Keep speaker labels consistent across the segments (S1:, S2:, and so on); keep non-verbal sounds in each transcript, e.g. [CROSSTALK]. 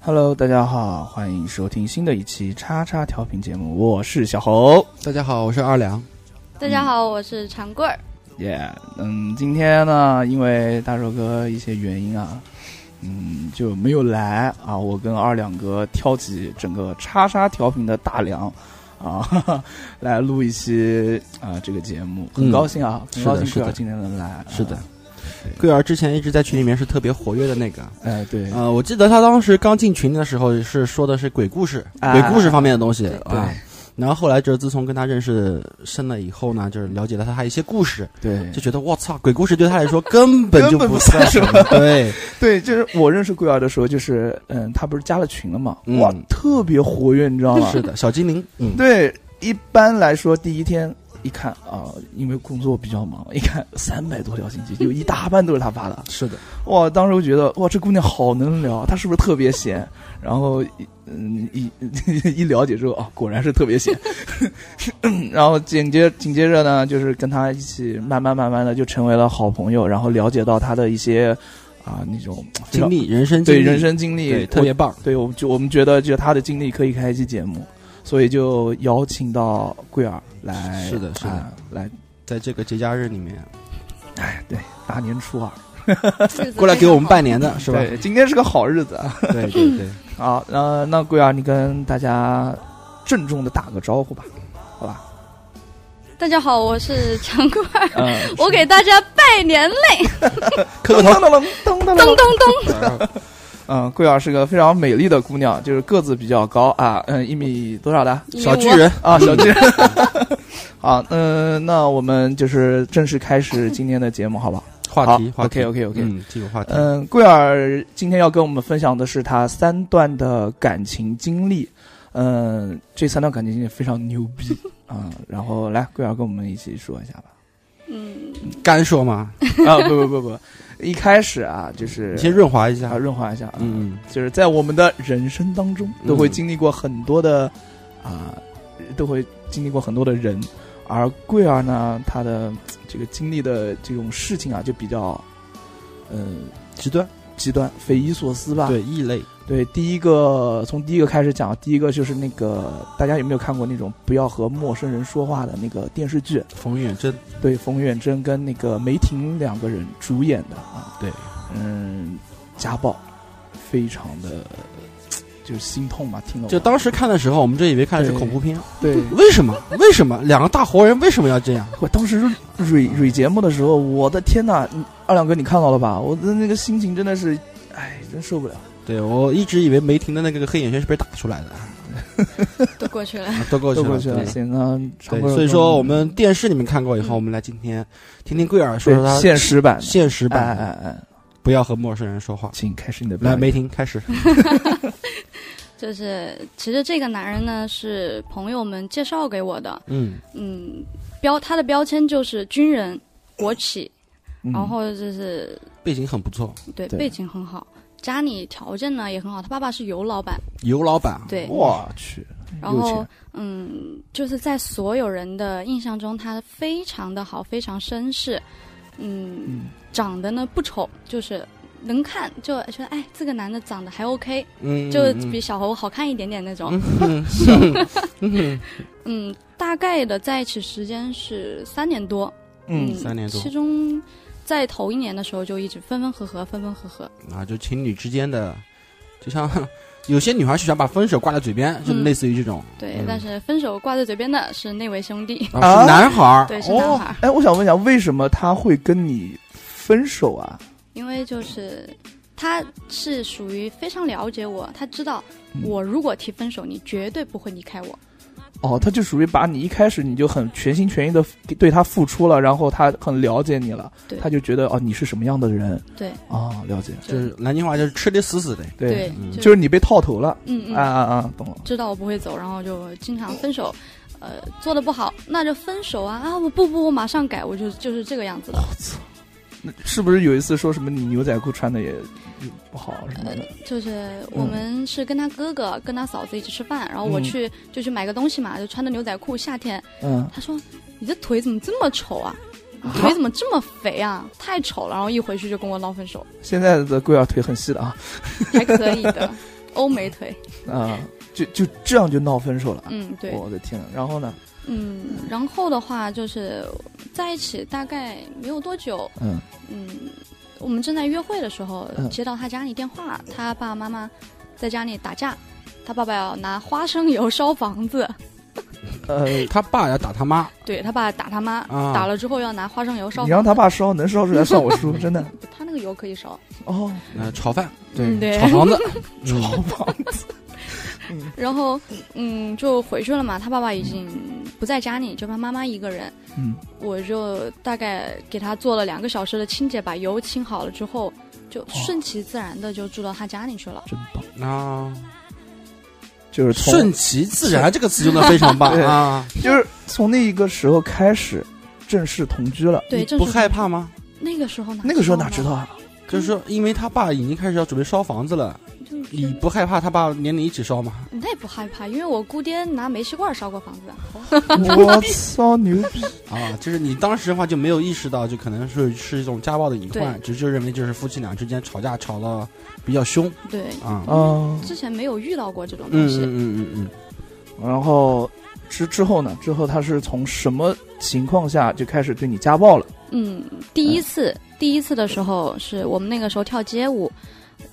S1: Hello，大家好，欢迎收听新的一期叉叉调频节目，我是小猴，
S2: 大家好，我是二两。
S3: 大家好，我是长棍儿。
S1: 耶、嗯，今天呢，因为大寿哥一些原因啊，嗯，就没有来啊，我跟二两哥挑起整个叉叉调频的大梁。啊， [LAUGHS] 哈哈，来录一期啊、这个节目，
S2: 嗯
S1: 很高兴啊，
S2: 是
S1: 很高
S2: 的
S1: 兴
S2: 是
S1: 哥
S2: 的
S1: 今天能来，
S2: 是的
S1: 啊，
S2: 桂儿之前一直在群里面是特别活跃的那个，
S1: 哎对，
S2: 呃，我记得他当时刚进群的时候是说的是鬼故事，
S1: 啊
S2: 鬼故事方面的东西
S3: 对
S2: 啊。然后后来就是自从跟他认识深了以后呢，就是了解了他一些故事，
S1: 对
S2: 就觉得我操，鬼故事对他来说根本就
S1: 根本不
S2: 算
S1: 算什
S2: 么。
S1: 么
S2: 对，
S1: 对，就是我认识桂儿的时候，就是嗯，他不是加了群了嘛，
S2: 嗯
S1: 哇，特别活跃，你知道吗？
S2: 是的，小精灵，嗯，
S1: 对，一般来说第一天一看啊、因为工作比较忙， [LAUGHS] 一看三百多条信息，有一大半都是他发的。
S2: 是的，
S1: 哇，当时我觉得哇，这姑娘好能聊，她是不是特别闲？然后一嗯一 [LAUGHS] 一了解之后啊，果然是特别闲。 [LAUGHS] 然后紧接紧接着呢，就是跟她一起慢慢慢慢的就成为了好朋友，然后了解到她的一些啊、那种
S2: 经历，人生经
S1: 对
S2: 历，
S1: 人生经历，
S2: 对，
S1: 我
S2: 特别棒。
S1: 对，我们就我们觉得就他的经历可以开一期节目，所以就邀请到桂儿来，
S2: 是的是的
S1: 啊来，
S2: 在这个节假日里面，
S1: 哎，对，大年初二，
S2: [LAUGHS] 过来给我们拜年的是吧？
S1: 对，今天是个好日子啊。
S2: 对
S3: 嗯
S2: 对对，
S1: 好，那那桂儿，你跟大家郑重的打个招呼吧，好吧？
S3: 大家好，我是长棍儿，
S1: 嗯，
S3: 我给大家拜年嘞！
S2: 磕个头
S1: 噔。噔噔噔噔
S3: 咚
S1: 噔
S3: 咚
S1: 噔。
S3: 咚，
S1: 嗯，桂儿是个非常美丽的姑娘，就是个子比较高啊，嗯，一米多少的？
S2: 小巨人，
S1: 啊，小巨人。 [LAUGHS] 好，嗯、那我们就是正式开始今天的节目，好不好？
S2: 话题
S1: 好
S2: 话题
S1: OK，OK，OK
S2: 嗯，这个话题，
S3: 呃
S1: 嗯，桂儿今天要跟我们分享的是她三段的感情经历。嗯，这三段感情经历非常牛
S2: [LAUGHS]
S1: 逼啊、然后来，桂儿跟我们一起说一下吧。
S3: 嗯，
S2: 干说嘛，
S1: 啊，不不不不，一开始啊，就是
S2: 你先润滑一下
S1: 啊，。润滑一下啊，
S2: 嗯，
S1: 就是在我们的人生当中，都会经历过很多的啊、都会经历过很多的人。而桂儿呢，她的这个经历的这种事情啊，就比较嗯、
S2: 极端，啊
S1: 极端、匪夷所思吧。
S2: 对异类，
S1: 对，第一个从第一个开始讲，第一个就是那个大家有没有看过那种不要和陌生人说话的那个电视剧？
S2: 冯远征，
S1: 对，冯远征跟那个梅婷两个人主演的啊，
S2: 对，
S1: 嗯，家暴，非常的呃就是心痛嘛，听了我
S2: 就当时看的时候，我们就以为看的是
S1: 对
S2: 恐怖片，
S1: 对，
S2: 为什么？为什么两个大活人为什么要这样？
S1: 我当时蕊蕊节目的时候，我的天呐，你二两哥你看到了吧？我的那个心情真的是，哎，真受不了。
S2: 对我一直以为梅婷的那个黑眼圈是被打出来的，
S3: 都过去了。 [LAUGHS]
S2: 啊都过去
S1: 都
S2: 了，
S1: 过去了，
S2: 对
S1: 行啊，
S2: 对
S1: 长棍儿
S2: 所以
S1: 哥
S2: 说我们电视里面看过以后，
S3: 嗯
S2: 我们来今天听听桂儿说
S1: 对
S2: 说她
S1: 现实版的，
S2: 嗯现实
S1: 哎
S2: 版
S1: 哎
S2: 的，
S1: 哎，
S2: 不要和陌生人说话。
S1: 请开始你的表
S2: 来，
S1: 演
S2: 梅婷开始。
S3: 就是其实这个男人呢是朋友们介绍给我的，
S2: 嗯，
S3: 嗯，标他的标签就是军人、国企，
S1: 嗯
S3: 然后就是
S2: 背景很不错，
S3: 对
S1: 对
S3: 背景很好，家里条件呢也很好，他爸爸是油老板，
S2: 尤老板，
S3: 对，
S1: 我去，
S3: 然
S1: 有
S3: 后
S1: 钱
S3: 嗯，就是在所有人的印象中，他非常的好，非常绅士，嗯，
S1: 嗯
S3: 长得呢不丑，就是能看就觉得哎，这个男的长得还 OK，
S2: 嗯，
S3: 就
S2: 嗯
S3: 比小猴好看一点点那种。
S2: 嗯 [LAUGHS] 嗯嗯嗯
S3: 嗯，大概的在一起时间是三年多，
S1: 嗯，
S2: 三年多
S3: 其中在头一年的时候就一直分分合合，分分合合，
S2: 嗯啊，就情侣之间的就像有些女孩喜欢把分手挂在嘴边，就
S3: 嗯
S2: 类似于这种。
S3: 对，
S2: 嗯
S3: 但是分手挂在嘴边的是那位兄弟，
S2: 啊，是男孩儿，
S3: 对，是男
S1: 哦
S3: 孩儿，，
S1: 哎，我想问一下，为什么他会跟你分手啊？
S3: 因为就是他是属于非常了解我，他知道我如果提分手，你绝对不会离开我。
S1: 哦，他就属于把你一开始你就很全心全意的对他付出了，然后他很了解你了
S3: 对，
S1: 他就觉得哦你是什么样的人
S3: 对
S1: 啊、了解，
S2: 就是南京话就是吃的死死的。
S1: 对，
S2: 嗯
S3: 就
S1: 就是你被套头了，
S3: 嗯嗯
S1: 啊啊啊，懂了，
S3: 知道我不会走，然后就经常分手，呃，做的不好，那就分手啊啊！我不不，我马上改，我就就是这个样子的，
S1: 那是不是有一次说什么你牛仔裤穿的也不好什么的？
S3: 呃就是我们是跟他哥哥、跟他嫂子一起吃饭，然后我
S1: 嗯
S3: 去就去买个东西嘛，就穿着牛仔裤，夏天，
S1: 嗯，
S3: 他说你这腿怎么这么丑啊？你腿怎么这么肥啊？太丑了！然后一回去就跟我闹分手，
S1: 现在的龟儿腿很细的啊，
S3: 还可以的， [LAUGHS] 欧美腿。
S1: 啊、就就这样就闹分手了，
S3: 嗯，对，
S1: 啊我的天呐，然后呢？
S3: 嗯，然后的话就是在一起大概没有多久，
S1: 嗯，
S3: 嗯，我们正在约会的时候，
S1: 嗯
S3: 接到他家里电话，他爸爸妈妈在家里打架，他爸爸要拿花生油烧房子，
S1: 呃，
S2: 他爸要打他妈，
S3: 对他爸打他妈，
S2: 啊
S3: 打了之后要拿花生油烧
S1: 你
S3: 房
S1: 让
S3: 子，
S1: 他爸烧，能烧出来算我
S3: [LAUGHS]
S1: 输，真的。
S3: 他那个油可以烧，
S1: 哦，
S2: 呃，炒饭，
S3: 嗯对
S2: 炒
S3: [LAUGHS]
S2: 房子，
S1: 好吧，
S3: 然后嗯就回去了嘛，他爸爸已经不在家里，就他妈妈一个人，
S1: 嗯，
S3: 我就大概给他做了两个小时的清洁，把油清好了之后。就顺其自然的就住到他家里去了，
S1: 真棒，
S2: 啊，
S1: 就是从
S2: 顺其自然这个词用的非常棒
S1: 对
S2: 啊！
S1: 就是从那一个时候开始正式同居了。
S3: 对，
S2: 你
S3: 正
S2: 不
S3: 是
S2: 害怕吗？
S3: 那个时候哪
S1: 那个时候哪
S3: 呢
S1: 知道？
S3: [LAUGHS]
S1: 啊？
S2: 就是说，因为他爸已经开始要准备烧房子了，
S3: 就是
S2: 你不害怕他爸连你一起烧吗？
S3: 那也不害怕，因为我姑爹拿煤气罐烧过房子啊。
S1: 我操，牛逼！
S2: 啊，就是你当时的话就没有意识到，就可能是是一种家暴的隐患，只是就认为就是夫妻俩之间吵架吵得比较凶
S3: 对，
S2: 啊。
S1: 嗯，
S3: 之前没有遇到过这种东
S2: 嗯
S3: 西。
S2: 嗯嗯嗯
S1: 然后之之后呢？之后他是从什么情况下就开始对你家暴了？
S3: 嗯，第一次，第一次的时候是我们那个时候跳街舞，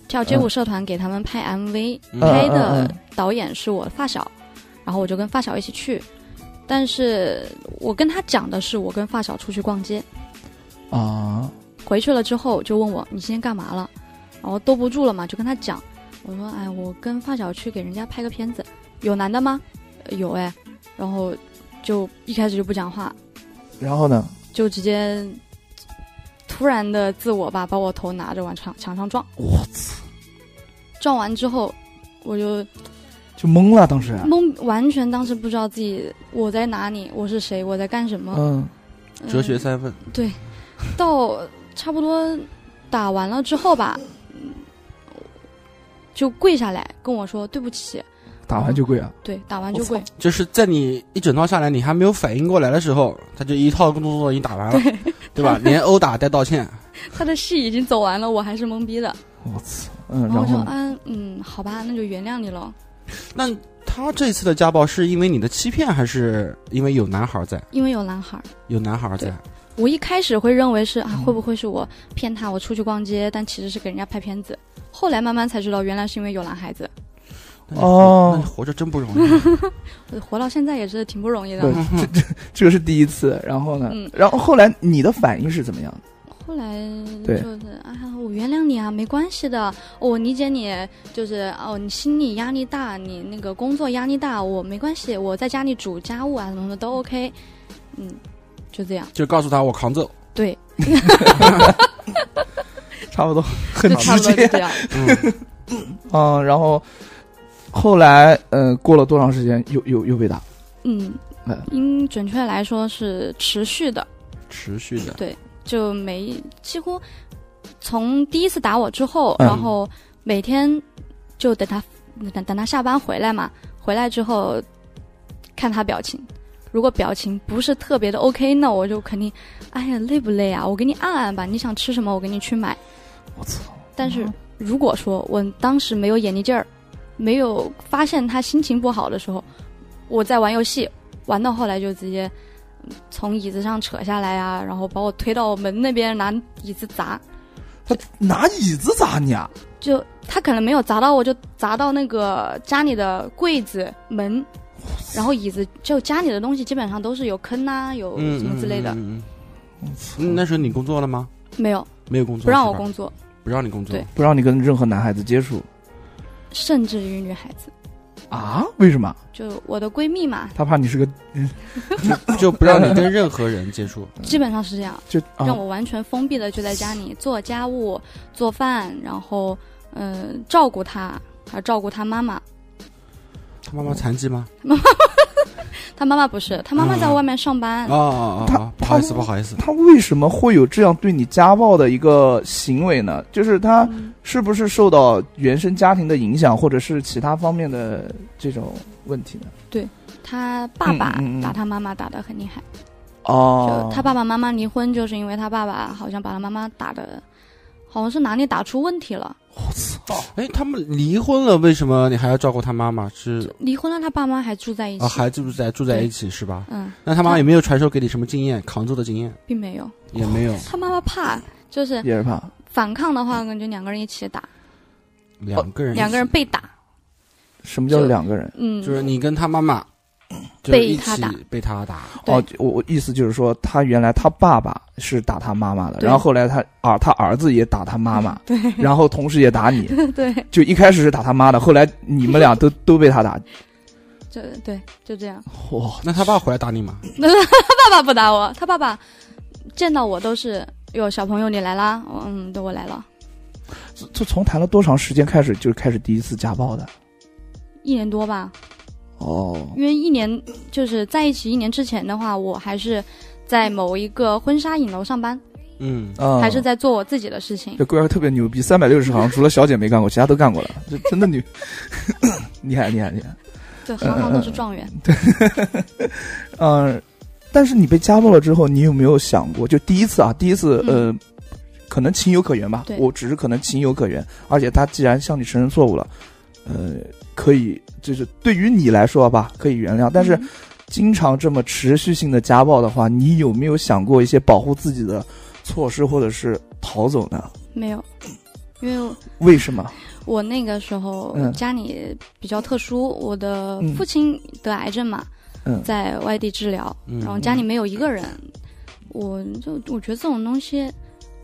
S3: 跳街舞社团给他们拍 MV，、
S2: 嗯
S3: 拍
S1: 嗯
S3: 的
S1: 嗯嗯
S3: 导演是我的发小，然后我就跟发小一起去。但是我跟他讲的是，我跟发小出去逛街，
S1: 啊，
S3: 回去了之后就问我你今天干嘛了，然后兜不住了嘛，就跟他讲，我说哎，我跟发小去给人家拍个片子，有男的吗？呃有哎，然后就一开始就不讲话，
S1: 然后呢？
S3: 就直接突然的自我吧，把我头拿着往墙墙上撞，
S1: 我操，
S3: 撞完之后我就
S1: 就懵了，当时。啊
S3: 懵，完全当时不知道自己我在哪里，我是谁，我在干什么。
S1: 嗯，
S2: 嗯，
S3: 嗯
S2: 哲学三问，
S3: 到差不多打完了之后吧，嗯就跪下来跟我说对不起。
S1: 打完就跪啊。
S3: 对，打完就跪。
S2: 就是在你一整套下来你还没有反应过来的时候，他就一套动作已经打完了，对
S3: [LAUGHS]
S2: 吧？连殴打带道歉，
S3: 他的戏已经走完了，我还是懵逼的。
S1: 我操，嗯，
S3: 然后
S1: 然
S3: 我就
S1: 后呢
S3: 嗯嗯，好吧，那就原谅你了。
S2: 那他这次的家暴是因为你的欺骗，还是因为有男孩在？
S3: 因为有男孩儿，
S2: 有男孩在
S3: 对我一开始会认为是啊，会不会是我骗他，我出去逛街，但其实是给人家拍片子。后来慢慢才知道，原来是因为有男孩子。
S2: 那你活
S1: 哦
S2: 那你活着真不容
S3: [LAUGHS]
S2: 易。啊嗯
S3: 我呃活到现在也是挺不容易的
S1: 对。这个是第一次，然后呢
S3: 嗯？
S1: 然后后来你的反应是怎么样的？
S3: 后来就
S1: 对
S3: 是啊，我原谅你啊，没关系的，哦我理解你，就是哦，你心理压力大，你那个工作压力大，我没关系，我在家里煮家务啊什么的都 OK，嗯，就这样，
S2: 就告诉他我扛揍。
S1: [LAUGHS]
S3: 对，
S1: 差不多，
S3: 就
S1: 很
S3: 差
S1: 直
S3: 不多就
S1: 接。
S3: 这样。 [LAUGHS]
S2: 嗯，
S1: 嗯，然后后来，嗯，过了多长时间又又又被打？
S3: 嗯
S1: 嗯，
S3: 应准确来说是持续的，
S2: 持续的。
S3: 就没几乎从第一次打我之后，
S1: 嗯
S3: 然后每天就等他等等他下班回来嘛，回来之后看他表情。如果表情不是特别的 OK，那我就肯定，哎呀，累不累啊？我给你按按吧，你想吃什么我给你去买。
S1: 我操！
S3: 但是如果说我当时没有眼力劲儿，没有发现他心情不好的时候，我在玩游戏，玩到后来就直接嗯从椅子上扯下来啊，然后把我推到门那边拿椅子砸，
S1: 他拿椅子砸你啊？
S3: 就他可能没有砸到我，就砸到那个家里的柜子、门，然后椅子，就家里的东西基本上都是有坑啊，有
S2: 嗯
S3: 什么之类的，
S2: 嗯嗯嗯那时候你工作了吗？
S1: 嗯
S3: 没有
S2: 没有工作，
S3: 不让我
S2: 是吧
S3: 工作，
S2: 不让你工作
S3: 对，
S1: 不让你跟任何男孩子接触
S3: 甚至于女孩子，
S1: 啊？为什么？
S3: 就我的闺蜜嘛，
S1: 他怕你是个
S2: [LAUGHS] 就不让你跟任何人接触。
S1: 嗯
S3: 基本上是这样，
S1: 就啊
S3: 让我完全封闭的就在家
S1: [LAUGHS]
S3: 里做家务、做饭，然后嗯、呃照顾她，还照顾她妈妈。
S2: 他妈妈残疾吗？
S3: 她妈妈不是，她妈妈在
S1: 嗯
S3: 外面上班，
S1: 啊
S2: 哦哦哦
S1: 他
S2: 哦，不好意思，
S1: 他
S2: 不好意思，
S1: 他为什么会有这样对你家暴的一个行为呢？就是他
S3: 嗯
S1: 是不是受到原生家庭的影响，或者是其他方面的这种问题呢？
S3: 她爸爸
S1: 嗯嗯嗯
S3: 打她妈妈打得很厉害，
S1: 哦
S3: 就她爸爸妈妈离婚，就是因为她爸爸好像把她妈妈打的，好像是哪里打出问题了，
S2: 哎，他们离婚了，为什么你还要照顾他妈妈？是哦
S3: 离婚了，她爸妈还住在一
S1: 哦
S3: 起，
S2: 啊，还住在住在一起是吧？
S3: 嗯，
S2: 那他妈也没有传授给你什么经验，扛揍的经验
S3: 并没有，
S2: 也没有。
S3: 她妈妈怕，就是
S1: 也是怕
S3: 反抗的话，感觉两个人一起打，
S2: 两个
S1: 嗯
S2: 人，
S3: 两个人被打，
S1: 什么叫
S3: 就
S1: 两个人？
S3: 嗯，
S2: 就是你跟他妈妈就是
S3: 被
S2: 一
S3: 他
S2: 起
S3: 打
S2: 被他打，
S3: 对
S1: 哦，我我意思就是说，他原来他爸爸是打他妈妈的，
S3: 对
S1: 然后后来他啊他儿子也打他妈妈，
S3: [LAUGHS] 对
S1: 然后同时也打你，
S3: 对，
S1: 就一开始是打他妈的，后来你们俩都 [LAUGHS] 都被他打。
S3: 就对，就这样。
S1: 哇，
S2: 那他爸回来打你吗？
S3: 他爸爸不打我，他爸爸见到我都是哟，小朋友你来啦，我嗯，对我来了，
S1: 这这从谈了多长时间开始就开始第一次家暴的？
S3: 一年多吧，
S1: 哦，
S3: 因为一年就是在一起一年之前的话，我还是在某一个婚纱影楼上班，
S2: 嗯，
S1: 嗯
S3: 还是在做我自己的事情。
S1: 这龟儿特别牛逼，三百六十行，除了小姐没干过，其他都干过了，这真的 [LAUGHS] 牛，厉害厉害厉害。
S3: 对，行行都是状元，
S1: 嗯、但是你被家暴了之后，你有没有想过，就第一次啊，第一次呃，
S3: 嗯
S1: 可能情有可原吧
S3: 对，
S1: 我只是可能情有可原，而且他既然向你承认错误了，呃，可以就是对于你来说吧，可以原谅，但是。
S3: 嗯
S1: 经常这么持续性的家暴的话，你有没有想过一些保护自己的措施，或者是逃走呢？
S3: 没有，因为
S1: 为什么？
S3: 我那个时候
S1: 嗯
S3: 家里比较特殊，我的
S1: 嗯
S3: 父亲得癌症嘛，
S1: 嗯
S3: 在外地治疗，
S2: 嗯
S3: 然后家里没有一个人，我就我觉得这种东西，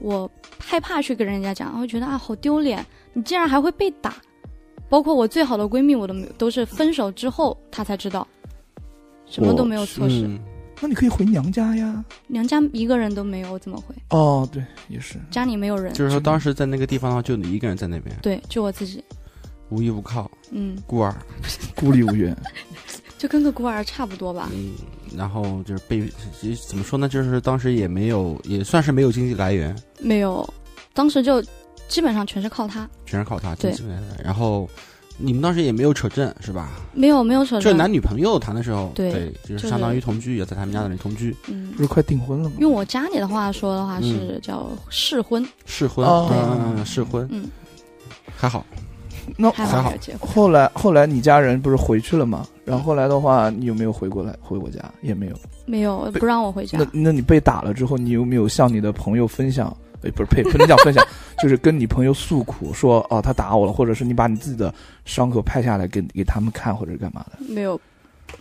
S3: 我害怕去跟人家讲，我会觉得啊好丢脸，你竟然还会被打。包括我最好的闺蜜，我都没有都是分手之后她才知道，什么都没有措施，
S2: 嗯
S1: 那你可以回娘家呀。
S3: 娘家一个人都没有，我怎么回？
S1: 哦，对，也是。
S3: 家里没有人，
S2: 就是说当时在那个地方的话，就你一个人在那边，
S3: 对，就我自己，
S2: 无依无靠，
S3: 嗯，
S2: 孤儿，
S1: 孤立无援。
S3: 就跟个孤儿差不多吧，
S2: 嗯，然后就是被怎么说呢？就是当时也没有，也算是没有经济来源，
S3: 没有，当时就基本上全是靠他，
S2: 全是靠他经
S3: 对
S2: 济来源。然后你们当时也没有扯证是吧？
S3: 没有没有扯
S2: 就
S3: 证，
S2: 男女朋友谈的时候，
S3: 对
S2: 就是
S3: 是
S2: 相当于同居，也在他们家那里同居，
S3: 嗯
S1: 不，是快订婚了吗？
S3: 用我家里的话说的话
S2: 嗯
S3: 是叫试婚，
S2: 试婚，
S1: 哦
S2: 嗯，试婚，
S3: 嗯，
S2: 还好，
S1: 那
S3: 还
S2: 哦还
S3: 好
S2: 好
S3: 没有结婚。
S1: 后来后来你家人不是回去了吗？然后后来的话，你有没有回过来回过家？也没有。
S3: 没有，不让我回家
S1: 那。那你被打了之后，你有没有向你的朋友分享？哎，不是呸，不能讲分享， [LAUGHS] 就是跟你朋友诉苦，说哦他打我了，或者是你把你自己的伤口拍下来给给他们看，或者是干嘛的？
S3: 没有，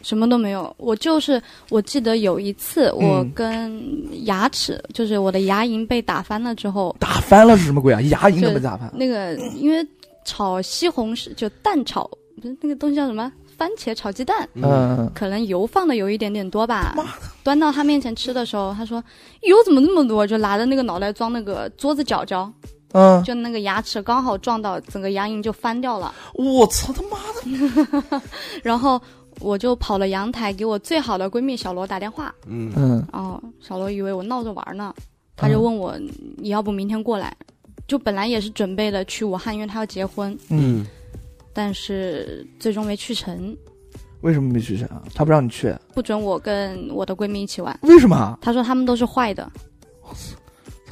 S3: 什么都没有。我就是，我记得有一次，我
S1: 嗯
S3: 跟牙齿，就是我的牙龈被打翻了之后，
S1: 打翻了是什么鬼啊？牙龈
S3: 就
S1: 都被打翻了。
S3: 那个因为炒西红柿就蛋炒，不是那个东西叫什么？番茄炒鸡蛋，
S2: 嗯，
S1: 嗯，
S3: 可能油放的有一点点多吧。端到他面前吃的时候，他说：“油怎么那么多？”就拿着那个脑袋装那个桌子角角，
S1: 嗯，
S3: 就那个牙齿刚好撞到，整个牙龈就翻掉了。
S1: 我操他妈的！
S3: 然后我就跑了阳台，给我最好的闺蜜小罗打电话。
S2: 嗯，
S1: 嗯，
S3: 然后哦小罗以为我闹着玩呢，他就问我、你要不明天过来？就本来也是准备的去武汉，因为他要结婚，
S1: 嗯，
S2: 嗯，
S3: 但是最终没去成，
S1: 为什么没去成啊？他不让你去，
S3: 不准我跟我的闺蜜一起玩。
S1: 为什么啊？
S3: 他说他们都是坏的，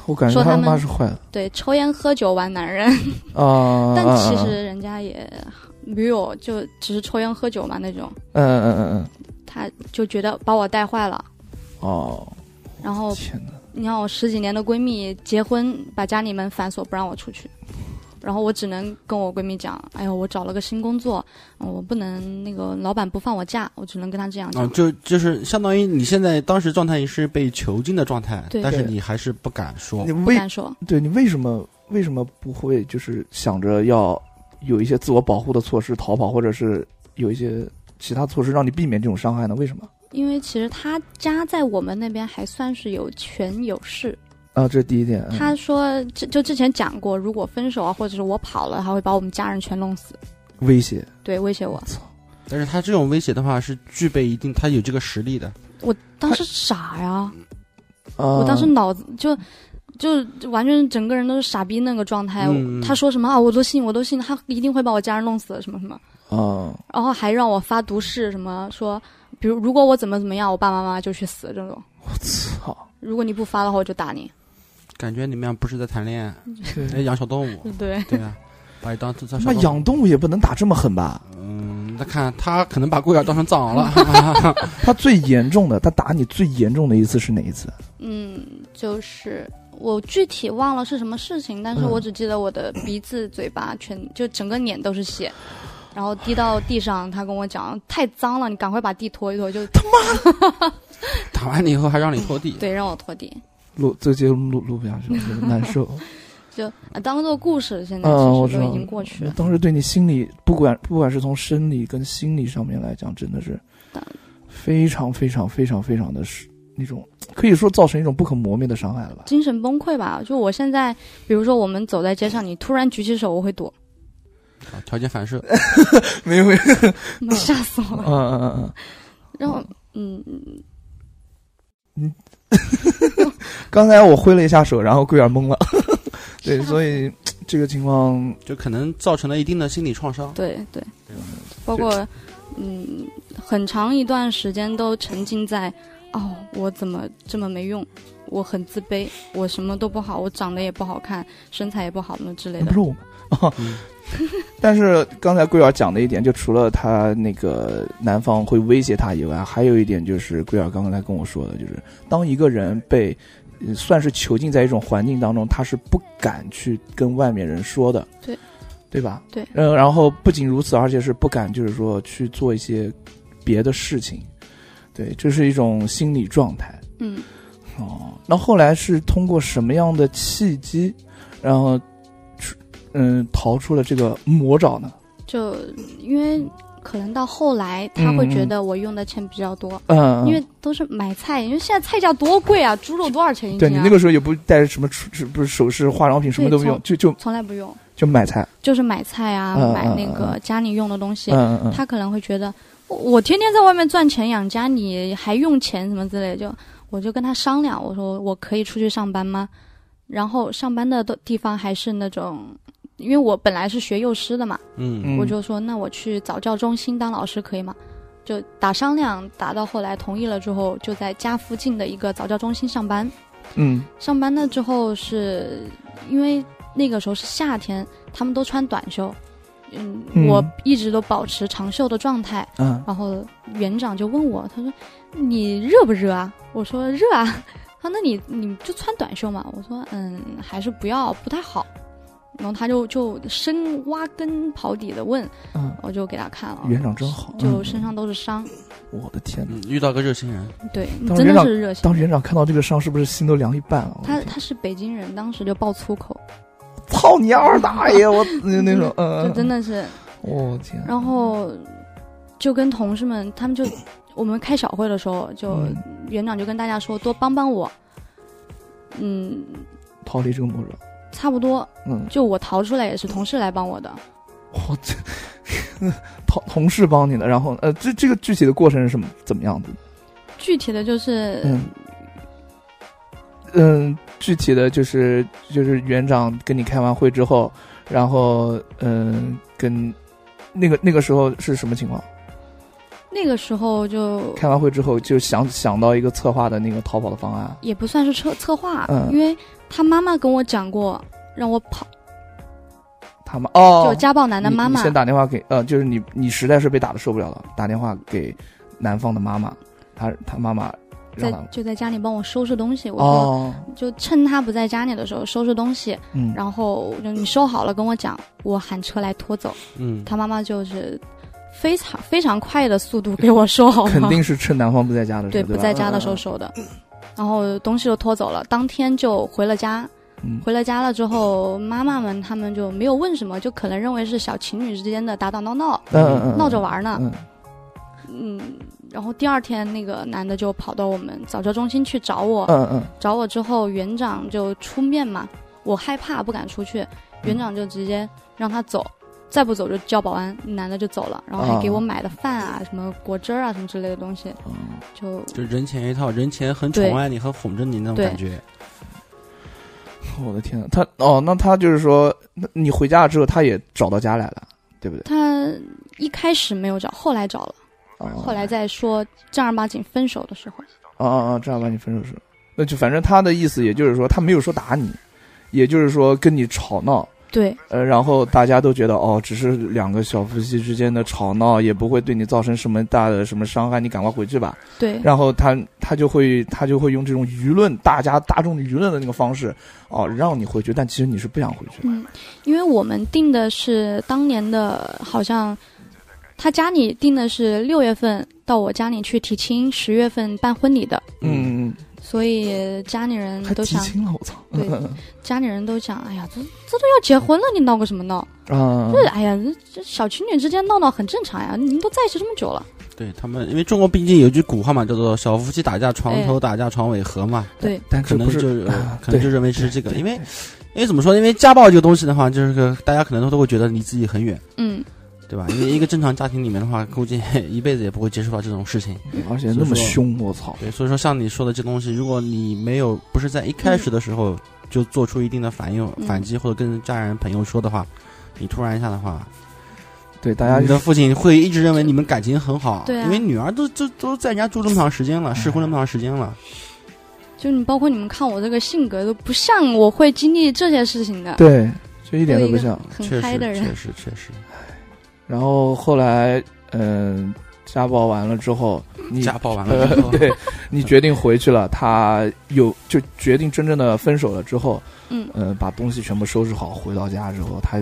S1: 我感觉
S3: 说
S1: 他
S3: 他
S1: 妈
S3: 们
S1: 是坏的
S3: 对，抽烟喝酒玩男人， [LAUGHS]
S1: 啊！
S3: 但
S1: 啊
S3: 其
S1: 啊
S3: 实人家也没有，就只是抽烟喝酒嘛那种，
S1: 嗯嗯嗯嗯，
S3: 他就觉得把我带坏了，
S1: 哦，
S3: 然后
S1: 天哪！
S3: 你看我十几年的闺蜜结婚，把家里门反锁，不让我出去。然后我只能跟我闺蜜讲，哎呦，我找了个新工作，嗯我不能那个老板不放我假，我只能跟她这样讲。
S2: 啊，就就是相当于你现在当时状态是被囚禁的状态，
S3: 对
S2: 但是
S1: 对
S2: 你还是不敢说
S1: 你。
S3: 不
S1: 为
S3: 敢说，
S1: 对你为什么为什么不会就是想着要有一些自我保护的措施逃跑，或者是有一些其他措施让你避免这种伤害呢？为什么？
S3: 因为其实她家在我们那边还算是有权有势。
S1: 啊，这是第一点。嗯
S3: 她说，就就之前讲过，如果分手啊，或者是我跑了，她会把我们家人全弄死，
S1: 威胁，
S3: 对，威胁我。
S2: 但是他这种威胁的话是具备一定，他有这个实力的。
S3: 我当时傻呀，
S1: 啊、
S3: 我当时脑子就就就完全整个人都是傻逼那个状态。
S2: 嗯
S3: 我他说什么啊，我都信，我都信，他一定会把我家人弄死什么什么，
S1: 啊，
S3: 然后还让我发毒誓，什么说，比如如果我怎么怎么样，我爸爸妈妈就去死这种。
S1: 我操，
S3: 如果你不发的话，我就打你。
S2: 感觉你们俩不是在谈恋爱，在养小动物，
S3: 对，
S2: [LAUGHS] 对啊，把你当当小
S1: 他妈
S2: 动物
S1: 养动物也不能打这么狠吧？
S2: 嗯，那看他可能把龟儿当成藏獒
S1: [LAUGHS]
S2: 了。
S1: 他最严重的，他打你最严重的一次是哪一次？
S3: 嗯，就是我具体忘了是什么事情，但是
S1: 嗯
S3: 我只记得我的鼻子、嘴巴全就整个脸都是血，然后滴到地上。他跟我讲太脏了，你赶快把地拖一拖，就
S2: 打完你以后还让你拖地，
S3: 对让我拖地，
S1: 录这节目录录不下去了，觉得难受。
S3: 就、啊当做故事。现在
S1: 嗯我
S3: 其
S1: 知
S3: 实都
S1: 道
S3: 已经过去
S1: 就
S3: 了。
S1: 当时对你心理，不管不管是从生理跟心理上面来讲，真的是
S3: 当
S1: 非常非常非常非常的是那种，可以说造成一种不可磨灭的伤害了吧？
S3: 精神崩溃吧，就我现在，比如说我们走在街上，你突然举起手，我会
S1: [LAUGHS]
S3: 躲，
S2: 啊条件反射。
S1: 没有没有，
S3: 妈吓死我了。
S1: [LAUGHS] 嗯嗯嗯嗯，
S3: [LAUGHS] 然后，嗯，
S1: 刚才我挥了一下手，然后桂儿懵了， [LAUGHS] 对，所以这个情况
S2: 就可能造成了一定的心理创伤。
S3: 对对，包括嗯，很长一段时间都沉浸在哦，我怎么这么没用？我很自卑，我什么都不好，我长得也不好看，身材也不好，那之类
S1: 那不
S3: 的
S1: 是。我们。
S2: 嗯，
S1: 但是刚才桂儿讲的一点，就除了他那个男方会威胁他以外，还有一点就是桂儿刚才跟我说的，就是当一个人被、呃算是囚禁在一种环境当中，他是不敢去跟外面人说的，
S3: 对，
S1: 对吧？
S3: 对
S1: 嗯，然后不仅如此，而且是不敢就是说去做一些别的事情，对，这是一种心理状态。
S3: 嗯，
S1: 哦，那后来是通过什么样的契机，然后出嗯逃出了这个魔爪呢？
S3: 就因为可能到后来他会觉
S1: 嗯嗯
S3: 得我用的钱比较多，
S1: 嗯，
S3: 因为都是买菜，因为现在菜价多贵啊，猪肉多少钱一斤
S1: 对
S3: 啊？
S1: 你那个时候也不带着什么出，不是首饰、化妆品什么都不用，就就
S3: 从来不用，
S1: 就买菜。
S3: 就是买菜啊，
S1: 嗯
S3: 买那
S1: 嗯
S3: 个家里用的东西。
S1: 嗯嗯
S3: 他可能会觉得我我天天在外面赚钱养家，你还用钱什么之类的，就我就跟他商量，我说我可以出去上班吗？然后上班的都地方还是那种。因为我本来是学幼师的嘛，
S2: 嗯
S1: 嗯，
S3: 我就说那我去早教中心当老师可以吗？就打商量，打到后来同意了之后，就在家附近的一个早教中心上班。
S1: 嗯
S3: 上班了之后是因为那个时候是夏天，他们都穿短袖，嗯，
S1: 嗯
S3: 我一直都保持长袖的状态。
S1: 嗯
S3: 然后园长就问我，他说你热不热啊？我说热啊。 [LAUGHS] 他说那你你就穿短袖嘛。我说嗯，还是不要，不太好。然后他就就深挖根刨底的问，
S1: 嗯，
S3: 我就给他看了，
S1: 园长真好，
S3: 就
S1: 嗯
S3: 身上都是伤，
S1: 我的天哪！
S2: 嗯，遇到个热心人，
S3: 对，
S1: 当
S3: 真
S1: 园
S3: 的
S1: 长
S3: 是热心
S1: 当。园长看到这个伤，是不是心都凉一半了？我
S3: 他
S1: 的天
S3: 他是北京人，当时就爆粗口，
S1: 操你二大爷！我那那种，嗯，
S3: [LAUGHS] 就真
S1: 的，
S3: 的是
S1: 我天，
S3: 然后就跟同事们，他们
S1: [COUGHS]
S3: 就我们开小会的时候，就
S1: 嗯
S3: 园长就跟大家说多帮帮我。嗯，
S1: 逃离这个魔爪，
S3: 差不多，
S1: 嗯，
S3: 就我逃出来也是同事来帮我的。
S1: 我这同同事帮你的，然后呃，这这个具体的过程是什么怎么样子的？
S3: 具体的就是，
S1: 嗯嗯，具体的就是就是园长跟你开完会之后，然后嗯，跟那个那个时候是什么情况？
S3: 那个时候就
S1: 开完会之后就想想到一个策划的那个逃跑的方案。
S3: 也不算是策策划，
S1: 嗯
S3: 因为他妈妈跟我讲过，让我跑，
S1: 他们哦，
S3: 就家暴男的妈
S1: 你你
S3: 妈
S1: 先打电话给呃，就是呃你你实在是被打的受不了了，打电话给男方的妈妈，他他妈妈
S3: 在
S1: 让他们
S3: 就在家里帮我收拾东西。我说
S1: 哦，
S3: 就趁他不在家里的时候收拾东西，
S1: 嗯，
S3: 然后就你收好了跟我讲，我喊车来拖走。
S2: 嗯，
S3: 他妈妈就是非常非常快的速度给我
S1: [LAUGHS]
S3: 收好了，
S1: 肯定是趁男方不在家的时
S3: 对
S1: 候，
S3: 不
S1: 吧
S3: 在家的时候，收的，然后东西就拖走了，当天就回了家。
S1: 嗯
S3: 回了家了之后，妈妈们他们就没有问什么，就可能认为是小情侣之间的打打闹闹，
S1: 嗯嗯嗯，
S3: 闹着玩呢。
S1: 嗯，
S3: 嗯，然后第二天那个男的就跑到我们早教中心去找我，
S1: 嗯嗯
S3: 找我之后园长就出面嘛，我害怕不敢出去，园长就直接让他走，再不走就叫保安，男的就走了，然后还给我买了饭啊、什么果汁儿啊什么之类的东西，
S1: 嗯，嗯
S3: 就
S2: 就人前一套，人前很宠爱你，很哄着你那种
S3: 对
S2: 感觉。
S1: 我的天呐，他哦，那他就是说，那你回家了之后，他也找到家来了，对不对？
S3: 他一开始没有找，后来找了，
S1: 哦、
S3: 后来再说正儿八经分手的时候，
S1: 哦哦哦，正儿八经分手是，那就反正他的意思，也就是说他没有说打你，也就是说跟你吵闹，
S3: 对
S1: 呃，然后大家都觉得哦，只是两个小夫妻之间的吵闹，也不会对你造成什么大的什么伤害，你赶快回去吧。
S3: 对
S1: 然后他他就会他就会用这种舆论，大家大众舆论的那个方式，哦，让你回去，但其实你是不想回去的。
S3: 嗯，因为我们定的是当年的，好像他家里定的是六月份到我家里去提亲，十月份办婚礼的，
S1: 嗯，嗯
S3: 所以家里人
S1: 嗯还
S3: 都
S1: 提
S3: 想，
S1: 亲了，嗯我操！
S3: 对家里人都想，哎呀，这这都要结婚了，你闹个什么闹？
S1: 啊，
S3: 就是哎呀，这这小情侣之间闹闹很正常呀，你们都在一起这么久了，
S2: 对他们，因为中国毕竟有句古话嘛，叫做“小夫妻打架，床头打架，床尾和”嘛。
S3: 对
S1: 但
S2: 可
S1: 这
S2: 能
S1: 不是
S2: 就呃
S1: 啊
S2: 可能就认为是这个，因为因为怎么说呢？因为家暴这个东西的话，就是个大家可能都会觉得离自己很远，
S3: 嗯，
S2: 对吧？因为一个正常家庭里面的话，估计 [LAUGHS] 一辈子也不会接触到这种事情。
S1: 而且那么凶，我操！
S2: 对，所以说像你说的这东西，如果你没有不是在一开始的时候就做出一定的反应、
S3: 嗯
S2: 反击，或者跟家人朋友说的话，你突然一下的话，
S1: 对大家
S2: 你的父亲会一直认为你们感情很好，
S3: 哎对啊哎
S2: 因为女儿都都都在人家住这么长时间了，试婚这么长时间了，
S3: 就你包括你们看我这个性格都不像我会经历这些事情的，
S1: 对，就一点都不像。
S3: 很
S2: 确
S3: 嗨
S2: 实，
S3: 的人
S2: 确，实，确
S1: [LAUGHS]
S2: 实，
S1: 然后后来，嗯、家暴完了之后，你
S2: 家暴完了
S1: 呃
S2: 之后，，
S1: 对你决定回去了，他有就决定真正的分手了之后，
S3: 嗯，
S1: 呃，把东西全部收拾好，回到家之后，他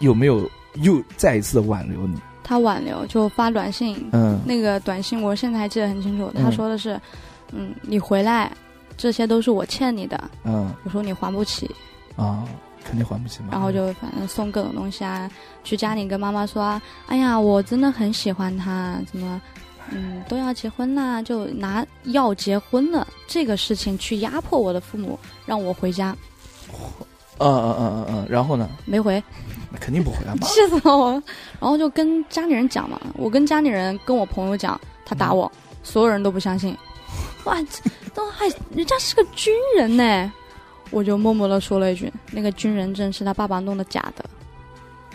S1: 有没有又再一次的挽留你？
S3: 他挽留就发短信，
S1: 嗯，
S3: 那个短信我现在还记得很清楚，
S1: 嗯
S3: 他说的是，嗯你回来，这些都是我欠你的。
S1: 嗯
S3: 我说你还不起，
S1: 啊，肯定还不起嘛。
S3: 然后就反正送各种东西啊，去家里跟妈妈说啊，哎呀，我真的很喜欢他，怎么，嗯，都要结婚啦，就拿要结婚了这个事情去压迫我的父母，让我回家，
S1: 嗯嗯嗯嗯嗯，然后呢？
S3: 没回，
S1: 那肯定不回来嘛。
S3: 气死我了。然后就跟家里人讲嘛，我跟家里人跟我朋友讲，他打我，所有人都不相信。哇，这都还人家是个军人呢，我就默默的说了一句，那个军人证是他爸爸弄的假的。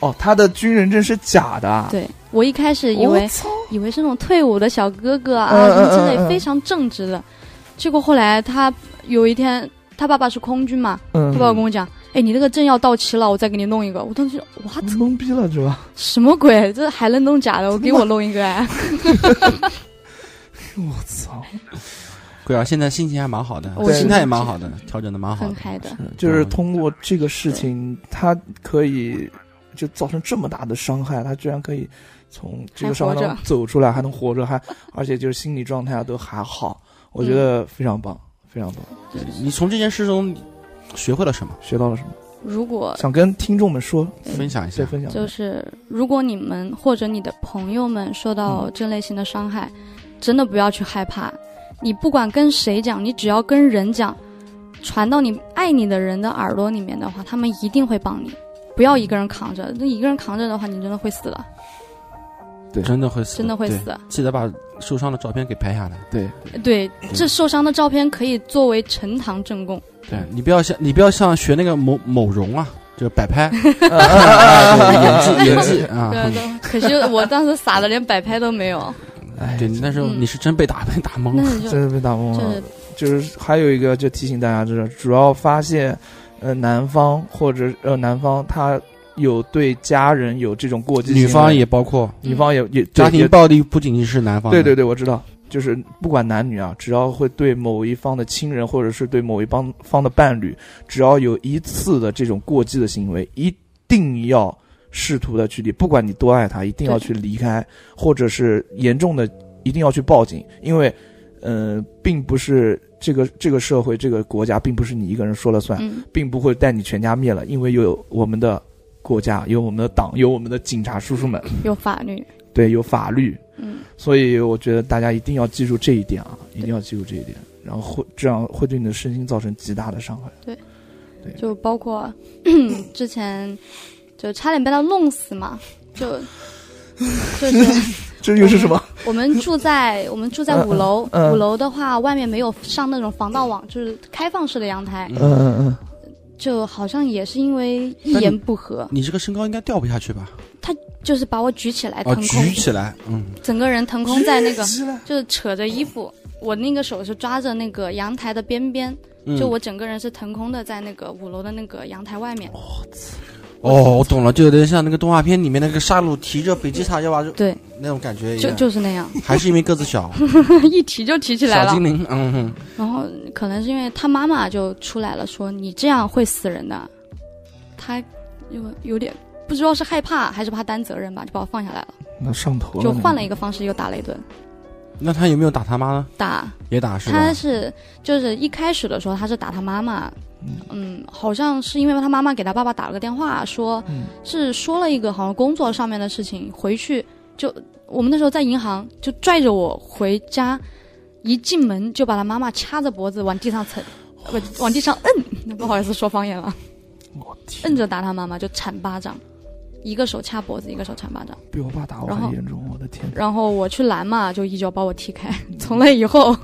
S1: 哦，他的军人证是假的啊。
S3: 对我一开始以
S1: 我
S3: 为
S1: 操
S3: 以为是那种退伍的小哥哥啊
S1: 嗯
S3: 什么之
S1: 嗯嗯嗯
S3: 类，非常正直的。结果后来他有一天，他爸爸是空军嘛，他
S1: 嗯
S3: 爸爸跟我讲：“哎，你那个证要到期了，我再给你弄一个。”我当时哇，
S1: 懵逼了是吧？
S3: 什么鬼？这还能弄假的？我给我弄一个
S1: [LAUGHS]
S3: 哎！
S1: 我操！
S2: 桂儿啊现在心情还蛮好的，
S3: 我
S2: 心态也蛮好的，调整的蛮好
S3: 很
S2: 的，嗯
S3: 嗨的，
S1: 就是通过这个事情，他可以就造成这么大的伤害，他居然可以从这个伤害
S3: 还
S1: 中
S3: 活
S1: 走出来，还能活着，还而且就是心理状态啊都还好，我觉得非常棒，非常棒，
S2: 你从这件事中学会了什么？
S1: 学到了
S3: 嗯
S1: 什么？
S3: 如果呃
S1: 想跟听众们说，
S2: 分享一
S1: 再
S2: 下。
S1: 分享。
S3: 就是如果你们或者你的朋友们受到这类型的伤
S2: 嗯
S3: 害，真的不要去害怕。你不管跟谁讲，你只要跟人讲，传到你爱你的人的耳朵里面的话，他们一定会帮你。不要一个人扛着，那一个人扛着的话，你真的会死的，
S2: 真的会死，
S3: 真的会
S2: 对
S3: 死。。的。
S2: 记得把受伤的照片给拍下来。
S1: 对，
S3: 对，
S2: 嗯
S3: 这受伤的照片可以作为呈堂证供。
S2: 对你不要像你不要像学那个某某容啊，就是摆
S3: [LAUGHS]
S2: 拍，
S1: 啊啊
S2: 啊
S1: 啊啊啊啊
S2: 对演技演技啊。哦
S3: 对，
S2: 嗯 [LAUGHS]
S3: 都可惜我当时傻的连摆拍都没有。
S1: 哎
S2: 对，你那时候
S3: 嗯
S2: 你是真被打被打懵
S3: 那
S2: 了。
S3: 你就
S1: 真的被打懵
S3: 就
S1: 了
S3: 是。
S1: 啊就是还有一个，就提醒大家，就是主要发现，呃，男方或者呃男方他有对家人有这种过激行为，
S2: 女方也包括
S1: 女方也也对
S2: 家庭
S1: 也
S2: 暴力，不仅仅是男方的，
S1: 对对对，我知道，就是不管男女啊，只要会对某一方的亲人或者是对某一方方的伴侣，只要有一次的这种过激的行为，一定要试图的去离，不管你多爱他，一定要
S3: 对
S1: 去离开，或者是严重的一定要去报警，因为，呃，并不是这个这个社会这个国家并不是你一个人说了算，
S3: 嗯，
S1: 并不会带你全家灭了，因为有我们的国家，有我们的党，有我们的警察叔叔们，
S3: 有法律，
S1: 对，有法律，
S3: 嗯，
S1: 所以我觉得大家一定要记住这一点啊，一定要记住这一点，然后会这样会对你的身心造成极大的伤害。
S3: 就包括 [CLEARS THROAT] 之前就差点被他弄死嘛，就就是。
S1: 这
S3: 又是什
S1: 么？
S3: 我们住在我们住在五楼，
S1: 嗯嗯
S3: 五楼的话，外面没有上那种防盗网，就是开放式的阳台，
S1: 嗯嗯嗯，
S3: 就好像也是因为一
S2: 但你
S3: 言不合，
S2: 你这个身高应该掉不下去吧？
S3: 就是把我举起来
S2: 哦
S3: 腾，空，
S2: 举起来，嗯，
S3: 整个人腾空在那个，
S2: 起来，
S3: 就是扯着衣服，我那个手是抓着那个阳台的边边，
S2: 嗯
S3: 就我整个人是腾空的在那个五楼的那个阳台外面，
S2: 哦，我懂了，就有点像那个动画片里面那个沙鲁提着北极叉要把就
S3: 对，
S2: 那种感觉一
S3: 就
S2: 样，
S3: 就是那样，
S2: 还是因为个子小，
S3: 一提就提起 [LAUGHS] 来
S2: 小
S3: 了
S2: 精。灵，嗯哼，
S3: 然后可能是因为他妈妈就出来了，说你这样会死人的。他有有点不知道是害怕还是怕担责任吧，就把我放下来了，
S1: 那上头
S3: 就换了一
S1: 个。
S3: 个方式又打了一顿。
S2: 那他有没有打他妈呢？
S3: 打
S2: 也打是吧
S3: 他？是就是一开始的时候他是打他妈妈，嗯，好像是因为他妈妈给他爸爸打了个电话，说
S1: 嗯
S3: 是说了一个好像工作上面的事情，回去就我们那时候在银行就拽着我回家，一进门就把他妈妈掐着脖子往地上蹭，呃不往地上摁，不好意思说方言了，
S1: 我天
S3: 摁！着打他妈妈就铲巴掌，一个手掐脖子，一个手铲巴掌。
S1: 比我爸打我
S3: 然
S1: 还
S3: 后
S1: 严重，我的天！
S3: 然后我去拦嘛，就一脚把我踢开。 [LAUGHS] 从那以后，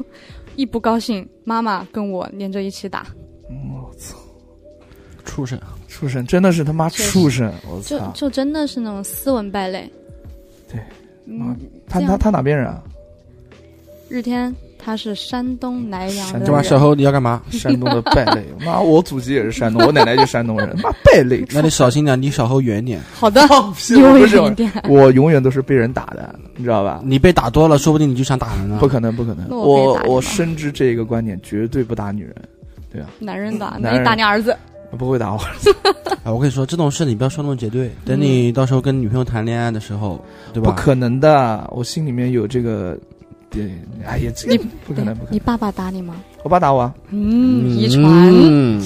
S3: 一不高兴，妈妈跟我连着一起打，
S1: 嗯我操，
S2: 畜生，
S1: 畜生真的是他妈
S3: 确实
S1: 畜生！我
S3: 嗯就
S1: 操，
S3: 就真的是那种斯文败类。
S1: 对，啊
S3: 嗯，
S1: 他
S3: 这
S1: 他
S3: 样
S1: 他哪边人啊？
S3: 日天他是山东南阳的
S1: 山
S3: 人，
S2: 对吧？小侯你要干嘛？
S1: 山东的败类，妈，我祖籍也是山东，我奶奶就是山东人，妈败类。 [LAUGHS]
S2: 那你小心点，离小侯远点。
S3: 好的，
S1: 我
S3: 离我
S1: [LAUGHS] 不是
S3: 远一点。
S1: 我永远都是被人打的，你知道吧？
S2: 你被打多了，说不定你就想打人了
S1: 不。可能，不可能！
S3: 嗯那我可以
S1: 我
S3: 打你
S1: 我
S3: 吗
S1: 深知这个观点，绝对不打女人，
S3: 男人
S1: [LAUGHS]
S3: 打，
S1: 男人
S3: 你打你儿子，
S1: 不会打我。
S2: 啊，我跟你说，这种事你不要说那么绝对。等你到时候跟女朋友谈恋爱的时候，对吧？
S1: 不可能的，我心里面有这个，对，哎呀，这个不可能，不可能！
S3: 你爸爸打你吗？
S1: 我爸打我啊！
S3: 嗯，遗传。 [LAUGHS]
S2: 嗯，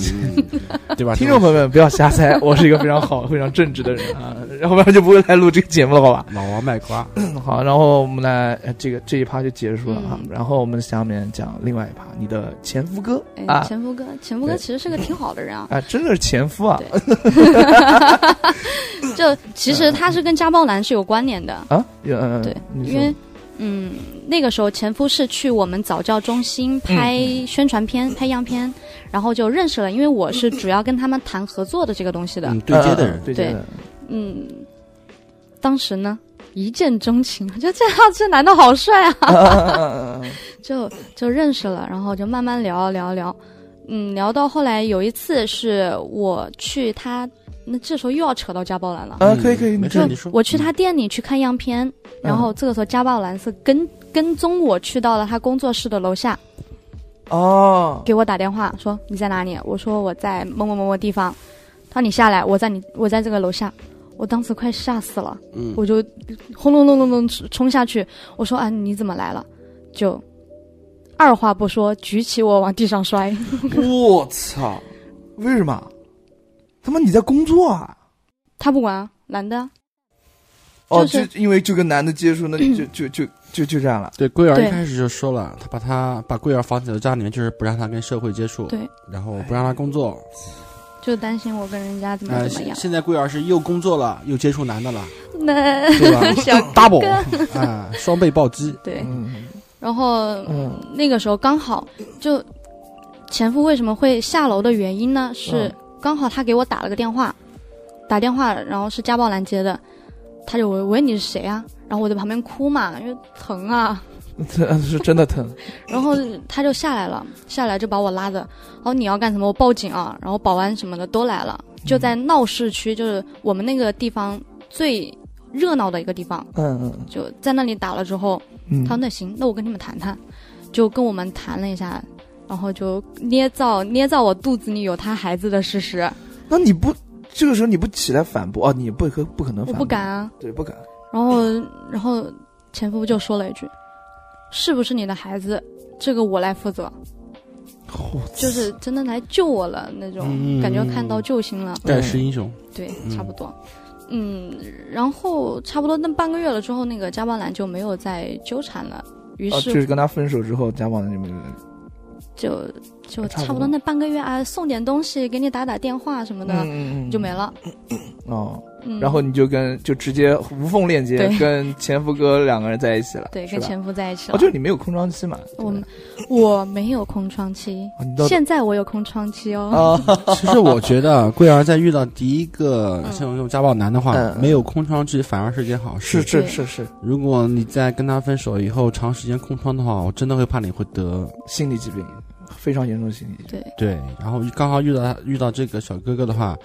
S2: 对吧？
S1: 听众朋友们，不要瞎猜， [LAUGHS] 我是一个非常好、非常正直的人啊，要不然就不会来录这个节目了，好吧？
S2: 老王卖瓜，
S1: [LAUGHS] 好，然后我们来呃这个这一趴就结束了啊
S3: 嗯，
S1: 然后我们下面讲另外一趴，你的前夫哥
S3: 哎，
S1: 啊
S3: 前夫哥，前夫哥
S1: 对
S3: 其实是个挺好的人啊。
S1: 啊，真的是前夫啊
S3: 对就其
S1: 嗯
S3: 实他是跟家暴男是有关联的，
S1: 啊，呃
S3: 对，
S1: 你说
S3: 因为嗯，那个时候前夫是去我们早教中心拍
S2: 嗯
S3: 宣传片、拍样片，然后就认识了，因为我是主要跟他们谈合作的这个东西的
S2: 嗯，，对接的
S1: 呃
S2: 人，
S1: 对接的人，
S3: 嗯，当时呢一见钟情，我觉得这样这男的好帅啊， [LAUGHS]
S1: 啊啊啊啊啊
S3: 就就认识了，然后就慢慢聊聊聊，嗯，聊到后来有一次是我去他，那这时候又要扯到家暴男了，
S1: 啊，可以可以，
S2: 没
S1: 你嗯
S2: 事，
S1: 这
S2: 你说。嗯
S3: 我去他店里去看样片，然后这个时候家暴男是跟跟踪我去到了他工作室的楼下，
S1: 哦，
S3: 给我打电话说你在哪里？我说我在某某某某地方。他说你下来，我在你我在这个楼下。我当时快吓死了，
S2: 嗯，
S3: 我就轰隆隆隆隆冲下去，我说啊你怎么来了？就二话不说举起我往地上摔，
S1: 我操！为什么？他妈你在工作啊？
S3: 他不管啊，男的啊
S1: 哦，
S3: 就是
S1: 就因为就跟男的接触，那就就就就就这样了。
S2: 对，桂儿
S3: 对
S2: 一开始就说了，他把他把桂儿放在家里面，就是不让他跟社会接触，
S3: 对，
S2: 然后不让他工作。
S3: 就担心我跟人家怎么
S2: 呃，
S3: 怎么
S2: 现
S3: 样。
S2: 现在桂儿是又工作了，又接触男的了，
S3: 那
S2: 对
S3: [LAUGHS]
S2: 吧
S3: 小
S2: ？double 啊，双倍暴击。
S3: 对，
S1: 嗯
S3: 然后
S1: 嗯
S3: 那个时候刚好就前夫为什么会下楼的原因呢？是
S1: 嗯
S3: 刚好他给我打了个电话，打电话然后是家暴男接的，他就问喂你是谁啊？然后我在旁边哭嘛，因为疼啊。
S1: 这嗯 [LAUGHS] 是真的疼。
S3: 然后他就下来了，下来就把我拉着，哦你要干什么？我报警啊！然后保安什么的都来了，就在闹市区，就是我们那个地方最热闹的一个地方，
S1: 嗯嗯
S3: 就在那里打了之后，
S1: 嗯，
S3: 他说那行，那我跟你们谈谈，就跟我们谈了一下，然后就捏造捏造我肚子里有他孩子的事实，
S1: 嗯那你不这个时候你不起来反驳啊？你不可不可
S3: 我
S1: 能反驳，
S3: 不敢，啊。
S1: 对，不敢。
S3: 然后然后前夫就说了一句：“是不是你的孩子？这个我来负责。”就是真的来救我了那种、
S2: 嗯
S3: 感觉，看到救星了。
S2: 盖世英雄，
S3: 对，
S2: 嗯
S3: 差不多。嗯，然后差不多那半个月了之后，那个加巴兰就没有再纠缠了。于
S1: 啊，
S3: 是
S1: 就是跟他分手之后，家暴那边
S3: 就、就
S1: 差不多
S3: 差不多那半个月啊，送点东西给你打打电话什么的、
S1: 嗯嗯
S3: 就没了。
S1: 哦。
S3: 嗯，
S1: 然后你就跟就直接无缝链接
S3: 对，
S1: 跟前夫哥两个人在一起了，
S3: 对
S1: 是
S3: 跟
S1: 吧
S3: 前夫在一起了。
S1: 哦，就是你没有空窗期嘛？
S3: 我
S1: 对吧
S3: 我没有空窗期，
S1: 哦你到
S3: 现在我有空窗期哦。
S2: [LAUGHS]
S1: 啊，
S2: 其实我觉得啊桂儿在遇到第一个
S3: 嗯
S2: 像这种家暴男的话，
S1: 嗯嗯
S2: 没有空窗期反而是件好事。
S1: 是是
S3: 对
S1: 是是，
S2: 如果你在跟他分手以后长时间空窗的话，我真的会怕你会得
S1: 心理疾病非常严重的心理疾病。
S3: 对，
S2: 对。然后刚好遇到他遇到这个小哥哥的话，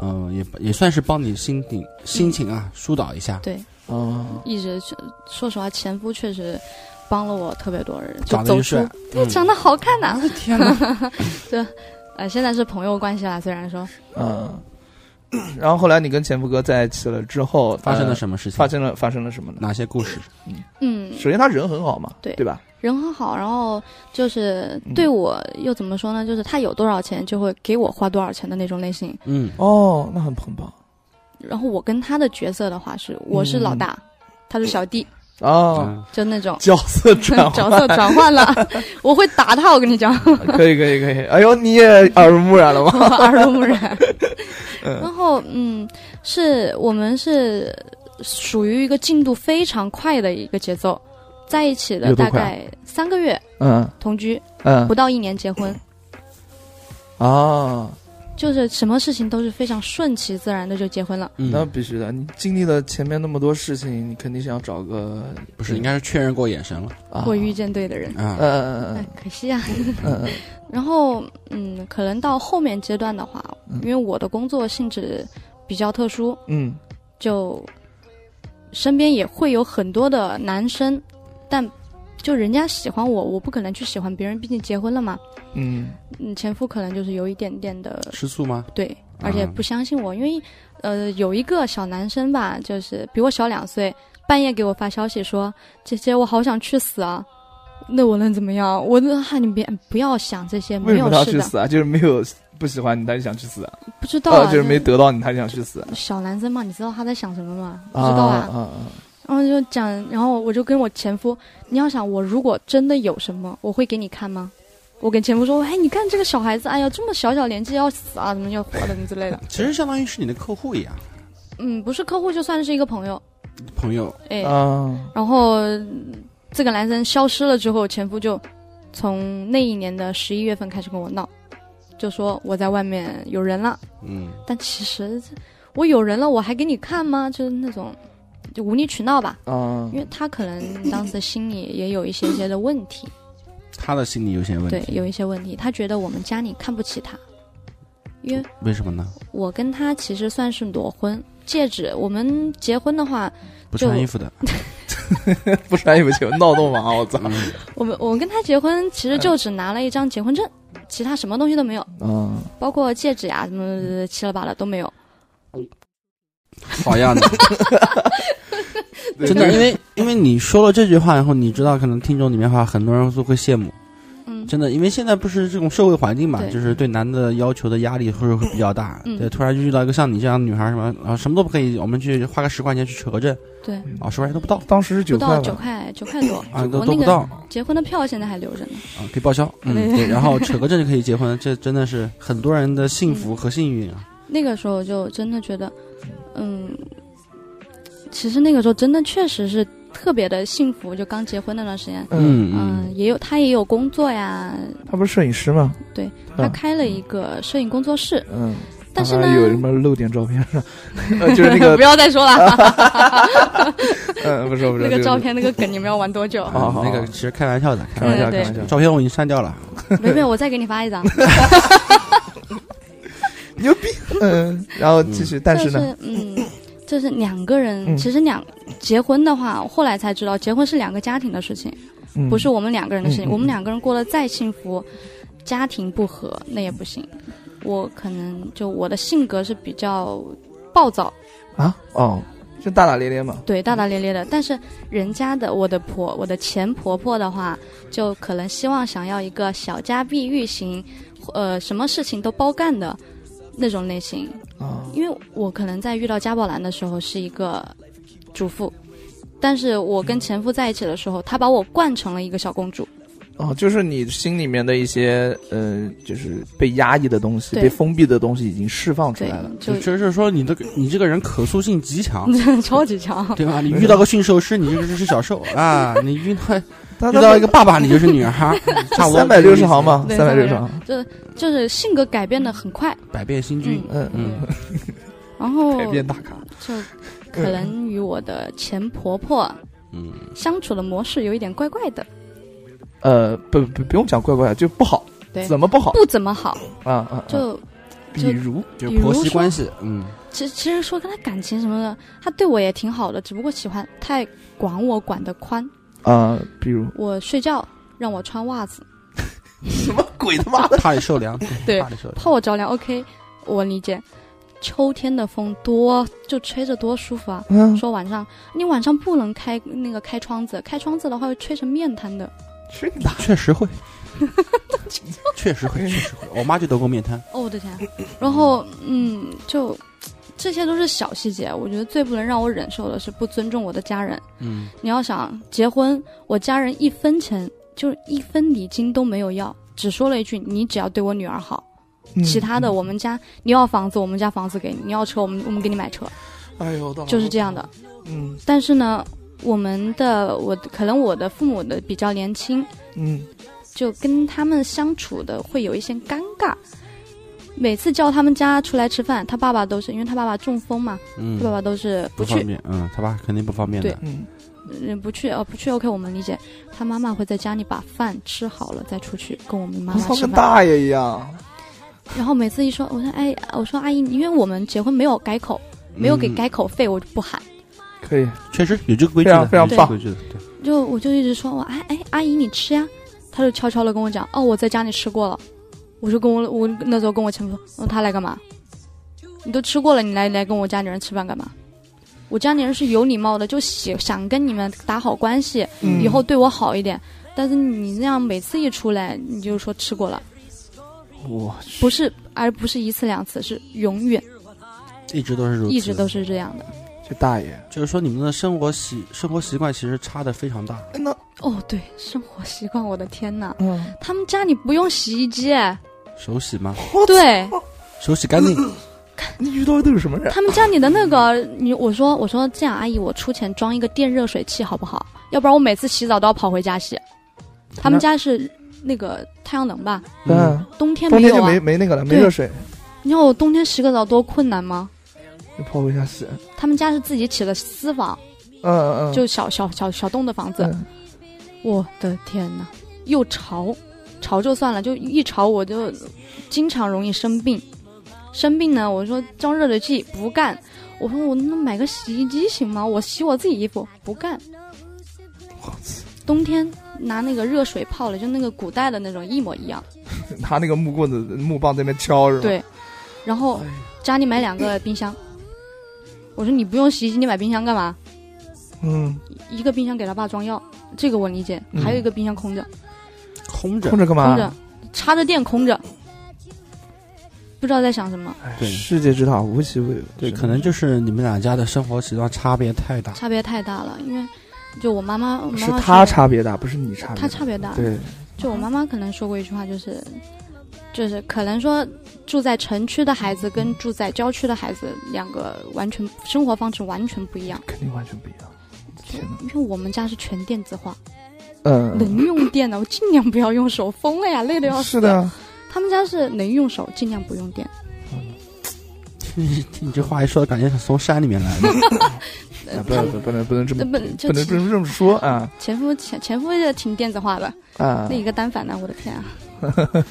S2: 嗯、也也算是帮你心顶心情
S3: 嗯
S2: 啊、疏导一下。
S1: 哦，
S3: 一直就说实话，前夫确实帮了我特别多人，就
S2: 长得
S3: 走
S2: 又
S3: 出
S2: 帅，嗯
S3: 长得好看呐、 [LAUGHS]
S2: 天哪！
S3: 呃，现在是朋友关系啦，虽然说
S1: 嗯。然后后来你跟前夫哥在一起了之后，
S2: [LAUGHS] 发生了
S1: 呃
S2: 什么事情？
S1: 发生了发生了什么呢？
S2: 哪些故事？
S3: 嗯，
S1: 首先他人很好嘛，
S3: 对
S1: 对吧？
S3: 人很好，然后就是
S1: 嗯
S3: 对我又怎么说呢？就是他有多少钱就会给我花多少钱的那种类型。
S2: 嗯，
S1: 哦，那很很棒
S3: 然后我跟他的角色的话是，我是
S1: 嗯
S3: 老大，他是小弟，
S1: 哦，
S2: 嗯
S3: 就那种
S1: 角色 [LAUGHS] 转换
S3: [LAUGHS] 角色转换了，我会打他，我跟你讲，
S1: 可以可以可以。哎呦，你也耳濡目染了吗？
S3: 耳濡目染。
S1: [LAUGHS] 嗯
S3: 然后嗯，是我们是属于一个进度非常快的一个节奏，在一起了
S2: 有多
S3: 大
S2: 快
S3: 概三个月
S1: 嗯
S3: 同居，
S1: 啊嗯
S3: 不到一年结婚，
S1: 啊，
S3: 就是什么事情都是非常顺其自然的就结婚了。
S2: 嗯
S1: 那必须的。你经历了前面那么多事情，你肯定想找个
S2: 不是，应该是确认过眼神了
S1: 啊
S3: 会遇见对的人，
S2: 啊。
S1: 嗯
S3: 哎
S1: 嗯，
S3: 可惜啊。
S1: 嗯
S3: [LAUGHS]
S1: 嗯
S3: 然后，嗯，可能到后面阶段的话，
S1: 嗯
S3: 因为我的工作性质比较特殊，
S1: 嗯
S3: 就身边也会有很多的男生，但就人家喜欢我，我不可能去喜欢别人，毕竟结婚了嘛。
S1: 嗯
S3: 嗯，前夫可能就是有一点点的
S2: 吃醋吗？
S3: 对，而且不相信我，因为呃，有一个小男生吧，就是比我小两岁，半夜给我发消息说：“姐姐，我好想去死啊！”那我能怎么样？我那哈、你别不要想这些，
S1: 嗯，为
S3: 没
S1: 什么
S3: 有
S1: 他要
S3: 事
S1: 去
S3: 的，
S1: 死啊？就是没有不喜欢你，他就想去死啊？
S3: 不知道啊、
S1: 哦，就是没得到你，他就想去死。
S3: 小男生嘛，你知道他在想什么吗？不
S1: 啊
S3: 知道
S1: 啊
S3: 啊。
S1: 啊！
S3: 然后就讲，然后我就跟我前夫，你要想我如果真的有什么，我会给你看吗？我跟前夫说，哎，你看这个小孩子，哎呀，这么小小年纪要死啊，怎么要活的什么之
S1: [LAUGHS]
S3: 类的。
S2: 其实相当于是你的客户一样，
S3: 嗯，不是客户就算是一个朋友，
S2: 朋友。
S3: 哎，
S1: 啊，
S3: 然后嗯这个男生消失了之后，前夫就从那一年的十一月份开始跟我闹，就说我在外面有人了。
S2: 嗯，
S3: 但其实我有人了，我还给你看吗？就是那种就无理取闹吧，
S1: 啊
S3: 因为他可能当时心里也有一些些的问题，
S2: 他的心理有些问
S3: 对，
S2: 题，
S3: 有一些问题，他觉得我们家里看不起他，因为
S2: 为什么呢？
S3: 我跟他其实算是裸婚。戒指，我们结婚的话，
S2: 不
S3: 就
S2: 穿衣服
S3: [LAUGHS]
S2: 的，
S1: [LAUGHS] 不穿衣服就闹洞房，我操！
S3: 嗯我们我们跟他结婚，其实就只拿了一张结婚证，其他什么东西都没有。
S1: 嗯，
S3: 包括戒指呀、什么七了八了都没有。
S2: 好样的！ [LAUGHS] 真的，因为因为你说了这句话以后，你知道，可能听众里面的话，很多人都会羡慕。
S3: 嗯，
S2: 真的，因为现在不是这种社会环境嘛，
S3: 对
S2: 就是对男的要求的压力会会比较大。
S3: 嗯
S2: 对，突然就遇到一个像你这样的女孩，什么啊，什么都不可以，我们去花个十块钱去取个证，
S3: 对，
S2: 啊，十块钱都不到
S1: 当时是九
S3: 不
S1: 块
S3: 到九
S1: 吧？
S3: 块九块多，
S2: 啊，都
S3: 我
S2: 都
S3: 那
S2: 不
S3: 个
S2: 到，
S3: 结婚的票现在还留着呢。
S2: 啊，可以报销，嗯，
S3: 对
S2: 对，然后扯个证就可以结婚，这真的是很多人的幸福和幸运啊。
S3: 那个时候就真的觉得，嗯，其实那个时候真的确实是特别的幸福，就刚结婚那段时间。
S1: 嗯，
S3: 嗯，，也有他也有工作呀，
S1: 他不是摄影师吗？
S3: 他
S1: 嗯
S3: 开了一个摄影工作室，
S1: 嗯，
S3: 但是
S1: 他
S3: 呢，
S1: 有什么露
S3: [LAUGHS]
S1: 点照片是吧？呃 [LAUGHS] 就是那个
S3: 不，要再说了，
S1: 嗯，不是不是
S3: 那个
S1: [LAUGHS] 就是
S3: 照片那个梗你们要玩多
S1: [LAUGHS]
S3: 久？
S1: 好
S2: 啊
S1: 好，
S2: 那个其实开玩笑的，开
S1: 开玩
S2: 玩
S1: 笑
S2: 笑
S1: 开
S3: 对
S1: 玩笑
S2: 的，。照片我已经删掉了。
S3: 没有没有，我再给你发一
S1: [LAUGHS]
S3: 张。
S1: 嗯，然后继续，但
S3: 就是
S1: 呢，
S3: 嗯，这是两个人，
S1: 嗯
S3: 其实两结婚的话，后来才知道，结婚是两个家庭的事情，
S1: 嗯
S3: 不是我们两个人的事情。
S1: 嗯嗯嗯
S3: 我们两个人过得再幸福，家庭不和那也不行。我可能就我的性格是比较暴躁，
S1: 啊哦，就大大咧咧嘛。
S3: 对，大大咧咧的。但是人家的我的婆，我的前婆婆的话，就可能希望想要一个小家碧玉型，呃，什么事情都包干的那种类型。
S1: 啊，
S3: 因为我可能在遇到家暴男的时候是一个主妇，但是我跟前夫在一起的时候，他把我惯成了一个小公主。
S1: 哦，就是你心里面的一些呃，就是被压抑的东西、
S3: 对
S1: 被封闭的东西已经释放出
S3: 对
S1: 来了。，
S3: 就嗯
S2: 就就是说你的你这个人可塑性极强，
S3: [LAUGHS] 超级强。
S2: 对吧？你遇到个驯兽师，你就是只小兽啊；你
S1: [LAUGHS]
S2: 遇到
S1: 他
S2: 遇到一个爸爸，你就是女儿，
S1: [LAUGHS]
S2: 差不多
S1: 三百六十行，嘛，
S3: 对
S1: 三百六十行。
S3: 就就是性格改变的很快，
S2: 百变星君
S3: 嗯，，
S1: 嗯嗯，
S3: 然后
S2: 大咖，
S3: 就可能与我的前婆婆
S2: 嗯，
S3: 相处的模式有一点怪怪的，
S1: 呃，不不不用讲怪怪，就不好，
S3: 对，
S1: 怎么不好
S3: 不怎么好。
S1: 啊啊？啊
S3: 就
S1: 比如
S2: 就
S3: 比如
S2: 婆媳
S3: 说
S2: 关系，
S1: [LAUGHS]
S2: 嗯，
S3: 其其实说跟他感情什么的，他对我也挺好的，只不过喜欢太管我管得宽，
S1: 啊，比如
S3: 我睡觉让我穿袜子，
S1: 什么鬼他妈的？
S2: 怕你受凉，
S3: 对
S2: 怕你受凉。
S3: 怕我着凉。OK，我理解。秋天的风多就吹着多舒服啊！
S1: 嗯，
S3: 说晚上你晚上不能开那个开窗子，开窗子的话会吹成面瘫的。
S1: 去你大
S2: 确实会，确实会，确实会。我妈就得过面瘫，
S3: 哦，我的天啊！然后嗯，就这些都是小细节，我觉得最不能让我忍受的是不尊重我的家人。
S2: 嗯，
S3: 你要想结婚，我家人一分钱就是一分礼金都没有要，只说了一句你只要对我女儿好，
S1: 嗯
S3: 其他的我们家你要房子我们家房子给你，你要车我们我们给你买车，
S1: 哎呦，我的妈
S3: 就是这样的。。
S1: 嗯
S3: 但是呢，我们的我可能我的父母的比较年轻，
S1: 嗯，
S3: 就跟他们相处的会有一些尴尬。每次叫他们家出来吃饭，他爸爸都是因为他爸爸中风嘛，
S2: 嗯
S3: 他爸爸都是
S2: 不
S3: 不
S2: 方
S3: 去，
S2: 便，嗯，他爸肯定不方便的
S3: 对，
S1: 嗯，
S3: 嗯，不去，呃，不去。OK，我们理解。他妈妈会在家里把饭吃好了再出去跟我们
S2: 哦
S3: 妈妈
S1: 操，
S3: 吃
S1: 跟
S3: 饭。
S1: 大爷一样。
S3: 然后每次一说，我说哎，我说阿姨，因为我们结婚没有改口，没有给
S2: 嗯
S3: 改口费，我就不喊。
S1: 可以，
S2: 确实有这个规矩
S1: 非
S2: 的，
S1: 常非常
S2: 有这个
S1: 棒
S2: 规矩的，对，
S3: 就我就一直说，我哎哎，阿姨你吃呀，他就悄悄的跟我讲，哦，我在家里吃过了。我就跟我我那时候跟我前夫说，哦，他来干嘛？你都吃过了，你来来跟我家里人吃饭干嘛？我家里人是有礼貌的，就喜想跟你们打好关系，
S1: 嗯
S3: 以后对我好一点。但是你那样每次一出来，你就说吃过了，
S1: 我
S3: 不是，而不是一次两次，是永远
S2: 一直都是如此，
S3: 一直都是这样的。
S1: 这大爷。
S2: 就是说你们的生活习生活习惯其实差的非常大，
S1: 那
S3: 哦，对，生活习惯，我的天哪，
S1: 嗯，
S3: 他们家里不用洗衣机，哎
S2: 手洗吗？
S3: 对。
S2: 手洗干净，
S1: 你遇到的都是什 [LAUGHS] 么人？
S3: 他们家里的那个，你我说我说这样，阿姨，我出钱装一个电热水器好不好？要不然我每次洗澡都要跑回家洗。他们家是那个太阳能吧？
S2: 嗯，
S1: 嗯，
S3: 冬天
S1: 冬
S3: 没
S1: 天
S3: 有
S1: 就
S3: 啊
S1: 没？没那个了，没
S3: 对
S1: 热水，
S3: 你知道我冬天洗个澡多困难吗？
S1: 就泡回家洗。
S3: 他们家是自己起的私房，
S1: 嗯嗯，
S3: 就小小小小栋的房子。
S1: 嗯
S3: 我的天哪，又潮，潮就算了，就一潮我就经常容易生病。生病呢，我说装热水器不干，我说我能买个洗衣机行吗？我洗我自己衣服不干。冬天拿那个热水泡了，就那个古代的那种一模一样。
S1: 拿那个木棍子、木棒在那边敲是吧？哎
S3: 对，然后家里买两个冰箱。我说你不用洗衣机，你买冰箱干嘛？
S1: 嗯，
S3: 一个冰箱给他爸装药，这个我理解。还有一个冰箱空着。
S2: 空着
S1: 空，着干嘛？
S3: 空着，插着电空着，不知道在想什么，
S1: 哎
S2: 对
S1: 世界之大无奇不有。
S2: 对，
S1: 真的
S2: 可能就是你们两家的生活习惯差别太大， [LAUGHS]
S3: 差别太大了。因为就我妈妈，我妈
S1: 是
S3: 妈说
S1: 他差别大，不是你差别大。
S3: 她差别大。
S1: 嗯对，
S3: 就我妈妈可能说过一句话，就是就是可能说住在城区的孩子
S1: 嗯
S3: 跟住在郊区的孩子两个完全生活方式完全不一样。
S1: 肯定完全不一样。天哪，
S3: 因为我们家是全电子化，
S1: 嗯，
S3: 能用电的我尽量不要用手，疯了呀，累的要死。
S1: 是的，呀，
S3: 他们家是能用手，尽量不用电。
S2: 听你听你这话一说，感觉是从山里面
S1: [LAUGHS]
S2: 来的，
S3: 呃
S1: 哎不
S3: 他
S1: 能
S3: 们
S1: 不不能不能这么
S3: 呃
S1: 不
S3: 不
S1: 能
S3: 就
S1: 不能
S3: 其
S1: 这么说啊
S3: 前夫前前夫也挺电子化的，
S1: 啊
S3: 那！一个单反呢，我的天啊！
S1: 对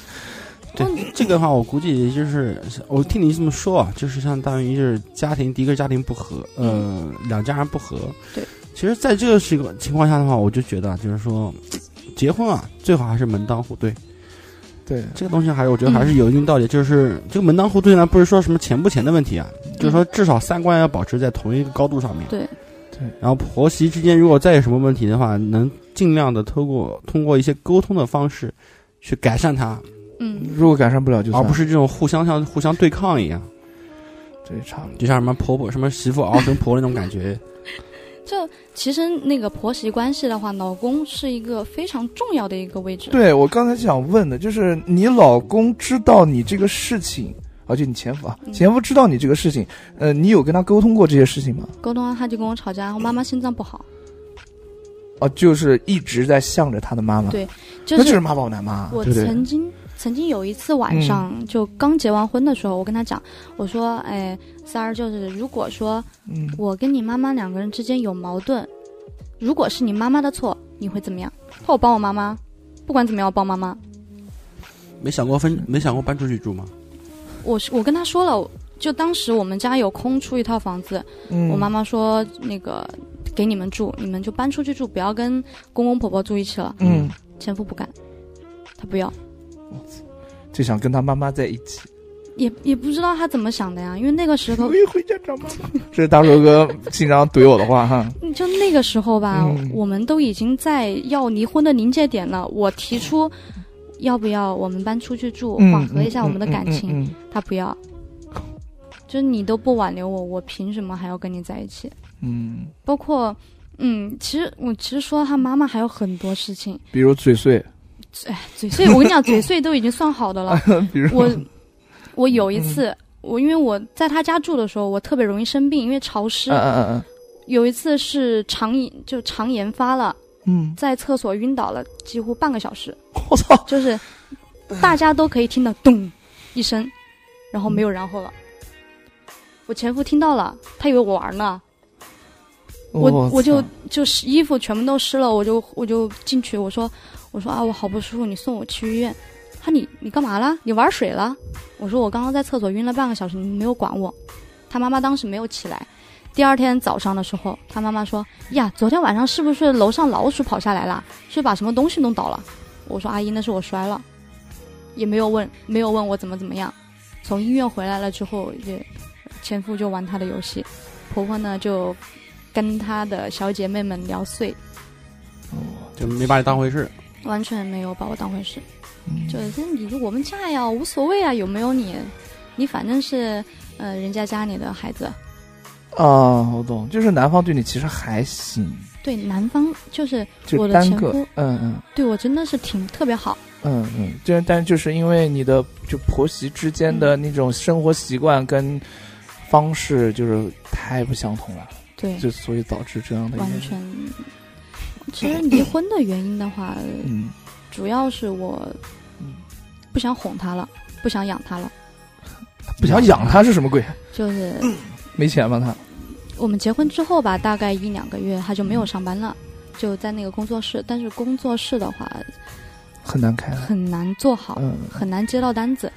S2: 但这个的话，我估计就是我听你这么说啊，就是相当于就是家庭，第一个是家庭不和，呃，
S1: 嗯
S2: 两家人不和。
S3: 对，
S2: 其实在这个情况情况下的话，我就觉得啊就是说，结婚啊，最好还是门当户对。
S1: 对，
S2: 这个东西还是我觉得还是有一定道理，就是这个门当户对呢，不是说什么钱不钱的问题啊，就是说至少三观要保持在同一个高度上面。
S3: 对
S1: 对
S2: 然后婆媳之间如果再有什么问题的话，能尽量的通过通过一些沟通的方式去改善它，
S3: 嗯，
S1: 如果改善不了就
S2: 而
S1: 算
S2: 哦不是这种互相像互相对抗一样，
S1: 对，差不多。
S2: 就像什么婆婆什么媳妇熬成婆那种感
S3: [LAUGHS]
S2: 觉。
S3: 就其实那个婆媳关系的话，老公是一个非常重要的一个位置。
S1: 对我刚才想问的就是，你老公知道你这个事情，而且你前夫啊，
S3: 嗯
S1: 前夫知道你这个事情，呃，你有跟他沟通过这些事情吗？
S3: 沟通啊，他就跟我吵架，我妈妈心脏不好，
S1: 哦，就是一直在向着他的妈妈，
S3: 对就
S1: 那就是是妈宝男妈，
S3: 我
S1: 对不对？
S3: 曾经曾经有一次晚上，就刚结完婚的时候，我跟他讲，我说，哎，三儿，就是如果说
S1: 嗯，
S3: 我跟你妈妈两个人之间有矛盾，如果是你妈妈的错，你会怎么样？他说我帮我妈妈，不管怎么样我帮妈妈。
S2: 没想过分，没想过搬出去住吗？
S3: 我是我跟他说了，就当时我们家有空出一套房子，
S1: 嗯
S3: 我妈妈说那个给你们住，你们就搬出去住，不要跟公公婆婆住一起了。
S1: 嗯，
S3: 前夫不干，他不要，
S1: 就想跟他妈妈在一起。
S3: 也也不知道他怎么想的呀，因为那个时候
S1: 我也回家找妈妈。这是大手哥经常怼我的话哈。
S3: 就那个时候吧，
S1: 嗯
S3: 我们都已经在要离婚的临界点了。我提出要不要 [LAUGHS] 我们搬出去住，
S1: 嗯
S3: 缓和一下我们的感情，
S1: 嗯嗯嗯
S3: 他不要。就是你都不挽留我，我凭什么还要跟你在一起？
S1: 嗯，
S3: 包括，嗯，其实我其实说到他妈妈还有很多事情，
S1: 比如嘴碎，
S3: 嘴碎，我跟你讲，嘴碎都已经算好的了。
S1: [LAUGHS] 比如
S3: [LAUGHS] 我我有
S1: 嗯
S3: 一次，我因为我在他家住的时候，我特别容易生病，因为潮湿。
S1: 嗯嗯嗯
S3: 有一次是肠炎，就肠炎发了，
S1: 嗯，
S3: 在厕所晕倒了，几乎半个小时，
S1: 我操，
S3: 就是大家都可以听到咚一声，然后没有然后了。我前夫听到了，他以为我玩呢，我我就
S1: 操
S3: 就是衣服全部都湿了，我就我就进去，我说我说啊，我好不舒服，你送我去医院。他你你干嘛啦？你玩水了？我说我刚刚在厕所晕了半个小时，你没有管我。他妈妈当时没有起来。第二天早上的时候，他妈妈说呀，昨天晚上是不是楼上老鼠跑下来了？是不是把什么东西弄倒了？我说阿姨，那是我摔了，也没有问没有问我怎么怎么样。从医院回来了之后，也前夫就玩他的游戏，婆婆呢就跟她的小姐妹们聊碎，
S2: 就没把你当回事。
S3: 完全没有把我当回事。就是你我们家呀，无所谓啊，有没有你，你反正是呃人家家里的孩子。
S1: 啊，我懂，就是男方对你其实还行，
S3: 对，男方就是
S1: 就
S3: 我的
S1: 单
S3: 前
S1: 个
S3: 夫，
S1: 嗯嗯
S3: 对我真的是挺特别好。
S1: 嗯嗯，就是但就是因为你的就婆媳之间
S3: 嗯
S1: 的那种生活习惯跟方式就是太不相同了，
S3: 对，
S1: 就所以导致这样的一个
S3: 完全。嗯其实离婚的原因的话，
S1: 嗯
S3: 主要是我
S1: 嗯
S3: 不想哄他了，不想养他了。
S1: 不想养他是什么鬼？
S3: 就是
S1: 没钱吗他？
S3: 我们结婚之后吧，大概一两个月他就没有上班了，就在那个工作室。但是工作室的话，
S1: 很难开啊，
S3: 很难做好，
S1: 嗯
S3: 很难接到单子。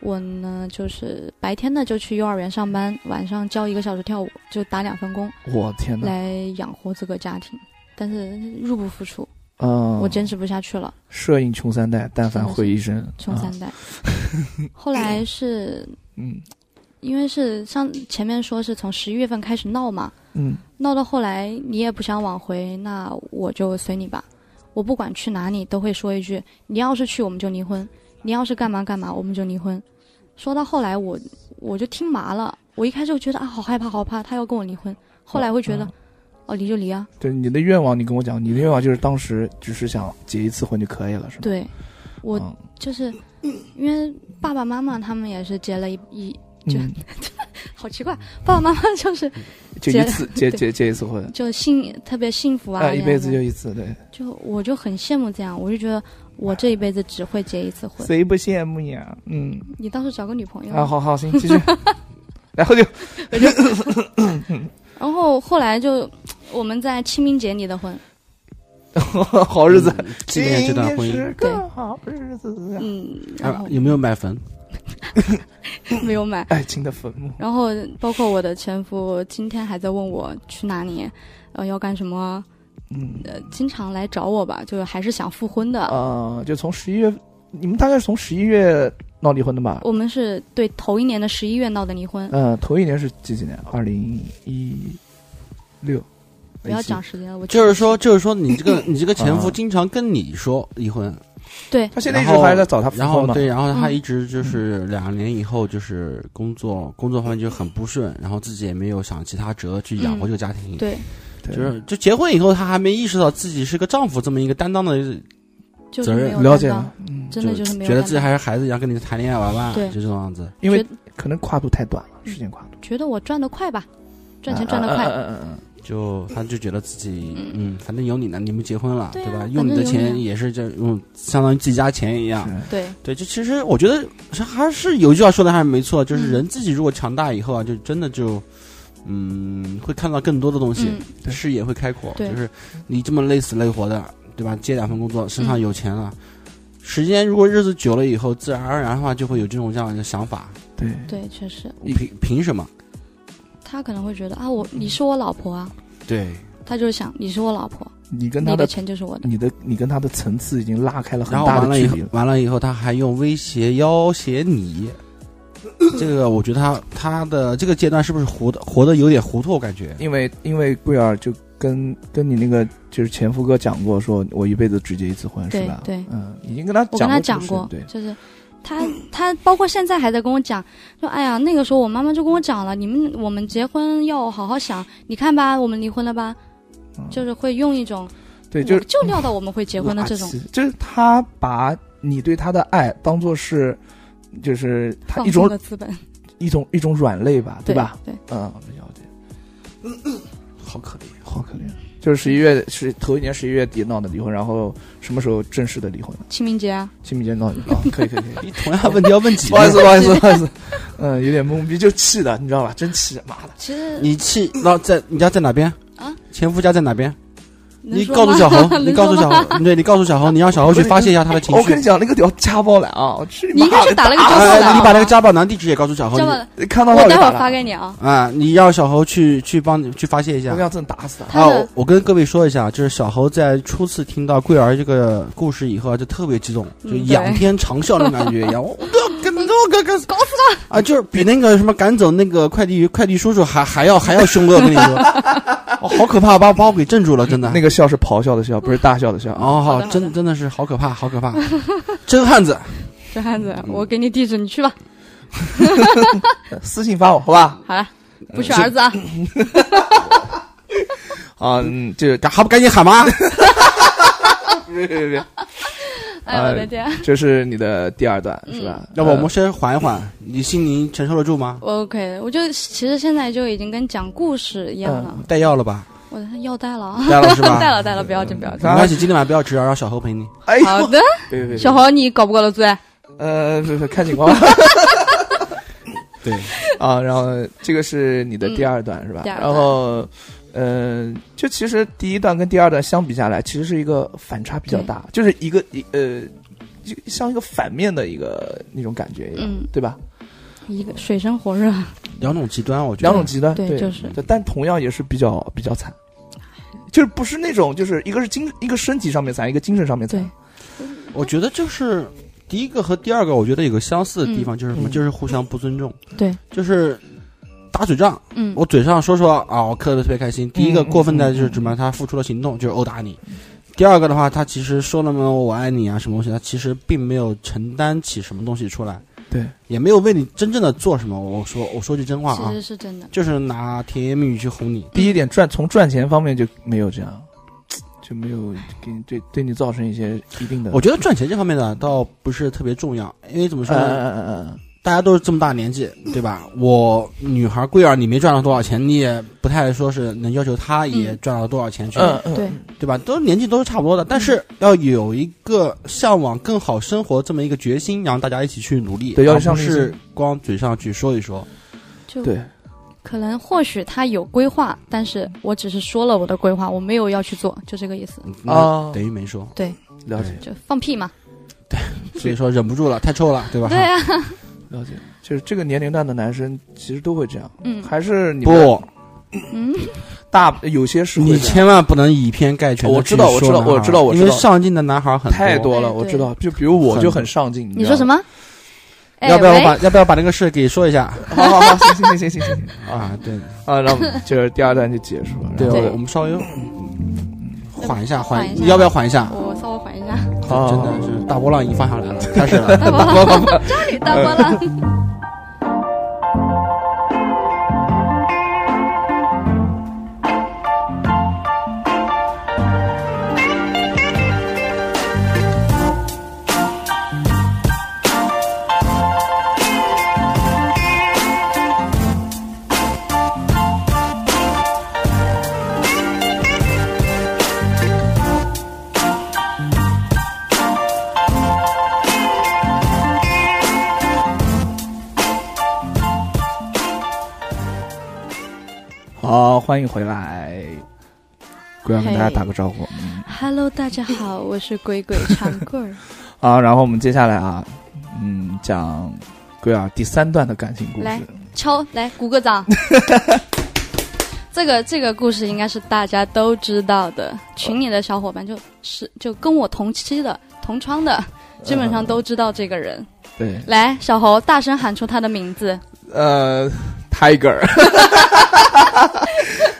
S3: 我呢，就是白天呢就去幼儿园上班，晚上教一个小时跳舞，就打两份工
S1: 我天哪！
S3: 来养活这个家庭，但是入不敷出，
S1: 嗯，
S3: 我坚持不下去了，
S1: 摄影穷三代，但凡会一身，
S3: 穷三
S1: 啊
S3: 代。 [LAUGHS] 后来是
S1: 嗯
S3: 因为是上前面说是从十一月份开始闹嘛，
S1: 嗯
S3: 闹到后来你也不想挽回，那我就随你吧。我不管去哪里都会说一句：你要是去我们就离婚，你要是干嘛干嘛我们就离婚。说到后来我我就听麻了，我一开始我觉得啊好害怕好害怕，他要跟我离婚，后来会觉得、
S1: 嗯
S3: 哦离就离啊，
S1: 对你的愿望，你跟我讲，你的愿望就是当时只是想结一次婚就可以了，是吗？
S3: 对我
S1: 嗯 [LAUGHS]
S3: 就是、因为爸爸妈妈他们也是结了一一就
S1: 嗯
S3: 好奇怪，爸爸妈妈 [LAUGHS] 就是
S1: 就
S3: 结
S1: 一
S3: [LAUGHS]
S1: 次结结结一次婚，
S3: 就幸特别幸福啊，
S1: 哎，一辈子
S3: 这
S1: 就
S3: 样
S1: 一次，对，
S3: 的就我就很羡慕这样，我就觉得我这一辈子只会结一次婚。
S1: 谁不羡慕呀？嗯，
S3: 你到时候找个女朋友。
S1: 啊，好好行，
S3: [LAUGHS]
S1: 继续。然后就
S3: 然后后来就我们在清明节离的婚，
S1: 好日子，
S2: 嗯纪念这段婚
S1: 今天
S2: 姻
S1: 是个好日子。
S3: 嗯，然
S2: 啊 [LAUGHS]
S3: 后，
S2: 有没有买坟？
S3: 没有买。
S1: 爱情的坟墓，
S3: 然后包括我的前夫今天还在问我去哪里，呃，要干什么，
S1: 嗯
S3: 呃，经常来找我吧，就是还是想复婚的。
S1: 啊、就从十一月，你们大概是从十一月闹离婚的吧？
S3: 我们是对头一年的十一月闹的离
S2: 啊
S3: 婚，
S1: 嗯、头一年是几几年？二零一六。
S3: 不要讲时间了，我
S2: 就是说，就是说，你这
S3: [LAUGHS]
S2: 个你这个前
S3: 嗯
S2: 夫
S1: 啊
S2: 经常跟你说离婚，
S3: 对
S1: 他现在一直
S2: 然后
S1: 还在找他复
S2: 然
S1: 婚
S2: 后
S1: 嘛？
S2: 对，然后他
S3: 嗯
S2: 一直就是两年以后就是工作工作方面就很不顺，然后自己也没有想其他辙去养活
S3: 嗯
S2: 这个家庭。
S3: 对，
S1: 对
S2: 就是就结婚以后，他还没意识到自己是个丈夫这么一个担当的，
S3: 就
S2: 责
S3: 是
S2: 任
S3: 没有
S1: 了解
S3: 担当
S1: 了，嗯，
S3: 真的就是没有
S2: 觉得
S3: 担
S2: 自己
S3: 当
S2: 还是孩子一样跟你谈恋爱玩玩，
S3: 对
S2: 就这种样子。
S1: 因为
S3: 觉
S1: 可能跨度太短了，时间跨度，
S3: 觉得我赚得快吧，赚
S2: 啊
S3: 钱赚得快，
S1: 嗯嗯嗯嗯嗯
S2: 就他就觉得自己
S3: 嗯
S2: 嗯，反正有你呢，你们结婚了，
S3: 对啊
S2: 吧？
S3: 反
S2: 用你
S3: 正
S2: 的
S3: 有
S2: 钱
S3: 你
S2: 也是这用相当于自己家钱一样
S1: 是。
S3: 对，
S2: 对，就其实我觉得是还是有一句话说的还是没错，就是
S3: 嗯
S2: 人自己如果强大以后啊，就真的就嗯会看到更多的东西，
S3: 嗯，
S1: 对
S2: 视野会开阔。
S3: 对
S2: 就是你这么累死累活的，对吧？接两份工作，身上
S3: 嗯
S2: 有钱了，时间如果日子久了以后，自然而然的话就会有这种这样的想法，
S1: 对，
S3: 对，确实，
S2: 凭凭什么？
S3: 他可能会觉得啊，我你是我老婆啊，
S2: 对，
S3: 他就是想你是我老婆，
S1: 你跟
S3: 你
S1: 他
S3: 的
S1: 的
S3: 钱就是我的，
S1: 你的你跟他的层次已经拉开了很
S2: 然后
S1: 大
S2: 完
S1: 的
S2: 了
S1: 距
S2: 以后
S1: 离了，，
S2: 完了以后他还用威胁要挟
S3: [LAUGHS]
S2: 你，这个我觉得他他的这个阶段是不是活的活的有点糊涂？我感
S3: [LAUGHS]
S2: 觉
S1: 因为因为桂儿就跟跟你那个就是前夫哥讲过，说我一辈子只结一次婚是
S3: 对
S1: 吧？
S3: 对
S1: 嗯，已经跟他
S3: 我跟
S1: 过
S3: 他
S1: 这个
S3: 讲
S1: 事
S3: 过
S1: 对，，
S3: 就是他他包括现在还在跟我讲，说哎呀，那个时候我妈妈就跟我讲了，你们我们结婚要好好想，你看吧，我们离婚了吧，
S1: 嗯
S3: 就是会用一种
S1: 对，就是
S3: 我就料到我们会结婚的这种
S1: 垃，圾就是他把你对他的爱当做是，就是他
S3: 放
S1: 一
S3: 松
S1: 种
S3: 的资本，
S1: 一种一种软肋吧，
S3: 对
S1: 吧？？
S3: 对，
S1: 嗯，了解，
S2: 好可怜。
S1: 好可怜。就是十一月是头一年十一月底闹的离婚，然后什么时候正式的离婚了？
S3: 清明节啊，
S1: 清明节闹的
S3: [LAUGHS]
S1: 啊，可以可以可以。
S2: 你同样问题要问几
S1: 不好意
S2: 遍？
S1: 思，不好意思，不好意思，嗯，有点懵逼，就气的，你知道吧？真气，妈的！
S3: 其实
S2: 你去那在你家在哪边
S3: 啊？
S2: 前夫家在哪边？
S3: 能
S2: 你
S3: 说
S2: 告诉
S3: 吗
S2: 小
S3: [LAUGHS]
S2: 侯，
S3: 能
S2: 你告诉
S3: 说
S2: 小
S3: 吗
S2: [LAUGHS] 侯，嗯对你告诉小侯，你让小侯去发泄一下他的情
S1: 我
S2: 绪
S1: 跟你。讲，那个屌家暴男啊，我去
S3: 你应
S1: 妈
S3: 该是
S1: 的
S3: 打了个招呼
S2: 哎，
S3: 的，
S2: 你把那个家暴男地址也告诉小侯。
S3: 这
S2: 你
S3: 么，
S1: 哎看到
S3: 我
S1: 闹就
S3: 待会
S1: 打
S3: 儿
S1: 了
S3: 发给你啊，
S2: 啊，你让小侯去去帮你去发泄一
S1: 我
S2: 下
S1: 跟你。讲，真的打死他。
S3: 他
S2: 啊
S3: 的，
S2: 我跟各位说一下，就是小侯在初次听到桂儿这个故事以后啊，就特别激动，
S3: 嗯
S2: 就仰天长啸那种感觉一样。我我要跟我跟跟搞死他啊！就是比那个什么赶走那个快递快递叔叔还还要还要凶恶，我跟你说，哦好可怕，把把我给镇住了，真的。
S1: 那个笑是咆哮的笑，不是大笑的笑啊。
S2: 哦，
S3: 好
S2: 好
S3: 的，好的
S2: 真真的是好可怕，好可怕，真汉子。
S3: 这汉子，我给你地址，你去吧。嗯
S1: 私信发我，好吧？
S3: 好了，不是儿子啊，
S1: 啊，嗯，就是
S2: 还不赶紧喊妈！
S1: 别别别别，
S3: 哎，我再见。
S1: 这是你的第二段是
S3: 嗯
S1: 吧？
S2: 要不我们
S1: 呃
S2: 先缓一缓，你心灵承受得住吗？
S3: 我 OK，我就其实现在就已经跟讲故事一样了，
S2: 带药了吧？
S3: 我的药带了
S2: [LAUGHS]
S3: 啊，
S2: 带了是
S1: [LAUGHS]
S2: 吧？
S3: 带了带了，不要紧不要紧。
S2: 没关系，今天晚上不要吃药，让小侯陪你。
S1: 哎呦，
S3: 呃好的，
S1: 别别别，
S3: 小豪，你搞不搞得醉？
S1: 呃，不不，看情况
S2: 对，
S1: [LAUGHS] 啊。然后这个是你的第二段是吧？
S3: 第二段
S1: 然后，呃，就其实第一段跟第二段相比下来，其实是一个反差比较大，就是一个一呃，就像一个反面的一个那种感觉一样
S3: 嗯，
S1: 对吧？
S3: 一个水深火热，
S2: 两种极端，我觉得
S1: 两种极端，
S3: 对就是
S1: 对，但同样也是比较比较惨，就是不是那种，就是一个是精，一个身体上面惨，一个精神上面惨
S3: 对，
S2: 我觉得就是第一个和第二个，我觉得有个相似的地方，就是什么？
S1: 嗯
S2: 就是互相不尊重。
S3: 对，
S2: 就是打嘴仗。
S3: 嗯，
S2: 我嘴上说说啊，我磕的特别开心。第一个
S1: 嗯
S2: 过分的就是
S1: 嗯
S2: 什么？他付出了行动，就是殴打你。第二个的话，他其实说了么我爱你啊什么东西，他其实并没有承担起什么东西出来，
S1: 对，
S2: 也没有为你真正的做什么。我说我说句真话
S3: 其
S2: 啊，
S3: 实是真的，
S2: 就是拿甜言蜜语去哄你。
S1: 第一点赚从赚钱方面就没有这样，就没有给你对对你造成一些一定的，
S2: 我觉得赚钱这方面呢，倒不是特别重要，因为怎么说
S1: 嗯
S2: 呢，
S1: 嗯嗯嗯嗯，
S2: 大家都是这么大年
S1: [LAUGHS]
S2: 纪，对吧？我女孩桂儿，你没赚到多少钱，你也不太说是能要求她也
S3: 嗯
S2: 赚到多少钱去，
S1: 嗯嗯
S3: 对，
S2: 对吧？都年纪都是差不多的，但是要有一个向往更好生活这么一个决心，让大家一起去努力，
S1: 对要有
S2: 而
S1: 上
S2: 不
S1: 进心
S2: 是光嘴上去说一说。
S3: 就
S1: 对
S3: 可能或许他有规划，但是我只是说了我的规划，我没有要去做，就这个意思，
S2: 那
S1: 啊
S2: 嗯等于没说，
S1: 了解
S3: 就放屁嘛。
S2: 所以说忍不住了，太臭了，对吧？
S3: 对啊，
S1: 了解，就是这个年龄段的男生其实都会这样，
S3: 嗯
S1: 还是你们
S2: 不，
S3: 嗯，
S1: 大有些是会
S2: 你
S1: 这样
S2: 千万不能以偏概全地
S1: 我
S2: 去
S1: 知
S2: 说
S1: 道
S2: 男孩儿。
S1: 我知道我知道我知道
S2: 因为上进的男孩儿很
S1: 太多了，
S3: 哎
S1: 我
S3: 对
S1: 知道。就比如我
S2: 很
S1: 就很上进，
S3: 你说什
S1: 么？
S3: 么？哎
S2: 要不要我
S3: 喂
S2: 把要不要把这个事给说一下
S1: [LAUGHS] 好好好，行行行行行行
S2: 啊？对
S1: 啊，然后就是第二段就结 [LAUGHS] 束了。然后
S2: 我
S3: 对
S2: 我们稍微缓一下，缓
S3: 缓一下
S2: 要不要缓一下？
S3: 我稍微缓一下，
S1: 好
S2: 真的是大波浪已经放下来
S1: [LAUGHS]
S2: 了，开始了。
S3: 大波浪， [LAUGHS] 终于大波浪。
S1: 好，欢迎回来，鬼要跟大家打个招呼
S3: Hello，大家好，我是鬼鬼长棍儿。
S1: 好，然后我们接下来啊，嗯，讲鬼啊第三段的感情故
S3: 来
S1: 事。
S3: 敲来鼓个掌。这个这个故事应该是大家都知道的，群里的小伙伴就是就跟我同期的、同窗的，基本上都知道这个人。
S1: 呃对，
S3: 来，小猴大声喊出他的名字，
S1: 呃，tiger，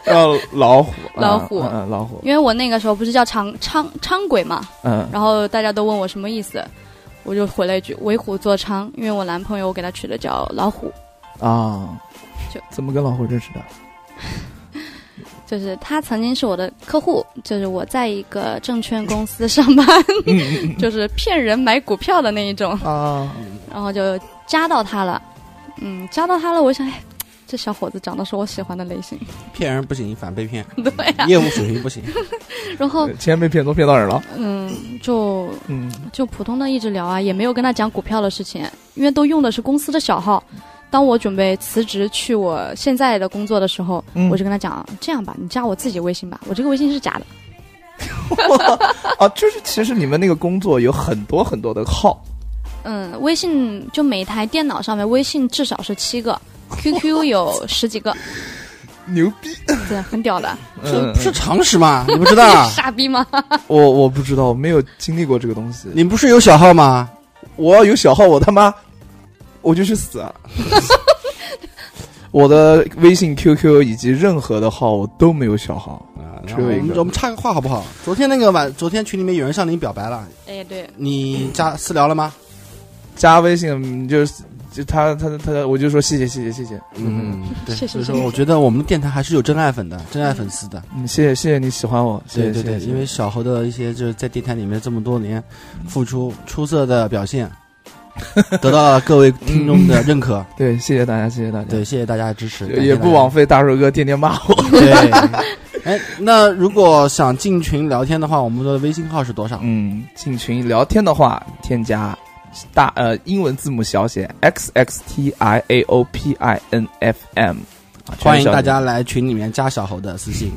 S1: 呃，老虎，啊
S3: 老虎
S1: 嗯、嗯老虎，
S3: 因为我那个时候不是叫长昌昌鬼嘛，
S1: 嗯，
S3: 然后大家都问我什么意思，我就回了一句为虎作伥，因为我男朋友我给他取的叫老虎，
S1: 啊，
S3: 就
S1: 怎么跟老虎认识的？
S3: 就是他曾经是我的客户，就是我在一个证券公司上班， [LAUGHS] 就是骗人买股票的那一种。
S1: 啊，
S3: 然后就加到他了，嗯，加到他了，我想，哎，这小伙子长得是我喜欢的类型， [LAUGHS]
S2: 骗人不行，反被骗，
S3: 对呀、
S2: 业务水平不
S3: [LAUGHS]
S2: 行。
S3: 然后，
S1: 钱被骗都骗到人了，
S3: 嗯，就
S1: 嗯，
S3: 就普通的一直聊啊，也没有跟他讲股票的事情，因为都用的是公司的小号。当我准备辞职去我现在的工作的时候，
S1: 嗯
S3: 我就跟他讲，这样吧，你加我自己微信吧，我这个微信是假的。
S1: 啊，就是其实你们那个工作有很多很多的号，
S3: 嗯，微信就每台电脑上面微信至少是七 [LAUGHS] 个，QQ 有十几个，
S1: 牛逼，
S3: 对，很屌的，？
S2: 这
S1: 嗯
S2: 不，是常识吗？你不知道啊
S3: [LAUGHS] 傻逼吗？
S1: 我我不知道，我没有经历过这个东西，
S2: 你不是有小号吗？
S1: 我要有小号，我他妈我就去
S2: [LAUGHS]
S1: 死啊！我的微信、QQ 以及任何的号我都没有小号，
S2: 啊，
S1: 只
S2: 然
S1: 有
S2: 后我
S1: 一
S2: 们
S1: 个
S2: 我们插个话好不好？昨天那个晚，昨天群里面有人向你表白了，
S3: 哎，对，
S2: 你加私聊了吗？
S1: 加微信就是就他他他，我就说谢谢谢谢谢谢，嗯
S2: 嗯，对，
S3: 谢谢
S2: 所以
S3: 谢
S2: 说
S3: 谢
S2: 我觉得我们的电台还是有真爱粉的，真爱粉丝的。
S1: 嗯，谢谢谢谢你喜欢我，谢
S2: 对
S1: 谢
S2: 对对，
S1: 谢谢
S2: 因为小猴的一些就是在电台里面这么多年付出出色的表现，得到了各位听众的认可。
S1: 对谢谢大家谢谢大家，
S2: 对，谢谢大家的支持，
S1: 嗯也
S2: 感谢
S1: 也
S2: 大家
S1: 不枉费大帅哥天天骂我，
S2: 对。哎，那如果想进群聊天的话，我们的微信号是多少？
S1: 嗯，进群聊天的话，添加大呃英文字母小写 x x t i a o p i n f m，啊
S2: 欢迎大，家来群里面加小猴的私信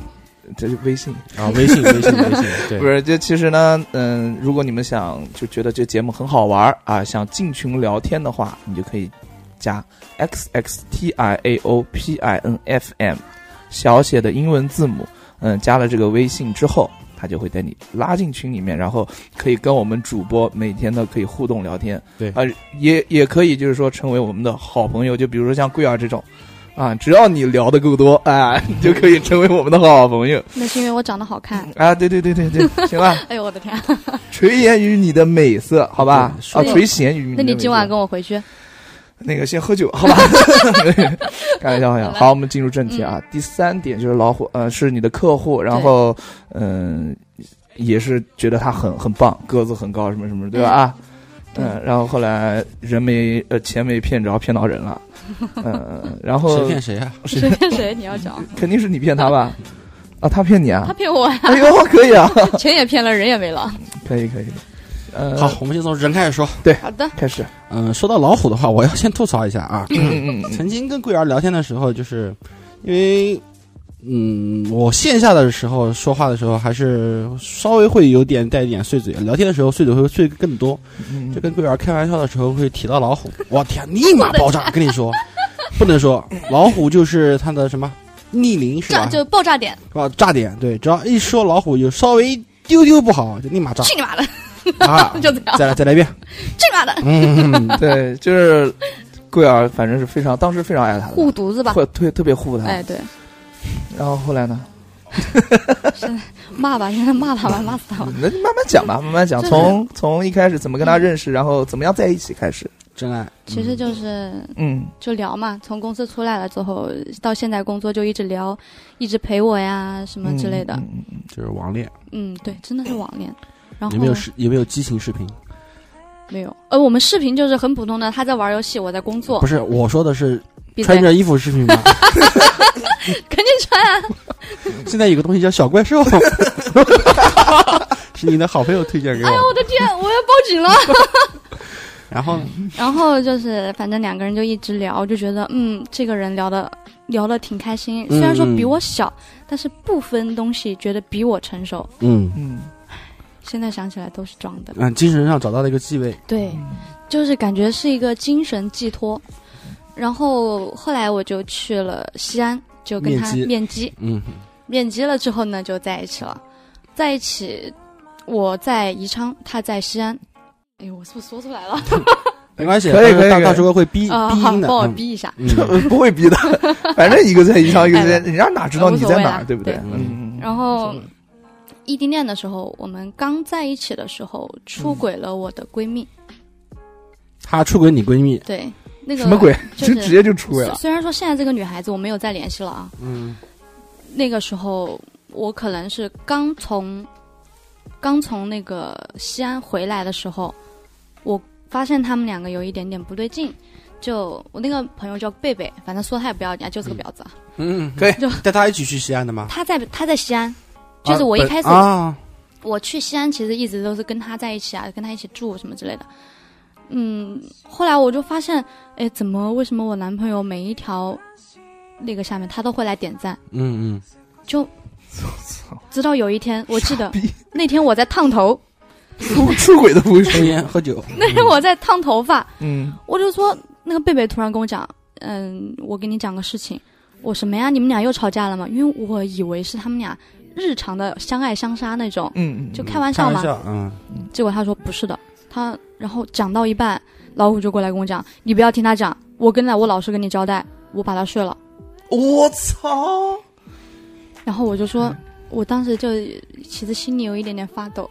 S1: 全是小写这是微信。
S2: 啊，微信微信微信，对
S1: 不，是，就其实呢，嗯，如果你们想就觉得这节目很好玩儿啊，想进群聊天的话，你就可以加 x x t i a o p i n f m 小写的英文字母，嗯，加了这个微信之后，他就会带你拉进群里面，然后可以跟我们主播每天的可以互动聊天，
S2: 对
S1: 啊，也也可以就是说成为我们的好朋友，就比如说像贵儿这种。啊，只要你聊的够多，啊， [LAUGHS] 你就可以成为我们的好朋友
S3: 那是因为我长得好看。
S1: 啊！对对对对对，行了，
S3: 哎呦我的天啊、
S1: 垂涎于你的美色，好吧？啊，
S3: 对
S1: 垂涎于你的美色。
S3: 那你今晚跟我
S2: [LAUGHS]
S3: 回去？
S1: 那个先喝
S3: [LAUGHS]
S1: 酒，好吧？开玩笑，开玩笑。好，我们进入正题
S3: 嗯
S1: 啊。第三点就是老虎，呃，是你的客户，然后嗯、也是觉得他很很棒，个子很高，什么什么，对吧？啊，
S3: 对
S1: 嗯，然后后来人没呃钱没骗着，骗到人
S3: [LAUGHS]
S1: 了，嗯，然后
S2: 谁骗谁啊？
S3: 谁骗谁？你要
S2: 嗯
S3: 讲，
S1: 肯定是你骗
S3: [LAUGHS]
S1: 他吧？啊，他骗你
S3: 他 [LAUGHS]
S1: 啊？
S2: [LAUGHS]
S3: 骗我呀， [LAUGHS]
S1: 哎呦，可以啊，
S3: 钱也骗了，人也没了。
S1: 可以可以。呃，
S2: 好，，我们先从人开始说。
S3: 好的，[LAUGHS]
S1: 开始，
S2: 嗯，说到老虎的话，我要先吐槽一下啊。
S1: 嗯嗯嗯，
S2: 曾经跟桂儿聊天的时候，就是因为，嗯，我线下的时候说话的时候，还是稍微会有点带一点碎嘴，聊天的时候碎嘴会碎更多。
S1: 嗯
S2: 就跟桂儿开玩笑的时候会提到老
S3: [LAUGHS]
S2: 虎，我天，立马爆炸！跟你说，不能说老虎就是它的什么逆鳞是
S3: 炸
S2: 吧？
S3: 就爆炸点，
S2: 是吧？炸点，对，只要一说老虎，有稍微一丢丢不好，就立
S3: [LAUGHS]
S2: 马炸
S3: 去你妈的，
S2: 啊！
S3: [LAUGHS] 就这样，
S2: 再来再来一遍，
S3: 去你妈的，
S2: 嗯，
S3: [LAUGHS]
S1: 对，就是桂儿，反正是非常，当时非常爱他的，
S3: 护犊子吧。
S1: 会特特别护他。
S2: 嗯
S3: 哎，对，
S1: 然后后来呢？
S3: 骂吧，现在骂他吧，骂死他
S2: 嗯
S3: 吧。
S1: 那你慢慢讲吧，慢慢讲，
S3: 真的
S1: 从从一开始怎么跟他认
S3: 嗯
S1: 识，然后怎么样在一起开始。
S2: 真爱。
S3: 其实就是
S1: 嗯
S3: 就聊嘛，从公司出来了之后，到现在工作就一直聊，一直陪我呀什么之类的。
S1: 嗯嗯嗯
S2: 就是网恋，
S3: 嗯，对，真的是网恋。然后
S2: 有没有视有没有激情视频？
S3: 没有，呃，我们视频就是很普通的，他在玩游戏，我在工作
S2: 不。是，我说的是
S3: 闭嘴
S2: 穿，着衣服视频吗？
S3: [LAUGHS] 肯定穿啊！
S2: 现在有个东西叫小怪 [LAUGHS] 兽，是你的好朋友推荐给我
S3: 哎呦，我的天，我要报警了。 [LAUGHS]
S2: 然后呢
S3: 然后就是，反正两个人就一直聊，就觉得嗯，这个人聊的聊的挺开心。
S2: 嗯
S3: 虽然说比我小，但是不分东西，觉得比我成熟。
S2: 嗯
S1: 嗯
S3: 现在想起来都是装的。
S2: 嗯，精神上找到了一个继位，
S3: 对，就是感觉是一个精神寄托。然后后来我就去了西安，就跟他
S2: 面基
S3: 面基，
S2: 嗯
S3: 面基了之后呢，就在一起了。在一起，我在宜昌，他在西安。哎呦，我是不是说出来了？
S2: 没关系，
S1: 可以
S2: 到时候
S1: 可以
S2: 大
S1: 可以
S2: 大叔哥会逼
S3: 啊、
S2: 逼
S3: 好
S2: 音，的，
S3: 帮我
S2: 嗯
S3: 逼一下。
S2: 嗯
S1: 嗯，不
S3: [LAUGHS]
S1: 会逼的，反正一个在宜昌，一个在，
S3: 哎
S1: 人家哪知道你在
S3: 无
S1: 哪
S3: 所谓
S1: 儿，
S3: 啊
S1: 对不对？
S3: 对
S1: 嗯，嗯
S3: 然后异地恋的时候，我们刚在一起的时候出轨了我的闺蜜。
S2: 她出轨你闺蜜，
S3: 对，那个
S1: 什么鬼？
S3: 就是
S1: [LAUGHS]
S3: 啊
S1: 就直接就出轨
S3: 虽
S1: 了。
S3: 虽然说现在这个女孩子我没有再联系了啊，
S2: 啊嗯
S3: 那个时候我可能是刚从刚从那个西安回来的时候，我发现他们两个有一点点不对劲。就我那个朋友叫贝贝，反正说他也不要紧啊，就是个婊子啊。
S2: 嗯，
S1: 可以
S3: 就
S2: 带她一起去西安的吗？
S3: 他在他在西安，就是我一开始、
S2: 啊，
S3: 我去西安，其实一直都是跟他在一起啊，跟他一起住什么之类的。嗯，后来我就发现，哎，怎么为什么我男朋友每一条那个下面他都会来点赞？
S2: 嗯嗯，
S3: 就
S1: 操
S3: 直到有一天，我记得那天我在
S2: [LAUGHS]
S3: 烫头，
S1: 出出轨都不会
S2: 抽
S1: 说。
S2: 烟喝酒，
S3: 那天我在烫头发，
S1: 嗯，
S3: 我就说那个贝贝突然跟我讲，嗯，我跟你讲个事情，我什么呀？你们俩又吵架了吗？因为我以为是他们俩日常的相爱相杀那种，
S1: 嗯，嗯
S3: 就
S1: 嗯
S3: 开玩
S2: 开
S3: 笑
S2: 玩
S3: 嘛。
S2: 笑，嗯，
S3: 结果他说不是的，他然后讲到一半，老虎就过来跟我讲，你不要听他讲，我跟来我老实跟你交代，我把他睡了。
S1: 我操！
S3: 然后我就说，
S1: 嗯
S3: 我当时就其实心里有一点点发抖，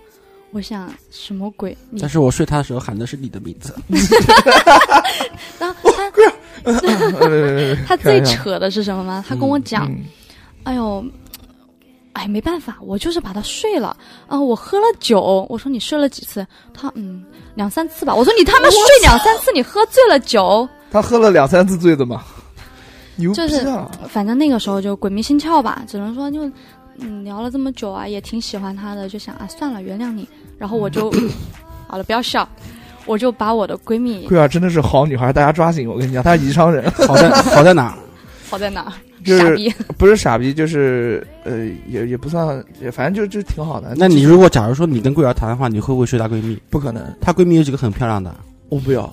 S3: 我想什么鬼？你
S2: 但是我睡她的时候喊的是你的名字，
S3: 然后他
S1: 呃
S3: 他最
S1: 哦开玩笑
S3: 扯的是什么吗？他跟我讲，
S1: 嗯
S3: 哎呦。哎，没办法，我就是把他睡了啊！我喝了酒，我说你睡了几次？他嗯，两三次吧。我说你他妈睡两三次，你喝醉了酒，
S1: 他喝了两三次醉的嘛，牛逼
S3: 就是
S1: 啊！
S3: 反正那个时候就鬼迷心窍吧，只能说就嗯聊了这么久啊，也挺喜欢他的，就想啊算了，原谅你。然后我就好了，不要笑，我就把我的闺 [LAUGHS] 蜜
S1: 桂儿真的是好女孩，大家抓紧！我跟你讲，她是宜昌人，
S2: 好在 [LAUGHS] 好在哪儿？
S3: 好在哪儿？
S1: 就
S3: 傻
S1: 是
S3: 逼，
S1: 不是傻逼，就是呃，也也不算，也反正就就挺好的。
S2: 那你如果假如说你跟桂儿谈的话，你会不会睡她闺蜜？
S1: 不可能，
S2: 她闺蜜有几个很漂亮的？
S1: 我不要。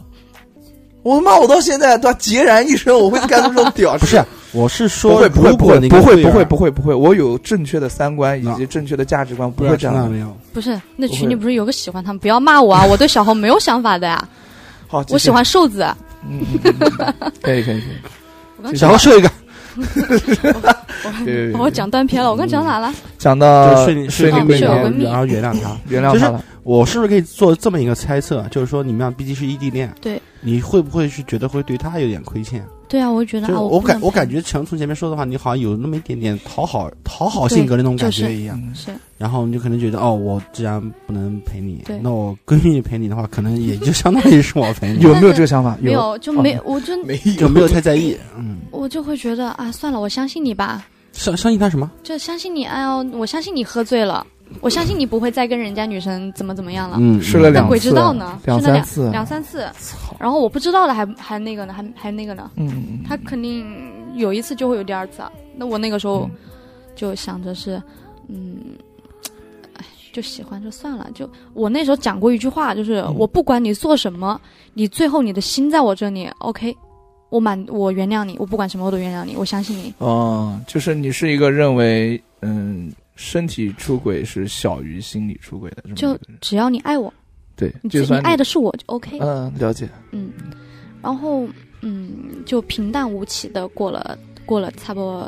S1: 我他妈，我到现在都孑然一身，我会干这种屌
S2: 不
S1: 事
S2: 是？，我是
S1: 不
S2: 说
S1: 啊会，不会，
S2: 如
S1: 不
S2: 果
S1: 会，
S2: 那
S1: 不
S2: 个
S1: 会，
S2: 桂儿
S1: 不会，不会，不会。我有正确的三观以及正确的价值观，啊
S2: 不
S1: 不会
S2: 会这
S1: 这样
S2: 样
S1: 的。
S2: 没有？
S3: 不是那
S1: 不
S3: 群
S1: 会
S3: 里不是有个喜欢他们？不要骂我啊！我对小红没有想法的呀，
S1: 好，
S3: 我喜欢瘦子。啊
S1: 嗯。嗯，嗯嗯可以，可以，可以。
S3: 我刚
S2: 小猴射一个，
S1: 对对对嗯
S3: 我我讲断片了，我刚讲哪了？
S1: 讲
S2: 就是
S1: 到
S2: 呃睡你睡
S1: 你
S2: 你
S3: 哦
S2: 闺
S3: 是我闺
S1: 蜜，
S3: 蜜
S2: 蜜，然后原谅她。
S1: 原谅
S2: 就
S1: 他
S2: 是
S1: 了。
S2: [LAUGHS] 我是不是可以做这么一个猜测？就是说，你们俩毕竟是异地恋，
S3: 对，
S2: 你会不会是觉得会对她有点亏欠？
S3: 对啊，我就觉
S2: 就
S3: 得
S2: 是
S3: 啊，
S2: 我
S3: 不
S2: 感
S3: 能
S2: 我
S3: 陪
S2: 感觉强从前面说的话，你好像有那么一点点讨好讨好性格的那种感
S3: 就
S2: 觉
S3: 是
S2: 一样。
S1: 嗯
S3: 是
S2: 然后你就可能觉得，哦，我既然不能陪你
S3: 对，
S2: 那我闺蜜陪你的话，可能也就相当于是我陪你，
S1: 有没有这个想法？
S3: 没有就
S1: 哦
S3: 没，我就
S1: 没
S2: 就没有太在 [LAUGHS] 意。嗯，
S3: 我就会觉得啊，算了，我相信你吧，
S2: 相相信他什么？
S3: 就相信你。哎呦，我相信你喝醉了。我相信你不会再跟人家女生怎么怎么样了。
S2: 嗯，
S1: 试了
S3: 那
S1: 两
S3: 鬼知
S1: 次
S3: 道呢，
S1: 两
S3: 真的
S1: 三次啊
S3: 两三次，
S1: 操，
S3: 然后我不知道的还还那个呢，还还那个呢，
S1: 嗯，
S3: 他肯定有一次就会有第二次啊。那我那个时候
S1: 嗯
S3: 就想着是，嗯，哎，就喜欢就算了。就我那时候讲过一句话，就是、
S1: 嗯
S3: 我不管你做什么，你最后你的心在我这里，OK，我满我原谅你，我不管什么我都原谅你，我相信你。
S1: 哦，就是你是一个认为，嗯，身体出轨是小于心理出轨的这么一
S3: 就
S1: 个人，
S3: 只要你爱我，
S1: 对，
S3: 你
S1: 就
S3: 自己
S1: 算
S3: 爱的是我就 OK，
S1: 嗯，了解，
S3: 嗯，然后嗯，就平淡无奇的过了过了差不多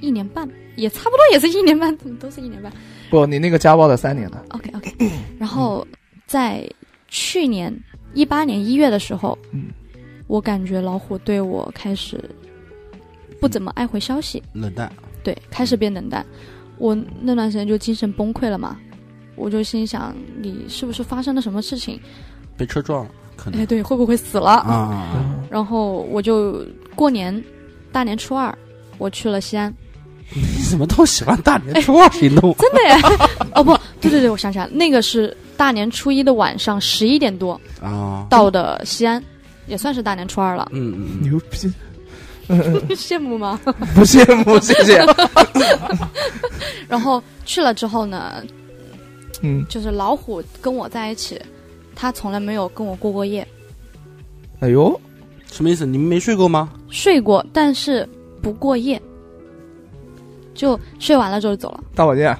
S3: 一年半，也差不多也是一年半， [LAUGHS] 都是一年半。
S1: 不，你那个家暴了三
S3: [LAUGHS]
S1: 年了，
S3: OK
S1: [COUGHS]
S3: OK，然后在去年一八年一月的时候，
S1: 嗯
S3: 我感觉老虎对我开始不怎么爱回消息，
S2: 冷淡，
S3: 对，开始变冷淡。我那段时间就精神崩溃了嘛，我就心想你是不是发生了什么事
S1: [COUGHS]
S3: 情？
S2: 被车撞了，可能
S3: 哎，对，会不会死了？
S2: 啊，
S3: 然后我就过年大年初二，我去了西安，
S2: 你怎么都喜欢大年初二行动？
S3: 真的耶！ [LAUGHS] 哦不，对对对，我想起来了，那个是大年初一的晚上十一点多
S2: 啊，，
S3: 到的西安，也算是大年初二了
S2: 嗯嗯，
S1: 牛逼，
S3: [LAUGHS] 羡慕吗？
S1: 不羡
S3: [LAUGHS]
S1: 慕，谢谢，
S3: 然后去了之后呢，
S1: 嗯，
S3: 就是老虎跟我在一起，他从来没有跟我过过夜，
S1: 哎呦，
S2: 什么意思？你们没睡过吗？
S3: 睡过但是不过夜，就睡完了之后就走了，
S1: 大保健，啊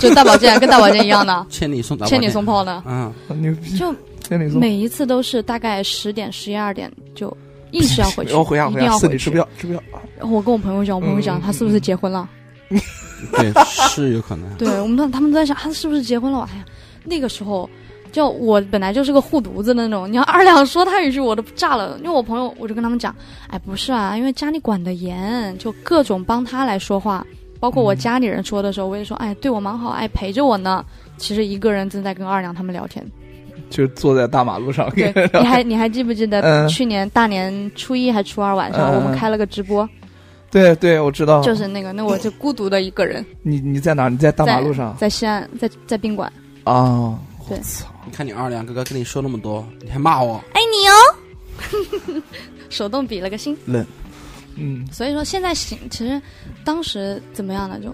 S3: 就大保健跟大保健一样呢，
S2: 千里送达，
S3: 千里送，炮呢，
S2: 嗯，
S1: 牛逼，
S3: 就
S1: 千里送，
S3: 每一次都是大概十点、十一二点就硬是要回
S1: [LAUGHS]
S3: 去，
S1: 要哦回家
S3: 一
S1: 回
S3: 定
S1: 家，
S3: 要
S1: 啊四
S3: 回
S1: 你吃不
S3: 去。
S1: 药吃不药，
S3: 然后我跟我朋友讲，我朋友讲
S1: 嗯
S3: 他是不是结婚了？
S2: 对，是有可能。
S1: [LAUGHS]
S3: 对我们都他们都在想他是不是结婚了？哎呀，那个时候。就我本来就是个护犊子的那种，你要二两说他一句我都炸了，因为我朋友我就跟他们讲，哎不是啊，因为家里管得严，就各种帮他来说话，包括我
S1: 嗯
S3: 家里人说的时候，我也说，哎对我蛮好，哎陪着我呢。其实一个人正在跟二两他们聊天，
S1: 就坐在大马路上， [LAUGHS]
S3: 对，你还你还记不记得
S1: 嗯
S3: 去年大年初一还初二晚上，
S1: 嗯哦
S3: 我们开了个直播，
S1: 对对，我知道，
S3: 就是那个，那我就孤独的一个
S1: [LAUGHS]
S3: 人
S1: 你你在哪儿？你在大马
S3: 在
S1: 路上
S3: 在西安，在在宾馆，
S1: 啊？
S3: 对
S1: 我操！
S2: [LAUGHS] 你看你二两哥哥跟你说那么多，你还骂我，
S3: 爱你哦， [LAUGHS] 手动比了个心。
S1: 嗯，
S3: 所以说现在行，其实当时怎么样呢？就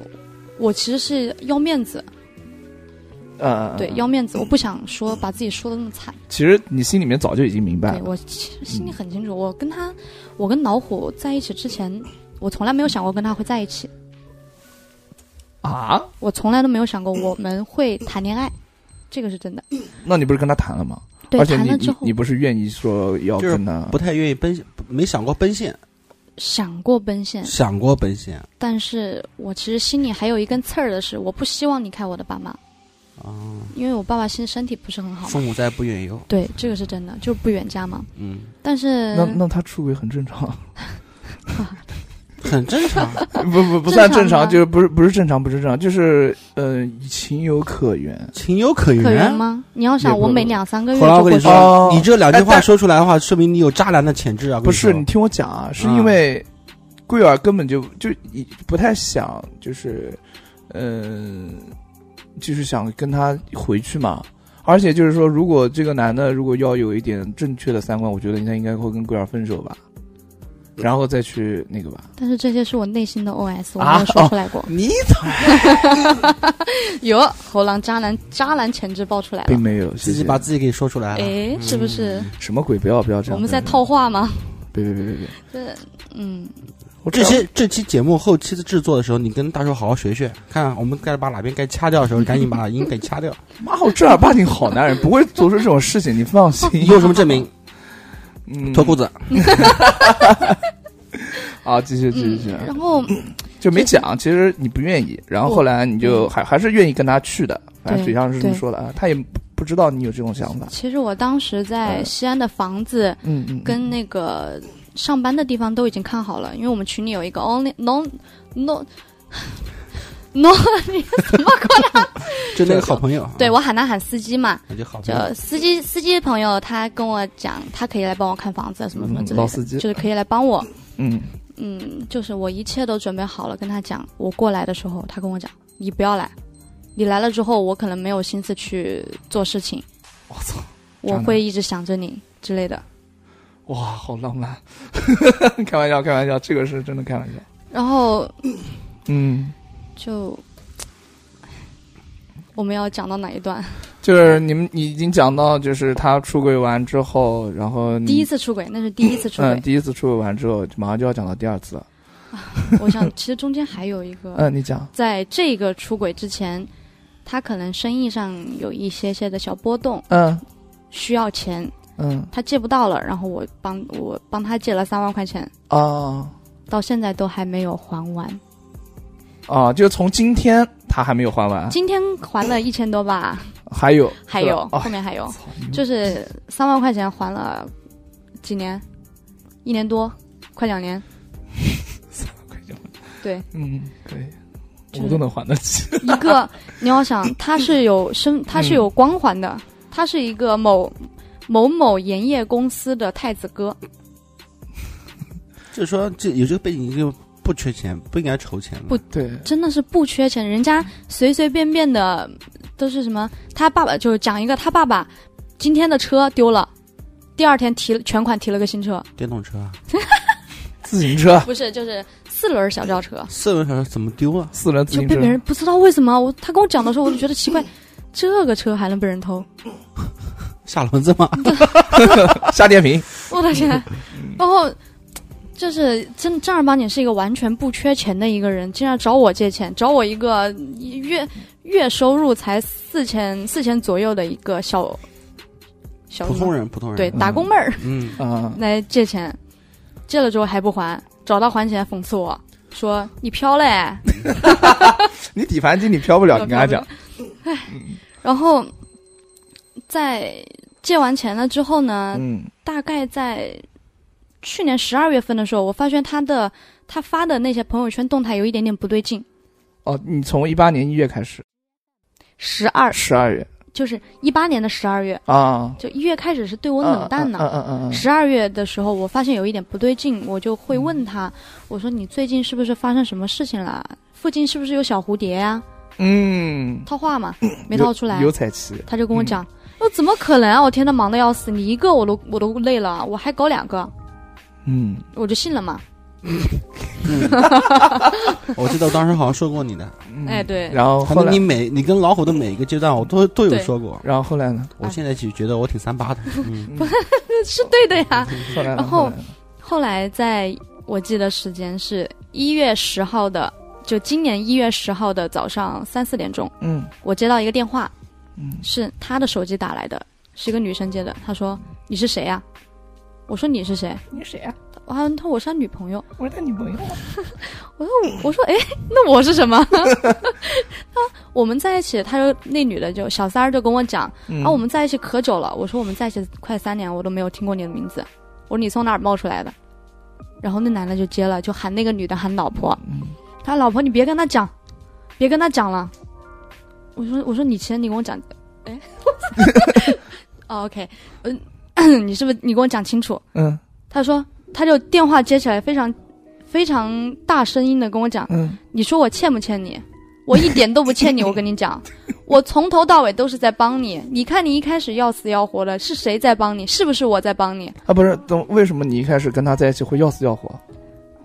S3: 我其实是要面子，
S1: 呃，
S3: 对，要面子，我不想说把自己说的那么惨。
S1: 其实你心里面早就已经明白
S3: 对
S1: 了，
S3: 我其实心里很清楚，我跟他，我跟老虎在一起之前，我从来没有想过跟他会在一起，
S1: 啊？
S3: 我从来都没有想过我们会谈恋爱，这个是真的。
S1: 那你不是跟他谈了吗？
S3: 对
S1: 而，且
S3: 谈
S1: 你
S3: 了之
S1: 你
S3: 后
S1: 你不是愿意说要
S2: 就是
S1: 跟他
S2: 不？太愿意奔，没想过奔现，
S3: 想过奔现，
S2: 想过奔现
S3: 但是我其实心里还有一根刺儿的是，我不希望离开我的爸妈，
S1: 哦
S2: 啊。
S3: 因为我爸爸现在身体不是很好嘛。
S2: 父母在不远游，
S3: 对，这个是真的，就是不远嫁嘛。
S2: 嗯，
S3: 但是
S1: 那那他出轨很正常，
S2: 很正常。
S1: [LAUGHS] 不不不算
S3: 正常
S1: 正常，
S3: 吗
S1: 就是不是不是正常，不是正常，就是呃情有可原。
S2: [LAUGHS] 情有可原。
S3: 可原吗？你要想，
S1: 也不
S3: 我每两三个月
S2: 后来
S3: 就
S2: 我跟
S3: 会
S2: 你
S3: 去
S2: 说
S1: 哦，
S2: 你这两句
S1: 哎
S2: 话
S1: 但
S2: 说出来的话，说明你有渣男的潜质啊！
S1: 不是
S2: 跟
S1: 你
S2: 你说
S1: 听我讲啊，是
S2: 啊
S1: 因为桂儿根本就就一不太想，就是嗯、就是想跟他回去嘛。而且就是说，如果这个男的如果要有一点正确的三观，我觉得他应该会跟桂儿分手吧，然后再去那个吧。
S3: 但是这些是我内心的 OS，我
S1: 啊
S3: 没有说出来过。
S1: 你
S3: [LAUGHS] 有猴狼渣男，渣男潜质爆出来
S1: 并
S3: 了。
S1: 没有，谢
S2: 自己
S1: 谢
S2: 把自己给说出来了。
S3: 哎，是不是
S1: 什么鬼？不要不要这样！
S3: 我们在
S1: 不要
S3: 套话吗？
S1: 别别别别别！
S3: 这，嗯，
S1: 我
S2: 这些这期节目后期的制作的时候，你跟大叔好好学学，看我们该把哪边该掐掉的时候，赶紧把音给掐 [LAUGHS] 掉。
S1: 妈，我正儿八经好男人，不会做出这种事情，你放心。
S2: [LAUGHS] 你有什么证明？
S1: 嗯
S2: 脱裤子。
S1: 啊！继续继续
S3: 嗯
S1: 继续，，
S3: 然后
S1: 就没讲。其实你不愿意，然后后来你就还还是愿意跟他去的，反正嘴上是这么说的啊。他也不不知道你有这种想法。
S3: 其实我当时在
S1: 嗯
S3: 西安的房子
S1: 嗯嗯，
S3: 跟那个上班的地方都已经看好了，因为我们群里有一个 only no no [LAUGHS] no，你怎么过来？
S2: 就那个好朋友，嗯
S3: 对
S1: 嗯
S3: 我喊他喊司机嘛，
S2: 我就好朋
S3: 就
S2: 友。
S3: 司机司机朋友，他跟我讲，他可以来帮我看房子什么什么之类的，
S1: 嗯老司机
S3: 就是可以来帮我。
S1: 嗯
S3: 嗯，就是我一切都准备好了，跟他讲，我过来的时候，他跟我讲，你不要来，你来了之后，我可能没有心思去做事情，
S1: 我操，
S3: 我会一直想着你之类的。
S1: 哇，好浪漫！ [LAUGHS] 开玩笑，开玩笑，这个是真的开玩笑。
S3: 然后
S1: 嗯，
S3: 就我们要讲到哪一段？
S1: 就是你们你已经讲到，就是他出轨完之后，然后你
S3: 第一次出轨，那是第一次出
S1: 嗯，
S3: 轨。
S1: 第一次出轨完之后，马上就要讲到第二次了。
S3: [LAUGHS] 我想，其实中间还有一个，
S1: 嗯，你讲，
S3: 在这个出轨之前，他可能生意上有一些些的小波动，
S1: 嗯
S3: 需要钱，
S1: 嗯
S3: 他借不到了，然后我帮我帮他借了三万块钱，
S1: 啊
S3: 到现在都还没有还完。
S1: 啊，就从今天他还没有还完，
S3: 今天还了一千多吧，
S1: 还有
S3: 还有
S1: [LAUGHS] 是吧
S3: 后面还有
S1: 啊，，操你们
S3: 就是三万块钱还了几年，一年多，快两年。
S1: 可以讲了
S3: 对，
S1: 嗯，可以，
S3: 就是
S1: 我都能还
S3: [LAUGHS]
S1: 得起。
S3: 一个你要想，他是有身，他是有
S1: 嗯
S3: 光环的，他是一个某某某盐业公司的太子哥。
S2: 就是说这有这个背景就不缺钱，不应该愁钱了。
S3: 不
S1: 对，
S3: 真的是不缺钱，人家随随便便的都是什么？他爸爸就是讲一个，他爸爸今天的车丢了，第二天提全款提了个新车，
S2: 电动车啊，
S1: 自行车，
S3: 不是就是四轮小轿车，
S2: 四轮小车怎么丢啊了？
S1: 四轮自
S3: 就
S1: 行
S3: 被
S1: 车
S3: 别人不知道为什么，我他跟我讲的时候我就觉得奇
S1: [LAUGHS]
S3: 怪，这个车还能被人偷？
S2: 下轮
S3: [LAUGHS]
S2: 子吗？
S1: [LAUGHS] 下电瓶，
S3: 我的天！[LAUGHS]
S1: 嗯
S3: 然后就是真正儿八经是一个完全不缺钱的一个人，竟然找我借钱，找我一个月月收入才四千四千左右的一个小小
S2: 普通人，普通人。
S3: 对，打工妹儿
S2: 嗯，
S1: 啊，
S3: 来借钱，借了之后还不还，找到还钱讽刺我说你飘嘞，
S1: 你底盘机你飘不了，你跟
S3: [LAUGHS]
S1: 他讲，
S3: 然后在借完钱了之后呢，
S1: 嗯
S3: 大概在去年十二月份的时候，我发现他的他发的那些朋友圈动态有一点点不对劲，
S1: 哦，你从一八年一月开始，
S3: 十二
S1: 十二月
S3: 就是一八年的十二月，
S1: 啊，
S3: 就一月开始是对我
S1: 我
S3: 冷淡呢。
S1: 嗯嗯嗯嗯，
S3: 十二月的时候，我发现有一点不对劲，我就会
S1: 嗯
S3: 问他，我说你最近是不是发生什么事情了？附近是不是有小蝴蝶呀、
S1: 嗯，
S3: 套话嘛， [LAUGHS] 没套出来
S1: 有。有嗯彩旗，
S3: 他就跟我讲，我、怎么可能啊！我天天忙的要死，你一个我都我都累了，我还搞两个，
S1: 嗯，
S3: 我就信了嘛。
S2: 我记得我当时好像说过
S1: [LAUGHS]
S2: 你的，
S1: 嗯
S3: 哎对
S1: 然后
S2: 可
S1: 后
S2: 能
S1: 来
S2: 你，每你跟老虎的每一个阶段，我都都有
S3: 对
S2: 说过。
S1: 然后后来呢？
S3: 嗯
S2: 我现在就觉得我挺三
S1: [LAUGHS]
S2: 八的，嗯，
S3: 是对的呀。
S1: 嗯后来
S3: 然
S1: 呢，
S3: 后
S1: 来呢
S3: 后来在我记得时间是一月十号的，就今年一月十号的早上三四点钟，
S1: 嗯
S3: 我接到一个电话，
S1: 嗯
S3: 是他的手机打来的，是一个女生接的。她说：“你是谁呀、啊我说：“你是谁
S1: 你谁啊？？”
S3: 啊，她说：“我是他女朋友。
S1: 我是他女朋友。”
S3: 我说：“我说，哎，那我是什么？”她我们在一起，她就那女的就小三儿就跟我讲，
S1: 嗯
S3: 啊，我们在一起可久了。我说我们在一起快三年，我都没有听过你的名字。我说你从哪儿冒出来的？然后那男的就接了，就喊那个女的喊老婆。
S1: 嗯
S3: 他老婆，你别跟他讲，别跟他讲了。我说我说你其实你跟我讲，哎 [LAUGHS] 哦，OK，嗯、 [COUGHS] 你是不是你跟我讲清楚？
S1: 嗯
S3: 他说他就电话接起来，非常非常大声音的跟我讲，
S1: 嗯，
S3: 你说我欠不欠你？我一点都不欠你，我跟你讲，我从头到尾都是在帮你。你看你一开始要死要活的，是谁在帮你？是不是我在帮你？
S1: 啊，不是，等为什么你一开始跟他在一起会要死要活？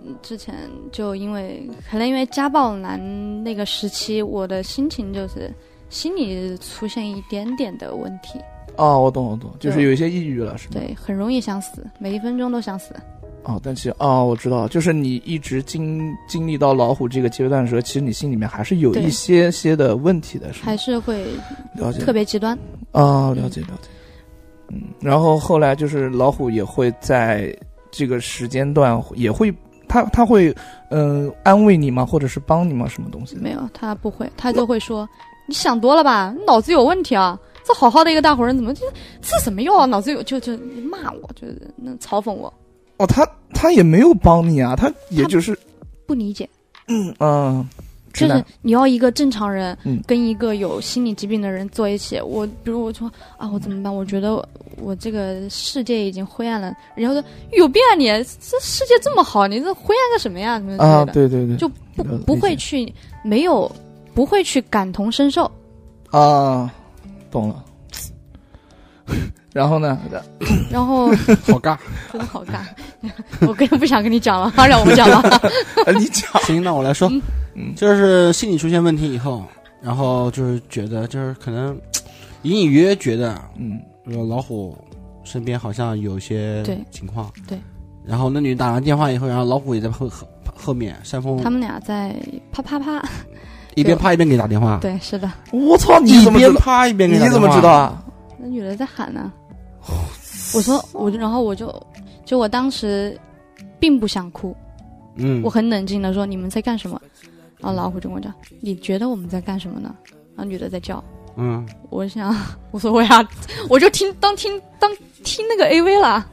S3: 嗯之前就因为可能因为家暴男那个时期，我的心情就是心理出现一点点的问题，
S1: 哦，我懂我懂，就是
S3: 对
S1: 有一些抑郁了，是吗？
S3: 对，很容易想死，每一分钟都想死。
S1: 哦，但其实哦，我知道，就是你一直经经历到老虎这个阶段的时候，其实你心里面还是有
S3: 对
S1: 一些些的问题的，是吗
S3: 还是会
S1: 了解
S3: 特别极端。
S1: 啊、了解了解，嗯，然后后来就是老虎也会在这个时间段也会，他他会嗯、呃安慰你吗？或者是帮你吗？什么东西的？
S3: 没有，他不会，他就会说：“你想多了吧，你脑子有问题啊！这好好的一个大活人，怎么就吃什么药啊？脑子有就就骂我，就是那嘲讽我，
S1: 哦，他他也没有帮你啊，他也
S3: 他
S1: 就是
S3: 不理解。
S1: 嗯、呃直
S3: 就
S1: 男
S3: 是你要一个正常人
S1: 嗯
S3: 跟一个有心理疾病的人坐一起，我比如我说啊，我怎么办？我觉得我这个世界已经灰暗了。然后说有病啊你，这世界这么好，你这灰暗个什么呀？什么之类
S1: 啊，
S3: 嗯的，
S1: 对对对，
S3: 就不
S1: 了解
S3: 不会去没有不会去感同身受。
S1: 啊，懂了。然后 [LAUGHS] 呢？
S3: 然后
S2: 好尬。
S3: 真的好尬， [LAUGHS] 我根本不想跟你讲了， [LAUGHS] 让我们讲吧。
S1: 呃你讲，
S2: 行，那我来说，
S3: 嗯
S2: 就是心理出现问题以后，然后就是觉得就是可能隐隐约约觉得
S1: 嗯，
S2: 呃老虎身边好像有些
S3: 对
S2: 情况，
S3: 对
S2: 然后那女打完电话以后，然后老虎也在后后后面，山峰
S3: 他们俩在啪啪啪，
S2: 一边啪一边给你打电话，
S3: 对，是的，
S1: 我操，你
S2: 一
S1: 怎么知
S2: 边
S1: 道？
S2: 啪一边给
S1: 你
S2: 打
S1: 怎
S2: 电
S1: 么
S2: 话
S1: 知道？啊？
S3: 那女的在喊呢。我说，我就然后我就就我当时并不想哭，
S2: 嗯
S3: 我，很冷静的说你们在干什么？然后老虎就跟我讲，你觉得我们在干什么呢？然后女的在叫，
S2: 嗯，
S3: 我想无所谓啊， [LAUGHS] 我就听当听当听那个 AV 了。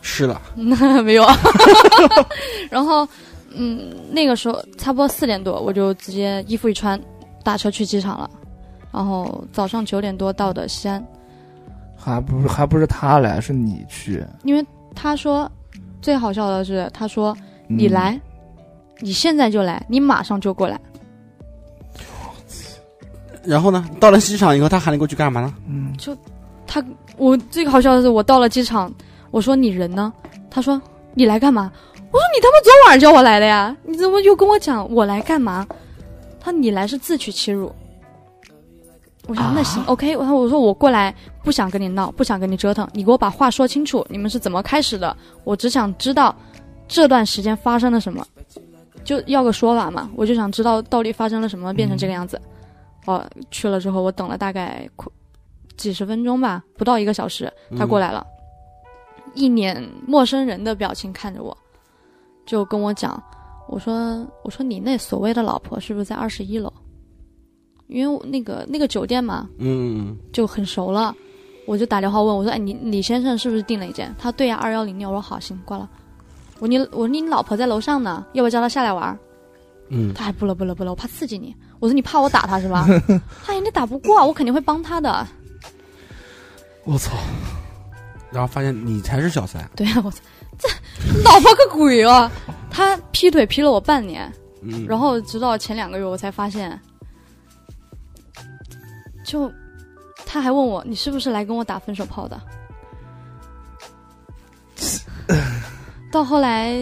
S2: 是了，
S3: 那 [LAUGHS] 没有啊。然后，嗯，那个时候差不多四点多，我就直接衣服一穿，打车去机场了。然后早上九点多到的西安，
S1: 还不是还不是他来，是你去，
S3: 因为他说最好笑的是，他说你
S1: 嗯
S3: 来，你现在就来，你马上就过来。
S2: 然后呢，到了机场以后，他喊你过去干嘛呢？
S1: 嗯，
S3: 我最好笑的是，我到了机场，我说你人呢？他说你来干嘛？我说你他妈昨晚叫我来的呀，你怎么又跟我讲我来干嘛？他说你来是自取其辱。我想那行、OK，然后我说我过来不想跟你闹，不想跟你折腾，你给我把话说清楚，你们是怎么开始的？我只想知道这段时间发生了什么，就要个说法嘛。我就想知道到底发生了什么，变成这个样子。哦，去了之后我等了大概快几十分钟吧，不到一个小时，
S2: 嗯
S3: 他过来了，一脸陌生人的表情看着我，就跟我讲，我说我说你那所谓的老婆是不是在二十一楼？因为我那个那个酒店嘛
S2: 嗯，嗯，
S3: 就很熟了，我就打电话问我说，哎，你李先生是不是订了一间？他说对呀、2二幺零六。我说好，行，挂了。我说你我说你老婆在楼上呢，要不要叫她下来玩儿？
S2: 嗯，
S3: 他还不了不了不了，我怕刺激你。我说你怕我打他是吧？ [LAUGHS] 他说你打不过，我肯定会帮他的。
S1: 我操，
S2: 然后发现你才是小三，
S3: 对啊，我操，这老婆个鬼哦！他劈腿劈了我半年，
S2: 嗯，
S3: 然后直到前两个月我才发现，就他还问我你是不是来跟我打分手炮的。 [LAUGHS] 到后来，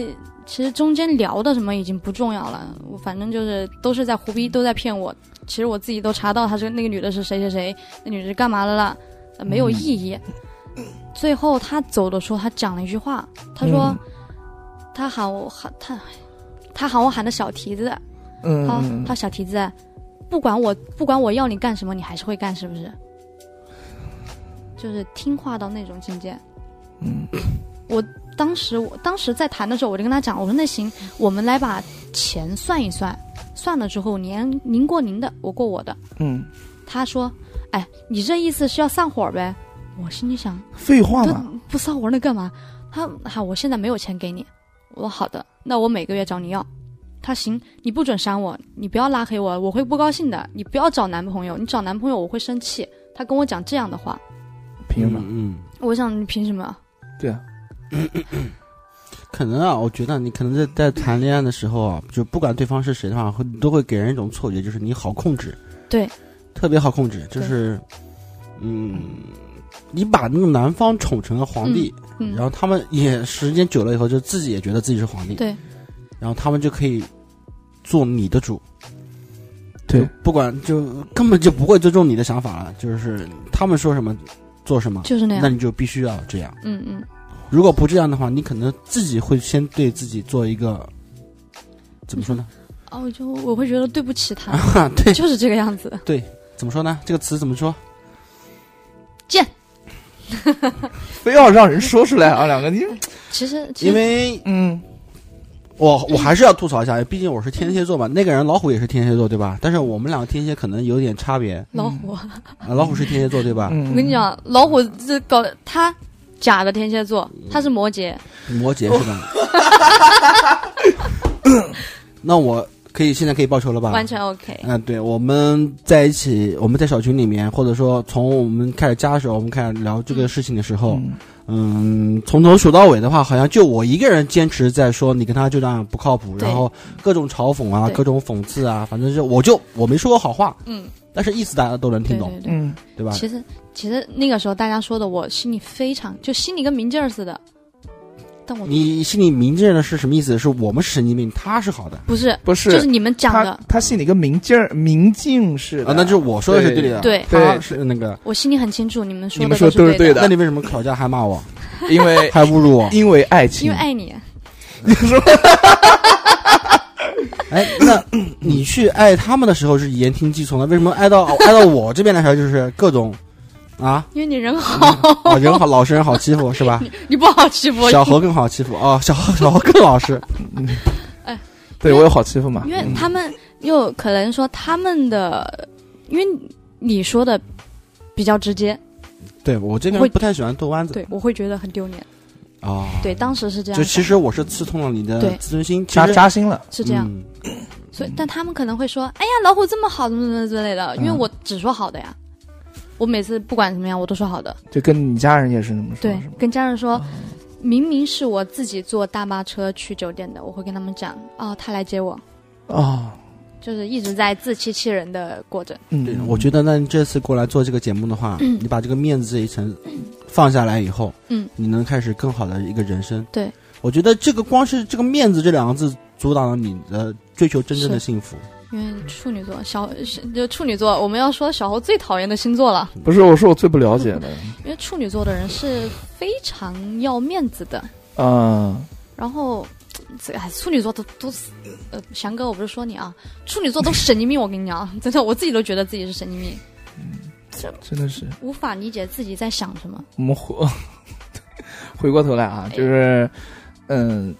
S3: 其实中间聊的什么已经不重要了，我反正就是都是在胡逼，都在骗我。其实我自己都查到他是那个女的是谁谁谁，那女的是干嘛的了，呃没有意义。最后他走的时候，他讲了一句话，他说、
S1: 嗯
S3: 他喊我喊他他喊我喊的小蹄子，
S1: 嗯，
S3: 他
S1: 嗯
S3: 他小蹄子，不管我不管我要你干什么，你还是会干，是不是？就是听话到那种境界。
S1: 嗯，
S3: 我当时我当时在谈的时候，我就跟他讲，我说那行，我们来把钱算一算，算了之后您您过您的，我过我的。
S1: 嗯，
S3: 他说，哎，你这意思是要散伙呗？我心里想，
S1: 废话
S3: 他
S1: 嘛，
S3: 不撒活那干嘛？他哈、我现在没有钱给你。我说好的，那我每个月找你要。他行，你不准删我，你不要拉黑我，我会不高兴的。你不要找男朋友，你找男朋友我会生气。他跟我讲这样的话，
S1: 凭什么？
S2: 嗯，嗯
S3: 我想你凭什么？
S1: 对啊，
S2: 可能啊，我觉得你可能在在谈恋爱的时候啊，就不管对方是谁的话，会都会给人一种错觉，就是你好控制，
S3: 对，
S2: 特别好控制，就是，嗯，你把那个男方宠成了皇帝，
S3: 嗯
S2: 然，后他们也时间久了以后，就自己也觉得自己是皇帝，
S3: 对，
S2: 然后他们就可以做你的主，
S1: 对
S2: 就，不管就根本就不会尊重你的想法了，就是他们说什么做什么，
S3: 就是那
S2: 那
S3: 样。
S2: 你就必须要这样。
S3: 嗯嗯，
S2: 如果不这样的话，你可能自己会先对自己做一个怎么说呢？
S3: 哦，我就我会觉得对不起他，
S2: 啊， [LAUGHS] 对，
S3: 就是这个样子。
S2: 怎么说呢？这个词怎么说？
S1: 非要让人说出来啊， [LAUGHS] 两个你，
S3: 其实，其实
S2: 因为
S1: 嗯，
S2: 我我还是要吐槽一下，毕竟我是天蝎座嘛。那个人老虎也是天蝎座，对吧？但是我们两个天蝎可能有点差别。
S3: 老虎，
S2: 啊老虎是天蝎座，对吧？
S3: 我跟你讲，老虎这搞他假的天蝎座，他是
S2: 啊
S3: 摩羯， [LAUGHS]
S2: 摩羯是吧？那我可以现在可以报仇了吧？
S3: 完全 OK。
S2: 嗯，对，我们在一起，我们在小群里面，或者说从我们开始加的时候，我们开始聊这个事情的时候，
S1: 嗯
S2: 嗯，从头数到尾的话，好像就我一个人坚持在说你跟他就这样不靠谱，
S3: 对
S2: 然后各种嘲讽啊，
S3: 对
S2: 各种讽刺啊，反正就我就我没说过好话，
S3: 嗯，
S2: 但是意思大家都能听
S3: 对
S2: 懂，
S3: 对对。
S1: 嗯，
S2: 对吧？
S3: 其实其实那个时候大家说的，我心里非常就心里跟明镜儿似的，但我
S2: 你心里明着的是什么意思？是我们是神经病，他是好的
S3: 不是，
S1: 不
S3: 就是是，你们讲
S1: 他
S3: 的，
S1: 他心里跟明镜儿明镜似的，
S2: 啊，那就是我说的是对的，
S3: 对
S2: 他
S1: 对
S2: 是那个。
S3: 我心里很清楚，你们说
S1: 你
S3: 的
S1: 们说都
S3: 是
S1: 是对
S3: 的，
S1: 的
S2: 那你为什么吵架还骂我，
S1: 因为？
S2: [LAUGHS] 还侮辱我
S1: 因为爱情，
S3: 因为爱你。
S2: 哎，那你去爱他们的时候是言听计从的，为什么爱到爱到我这边的时候就是各种
S3: [LAUGHS]
S2: 啊
S3: 因为你人好，
S2: 啊人好老实人好欺
S3: [LAUGHS]
S2: 负是吧？
S3: 你不好欺负。
S2: 小猴更好欺负啊、小猴 [LAUGHS] 小猴更老实，
S1: 对我有好欺负嘛？
S3: 因为
S1: 嗯
S3: 他们又可能说他们的，因为你说的比较直接，
S2: 对我这个
S3: 会
S2: 人不太喜欢剁弯子
S3: 对我会觉得很丢脸。
S2: 啊、
S3: 对，当时是这样
S2: 就
S3: 想，
S2: 其实我是刺痛了你的
S3: 对
S2: 自尊心，其
S1: 扎
S2: 实
S1: 扎心了，
S3: 是这样。
S2: 嗯
S3: 所以，但他们可能会说：“哎呀，老虎这么好，怎么怎么之类的。”因为
S1: 嗯
S3: 我只说好的呀，我每次不管怎么样，我都说好的。
S1: 就跟你家人也是那么说，
S3: 对
S1: 啊是吧，
S3: 跟家人说，明明是我自己坐大巴车去酒店的，我会跟他们讲：“哦，他来接我。
S1: 啊，”
S3: 就是一直在自欺欺人的过着。
S2: 对
S1: 嗯，
S2: 我觉得那你这次过来做这个节目的话，你把这个面子这一层放下来以后，
S3: 嗯，
S2: 你能开始更好的一个人生。
S3: 对，
S2: 我觉得这个光是这个面子这两个字阻挡了你的追求真正的
S3: 是
S2: 幸福。
S3: 因为处女座小是就处女座，我们要说小猴最讨厌的星座了，
S1: 不是，我说我最不了解的， [LAUGHS]
S3: 因为处女座的人是非常要面子的。
S1: 嗯，
S3: 然后，这哎，处女座都都是，呃，翔哥，我不是说你啊，处女座都神经病，我跟你讲， [LAUGHS] 真的，我自己都觉得自己是神经病，
S1: 真的是，
S3: 无法理解自己在想什么。
S1: 我们回 [LAUGHS] 回过头来啊，就是，嗯，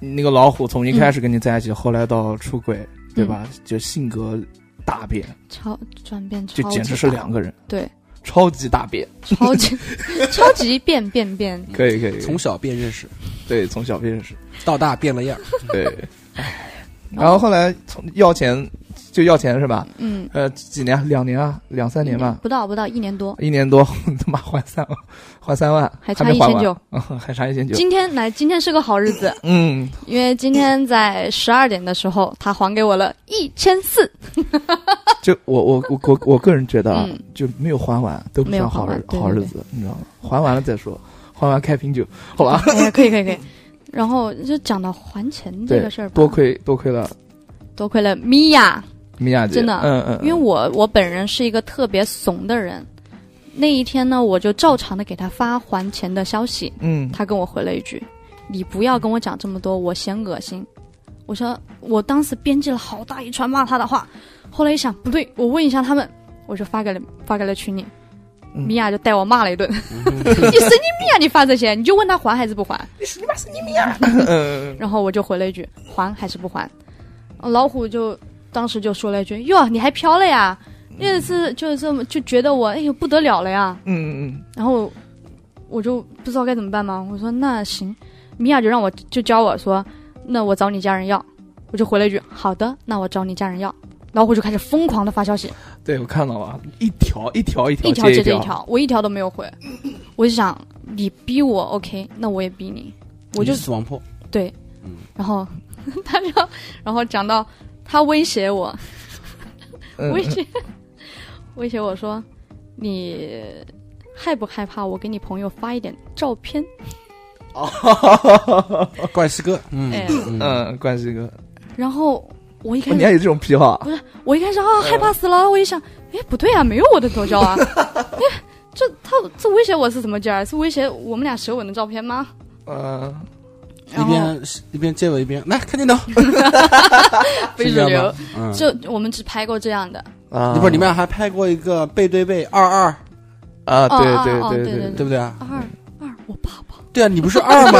S1: 那个老虎从一开始跟你在一起，后来到出轨，对吧？就性格大变，
S3: 嗯超转变超级
S1: 就
S3: 大，
S1: 简直是两个人，
S3: 对，
S1: 超级大变。嗯
S3: 超
S1: [LAUGHS]
S3: 级超级变变变，
S1: 可以可以
S2: 从小便认识，
S1: 对从小认识，
S2: 到大变了样儿。
S1: [LAUGHS] 对。 [LAUGHS] 然后后来从要钱就要钱是吧？
S3: 嗯，
S1: 呃，几年？两年啊，两三年吧，
S3: 不到不到一年多，
S1: 一年多， [LAUGHS] 他妈还三万，还三万，
S3: 还
S1: 还
S3: 差
S1: 没
S3: 一
S1: 还
S3: 千
S1: 完 [LAUGHS]
S3: 九。
S1: 还差一千九。
S3: 今天来，今天是个好日子，
S1: 嗯，
S3: 因为今天在十二点的时候，他还给我了一千四，
S1: 就我我我我我个人觉得啊
S3: 嗯，
S1: 就没有还完都不
S3: 没有
S1: 算
S3: 还
S1: 好
S3: 完
S1: 日
S3: 对
S1: 好
S3: 对
S1: 日
S3: 对
S1: 子，你知道吗？还完了再说，还完开瓶酒，好吧？
S3: 哎呀，可以可以可以。然后就讲到还钱这
S1: 对
S3: 个事儿，吧，
S1: 多亏多亏了
S3: 多亏了米娅，
S1: 米娅姐，
S3: 真的
S1: 嗯嗯，
S3: 因为我我本人是一个特别怂的人。那一天呢，我就照常的给他发还钱的消息，
S1: 嗯
S3: 他跟我回了一句：“你不要跟我讲这么多，我嫌恶心。”我说，我当时编辑了好大一串骂他的话，后来一想不对，我问一下他们，我就发给了发给了群里，
S1: 嗯
S3: 米娅就带我骂了一顿。你神经病啊！你发这些，你就问他还还是不还？ [LAUGHS]
S1: 嗯嗯
S3: 然后我就回了一句：“还还是不还？”呃老虎就当时就说了一句：“哟，你还飘了呀！”那次就是这么就觉得我哎呦不得了了呀，
S1: 嗯嗯
S3: 然后我就不知道该怎么办嘛。我说那行，米娅就让我就教我说，那我找你家人要，我就回了一句好的，那我找你家人要。老虎就开始疯狂的发消息，
S1: 嗯，对我看到了，一条一条一条
S3: 一条接着
S1: 一
S3: 一，条，我一条都没有回。我就想你逼我 OK，那我也逼你， [LAUGHS] 我就
S2: 你死亡破，
S3: 对
S2: 嗯，
S3: 然后他就然后讲到他威胁我，
S1: 嗯
S3: 威胁威胁我说你害不害怕我给你朋友发一点照片？
S2: 怪四哥，嗯
S3: 哎
S2: 嗯，
S1: [LAUGHS] 嗯，关系哥，
S3: 然后我一开
S1: 哦你还
S3: 始，
S1: 有这种癖好啊？
S3: 我一开始啊害怕死
S2: 嗯
S3: 了，我一想，哎不对啊，没有我的头像
S2: [LAUGHS]
S3: 啊，哎这他这威胁我是什么劲儿？是威胁我们俩舌吻的照片吗？
S1: 嗯。
S2: 一
S3: 然后
S2: 边一边接吻一边来看镜头，
S3: 非
S2: 是
S3: 主
S2: 这
S3: 流
S2: 样，吗？嗯，
S3: 就我们只拍过这样的，
S1: 啊
S2: 你不是你们俩还拍过一个背对背二二，
S1: 啊？对
S3: 哦哦哦
S1: 对
S3: 对
S1: 对
S3: 对
S2: 对不对啊？
S3: 二二我爸爸，
S2: 对啊，你不是二吗？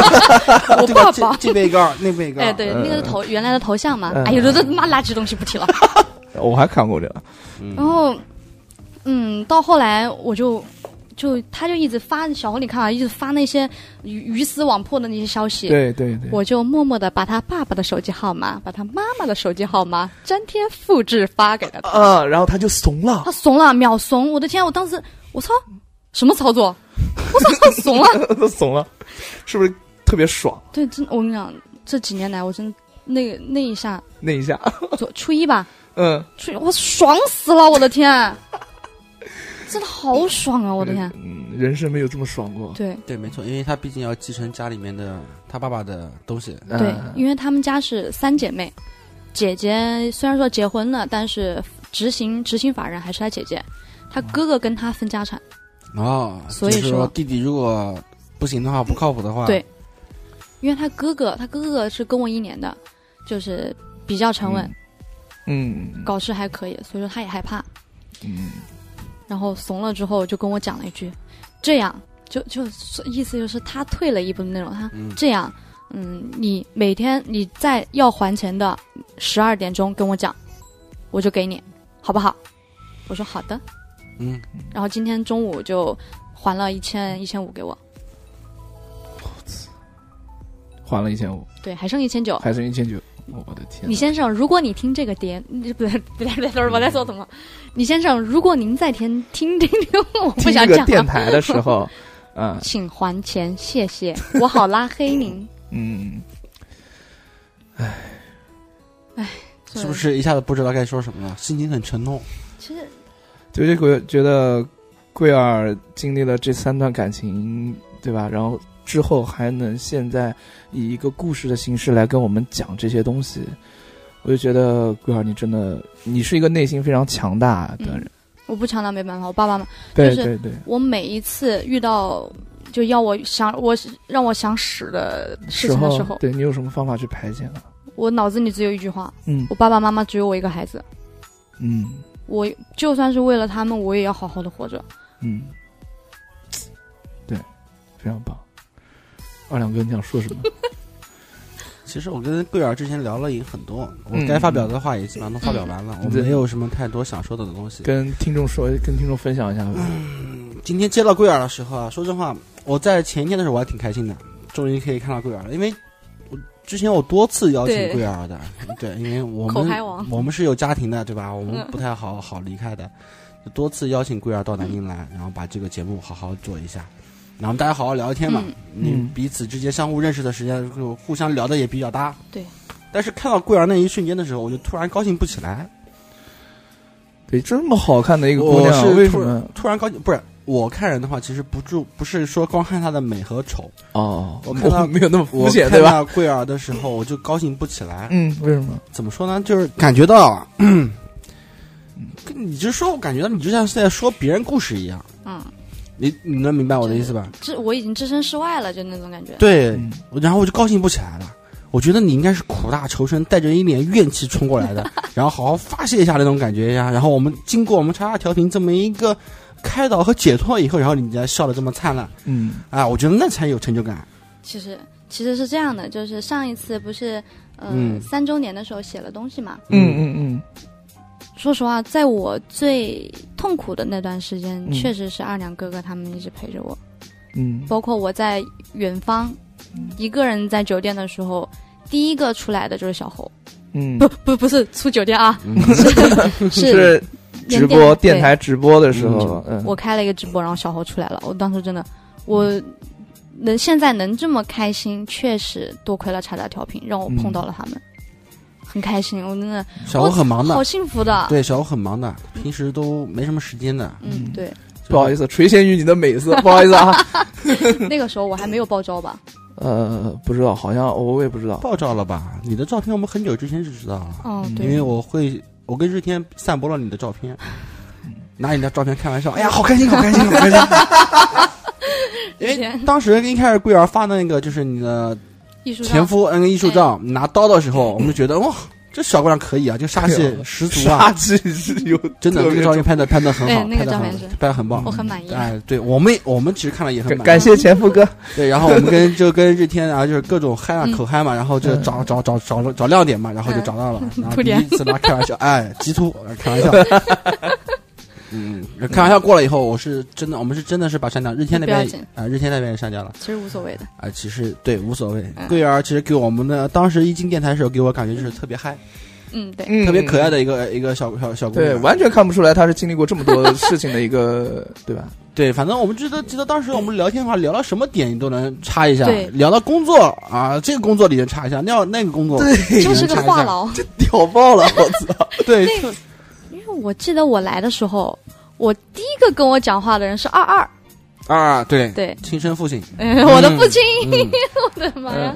S3: 嗯 [LAUGHS] 我
S2: 对
S3: 爸
S2: 吧？
S3: 爸
S2: 这，这边一个二，那边一个啊呃二。
S3: 哎对，那个是头原来的头像嘛，
S1: 嗯
S3: 哎呦这这妈垃圾东西
S2: [LAUGHS]
S3: 不提了。
S1: 对，我还看过这个，
S3: 嗯然后，嗯，到后来我就就他就一直发小红，你看啊，一直发那些鱼鱼死网破的那些消息。
S1: 对对对，
S3: 我就默默的把他爸爸的手机号码，把他妈妈的手机号码粘贴复制发给了他，
S1: 啊，然后他就怂
S3: [LAUGHS]
S1: 了，
S3: 他怂了，秒怂！我的天，我当时我操，什么操作？我操，他怂了！ [LAUGHS]
S1: 他怂了，是不是特别爽？
S3: 对，真我跟你讲，这几年来我真的那个那一下，
S1: 那一下，
S3: 昨初一吧，
S1: 嗯，
S3: 初一我爽死了，我的天，啊真的好爽啊，我的天！
S1: 嗯，人生没有这么爽过。
S3: 对
S2: 对，没错，因为他毕竟要继承家里面的他爸爸的东西，
S1: 嗯
S3: 对，因为他们家是三姐妹，姐姐虽然说结婚了，但是执行执行法人还是他姐姐，他哥哥跟他分家产。
S2: 哦，
S3: 所以
S2: 就是
S3: 说
S2: 说弟弟如果不行的话，不靠谱的话，
S3: 对因为他哥哥，他哥哥是跟我一年的，就是比较沉稳，
S1: 嗯
S3: 搞事还可以，所以说他也害怕。
S1: 嗯，
S3: 然后怂了之后就跟我讲了一句，这样就就是意思就是他退了一步的那种，他
S2: 嗯，
S3: 这样，嗯，你每天你在要还钱的十二点钟跟我讲，我就给你，好不好？我说好的。
S2: 嗯，
S3: 然后今天中午就还了一千一千五给我，
S1: 还了一千五，
S3: 对，还剩一千九。
S1: 还剩一千九，我的天
S3: 李！先生，如果你听这个碟，你不对，不对，不对，我在说什么？李先生，如果您在听听听听，我不
S1: 听
S3: 想
S1: 这
S3: 讲
S1: 个
S3: 了
S1: 电台的时，候，啊，
S3: 请还钱，谢谢，我好拉黑您。
S1: 嗯，
S2: 是不？是一下子不知道该说什么了？心情很沉痛。
S3: 其实
S1: 对这个觉得桂儿经历了这三段感情，对吧？然后之后还能现在以一个故事的形式来跟我们讲这些东西，我就觉得桂儿你真的，你是一个内心非常强大的人。
S3: 我不强调没办法，我爸爸妈
S1: 对
S3: 就是
S1: 对对，
S3: 我每一次遇到就要我想我让我想屎的事情的时候，
S1: 对你有什么方法去排解呢？
S3: 我脑子里只有一句话：
S1: 嗯
S3: 我爸爸妈妈只有我一个孩子，
S1: 嗯
S3: 我就算是为了他们，我也要好好的活着。
S1: 嗯，对，非常棒。二两哥，你想
S2: [LAUGHS]
S1: 说什么？
S2: 其实我跟桂儿之前聊了也很多，我
S1: 嗯
S2: 该发表的话也基本上都发表完了，我
S1: 对
S2: 没有什么太多想说的东西。
S1: 跟听众说，跟听众分享一下吧。
S2: 今天接到桂儿的时候啊，说真话，我在前一天的时候我还挺开心的，终于可以看到桂儿了，因为我之前我多次邀请
S3: 对
S2: 桂儿的，对，因为我
S3: 口
S2: 们
S3: 嗨王
S2: 我们是有家庭的，对吧？我们
S3: 嗯
S2: 不太好好离开的，就多次邀请桂儿到南京来，然后把这个节目好好做一下。然后大家好好聊聊天嘛，你
S1: 嗯
S2: 彼此之间相互认识的时间，就互相聊的也比较搭。
S3: 对。
S2: 但是看到桂儿那一瞬间的时候，我就突然高兴不起来。
S1: 对，这么好看的一个姑
S2: 我
S1: 娘，
S2: 是
S1: 为什
S2: 突
S1: 么
S2: 然？突然高兴，不是我看人的话，其实不注不是说光看她的美和丑，
S1: 哦，
S2: 我看到
S1: 没有那么
S2: 我
S1: 肤浅，
S2: 看
S1: 对吧？
S2: 到桂儿的时候，我就高兴不起来。
S1: 嗯，为什么？
S2: 怎么说呢？就是感觉到啊，跟你这说，我感觉到你就像是在说别人故事一样。
S3: 嗯，
S2: 你你能明白我的意思吧？
S3: 置我已经置身事外了，就那种感觉。
S2: 对
S1: 嗯，
S2: 然后我就高兴不起来了。我觉得你应该是苦大仇深，带着一脸怨气冲过来
S1: [LAUGHS]
S2: 的，然后好好发泄一下那种感觉呀。然后我们经过我们叉叉调频这么一个开导和解脱以后，然后你才笑得这么灿烂
S1: 嗯
S2: 啊！我觉得那才有成就感。
S3: 其实其实是这样的，就是上一次不是、呃、
S2: 嗯
S3: 三周年的时候写了东西嘛。
S1: 嗯嗯
S3: 说实话，在我最痛苦的那段时间，
S1: 嗯
S3: 确实是二两哥哥他们一直陪着我，
S1: 嗯
S3: 包括我在远方、一个人在酒店的时候。第一个出来的就是小侯， [LAUGHS]
S1: 嗯
S3: 不
S1: 嗯，
S3: 不不是出酒店啊，是
S1: 是
S3: 连
S1: 嗯直播
S3: 对
S1: 电台直播的时候，嗯，
S3: 我开了一个直播，然后小侯出来了，我当时真的，我能现在能这么开心，确实多亏了叉叉调频，让我
S1: 嗯
S3: 碰到了他们，很开心，我真的
S2: 小欧很忙的
S3: 好，幸福的。
S2: 对，小欧很忙的，平时都没什么时间的。
S3: 嗯，对，
S2: [COUGHS]
S1: 不好意思，垂涎于你的美色，不好意思啊。 [LAUGHS]
S3: 那个时候我还没有报招吧？
S1: 呃，不知道，好像我也不知道。
S2: 爆照了吧？你的照片我们很久之前就知道了，
S3: 哦，
S1: 嗯
S2: 因为
S3: 对，
S2: 我会，我跟日天散播了你的照
S3: [LAUGHS]
S2: 片，拿你的照片开玩笑，哎呀，好开心，好开心，好开心。因
S3: 日
S2: 为
S3: 天
S2: 当时一开始桂儿发的那个就是你的
S3: 艺术
S2: 前
S3: 上
S2: 夫那个艺术照，你拿刀的时候，我们就觉得哇，这小姑娘可以啊，就杀气十足啊
S1: 杀，气是有
S2: 真的，这个照片拍的拍的很好
S3: 哎，那
S2: 拍
S3: 个
S2: 的
S3: 照片
S2: 很
S3: 是哦
S2: 拍的很棒
S3: 我。很满意。
S2: 哎，对我们我们其实看了也很
S1: 感
S2: 满意。啊
S1: 感谢前夫哥，
S2: 对，然后我们跟就跟日天啊，就是各种嗨啊
S3: 嗯
S2: 口嗨嘛，然后就找找找找了找亮点嘛，然后就
S3: [LAUGHS] 嗯
S2: 找到了，然后
S3: 突
S2: 第
S3: 然 [LAUGHS]
S2: 一次拿开玩笑，哎，极突开玩笑，嗯，开玩笑过了以后，我是真的，我们是真的是把删掉日天那边
S3: 不要紧
S2: 啊、日天那边也删掉了
S3: 其实无所谓的。
S2: 啊、其实对无所谓
S3: 嗯。
S2: 桂儿其实给我们的当时一进电台的时候，给我感觉就是特别嗨，
S3: 嗯，对，
S1: 嗯
S2: 特别可爱的一个一个小小小姑娘。
S1: 对，完全看不出来他是经历过这么多事情的一个，对吧？
S2: 对，反正我们记得记得当时我们聊天的话，聊到什么点你都能插一下
S3: 对，
S2: 聊到工作啊，这个工作里能插一下，那那个工作
S1: 对
S3: 就是个话
S2: [LAUGHS]
S3: 痨。
S1: 屌爆了，我操！
S2: 对
S3: 那因为我记得我来的时候，我第一个跟我讲话的人是二二，
S2: 啊，对，
S3: 对，
S2: 亲生父亲，
S3: 哎 [LAUGHS] 我的父亲，
S2: 嗯，
S3: [LAUGHS] 我的妈呀！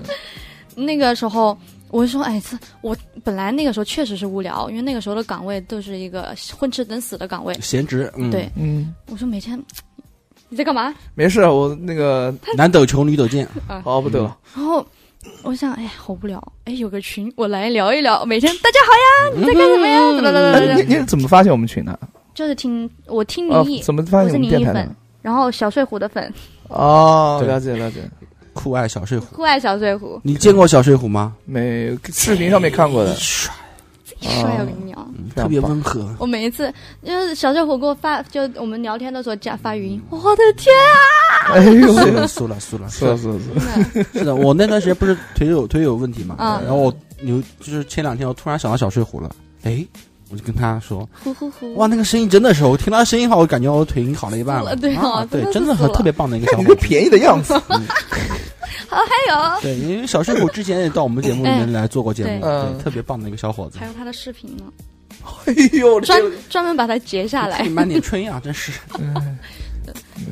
S3: 那个时候我就说，哎，这我本来那个时候确实是无聊，因为那个时候的岗位都是一个混吃等死的岗位。
S2: 闲职，嗯，
S3: 对，
S1: 嗯，
S3: 我说每天你在干嘛？
S1: 没事，我那个
S2: 男抖穷，女抖贱，
S1: 好不得了，
S3: 然后我想，哎，好无聊，哎，有个群，我来聊一聊。每天大家好呀，
S1: 嗯
S3: 你在干什
S2: 嗯
S3: 么呀？哒哒哒哒
S1: 哎
S3: 哒
S1: 你你是怎么发现我们群的？
S3: 就是听我听
S1: 啊
S3: 嗯你，，
S1: 怎么发现我们电台
S3: 我是你
S1: 的
S3: 一？然后小睡虎的粉，
S1: 哦，
S2: 对
S1: 了解了解，
S2: 酷爱小睡虎。
S3: 酷爱小睡虎，
S2: 你见过小睡虎吗？
S1: 没视频上面看过的，
S2: 唰
S1: 啊
S3: 帅啊我跟你讲。
S2: 嗯
S1: 非常
S2: 特别
S1: 棒
S2: 温和。
S3: 我每一次就是小睡虎给我发，就我们聊天的时候加发语音，
S1: 嗯
S3: 我的天
S1: 哎呦，
S2: 输了，啊输了，输了，
S1: 是是是，
S3: 啊！
S2: 是的，我那段时间不是腿有腿有问题嘛，
S3: 嗯
S2: 然后我有就是前两天我突然想到小睡虎了，哎，我就跟他说，
S3: 呼呼呼！
S2: 哇，那个声音真的是，我听他声音好，我感觉我腿已经好了一半
S3: 死了对哦
S2: 啊，对，
S3: 真
S2: 真
S3: 的
S2: 的
S3: 是死
S2: 很
S3: 了
S2: 特别棒的一个小
S1: 你
S2: 伙
S1: 个 [LAUGHS]
S2: 子。
S1: 便宜的样子，
S3: 还有
S2: 对，因为小睡虎之前也到我们节目里面来做过节目，
S1: 哎嗯
S2: 对，特别棒的一个小伙子
S3: 还。有他的视频呢，
S1: 哎呦，这
S3: 专专门把它截下来
S2: 你，满点春样，真是。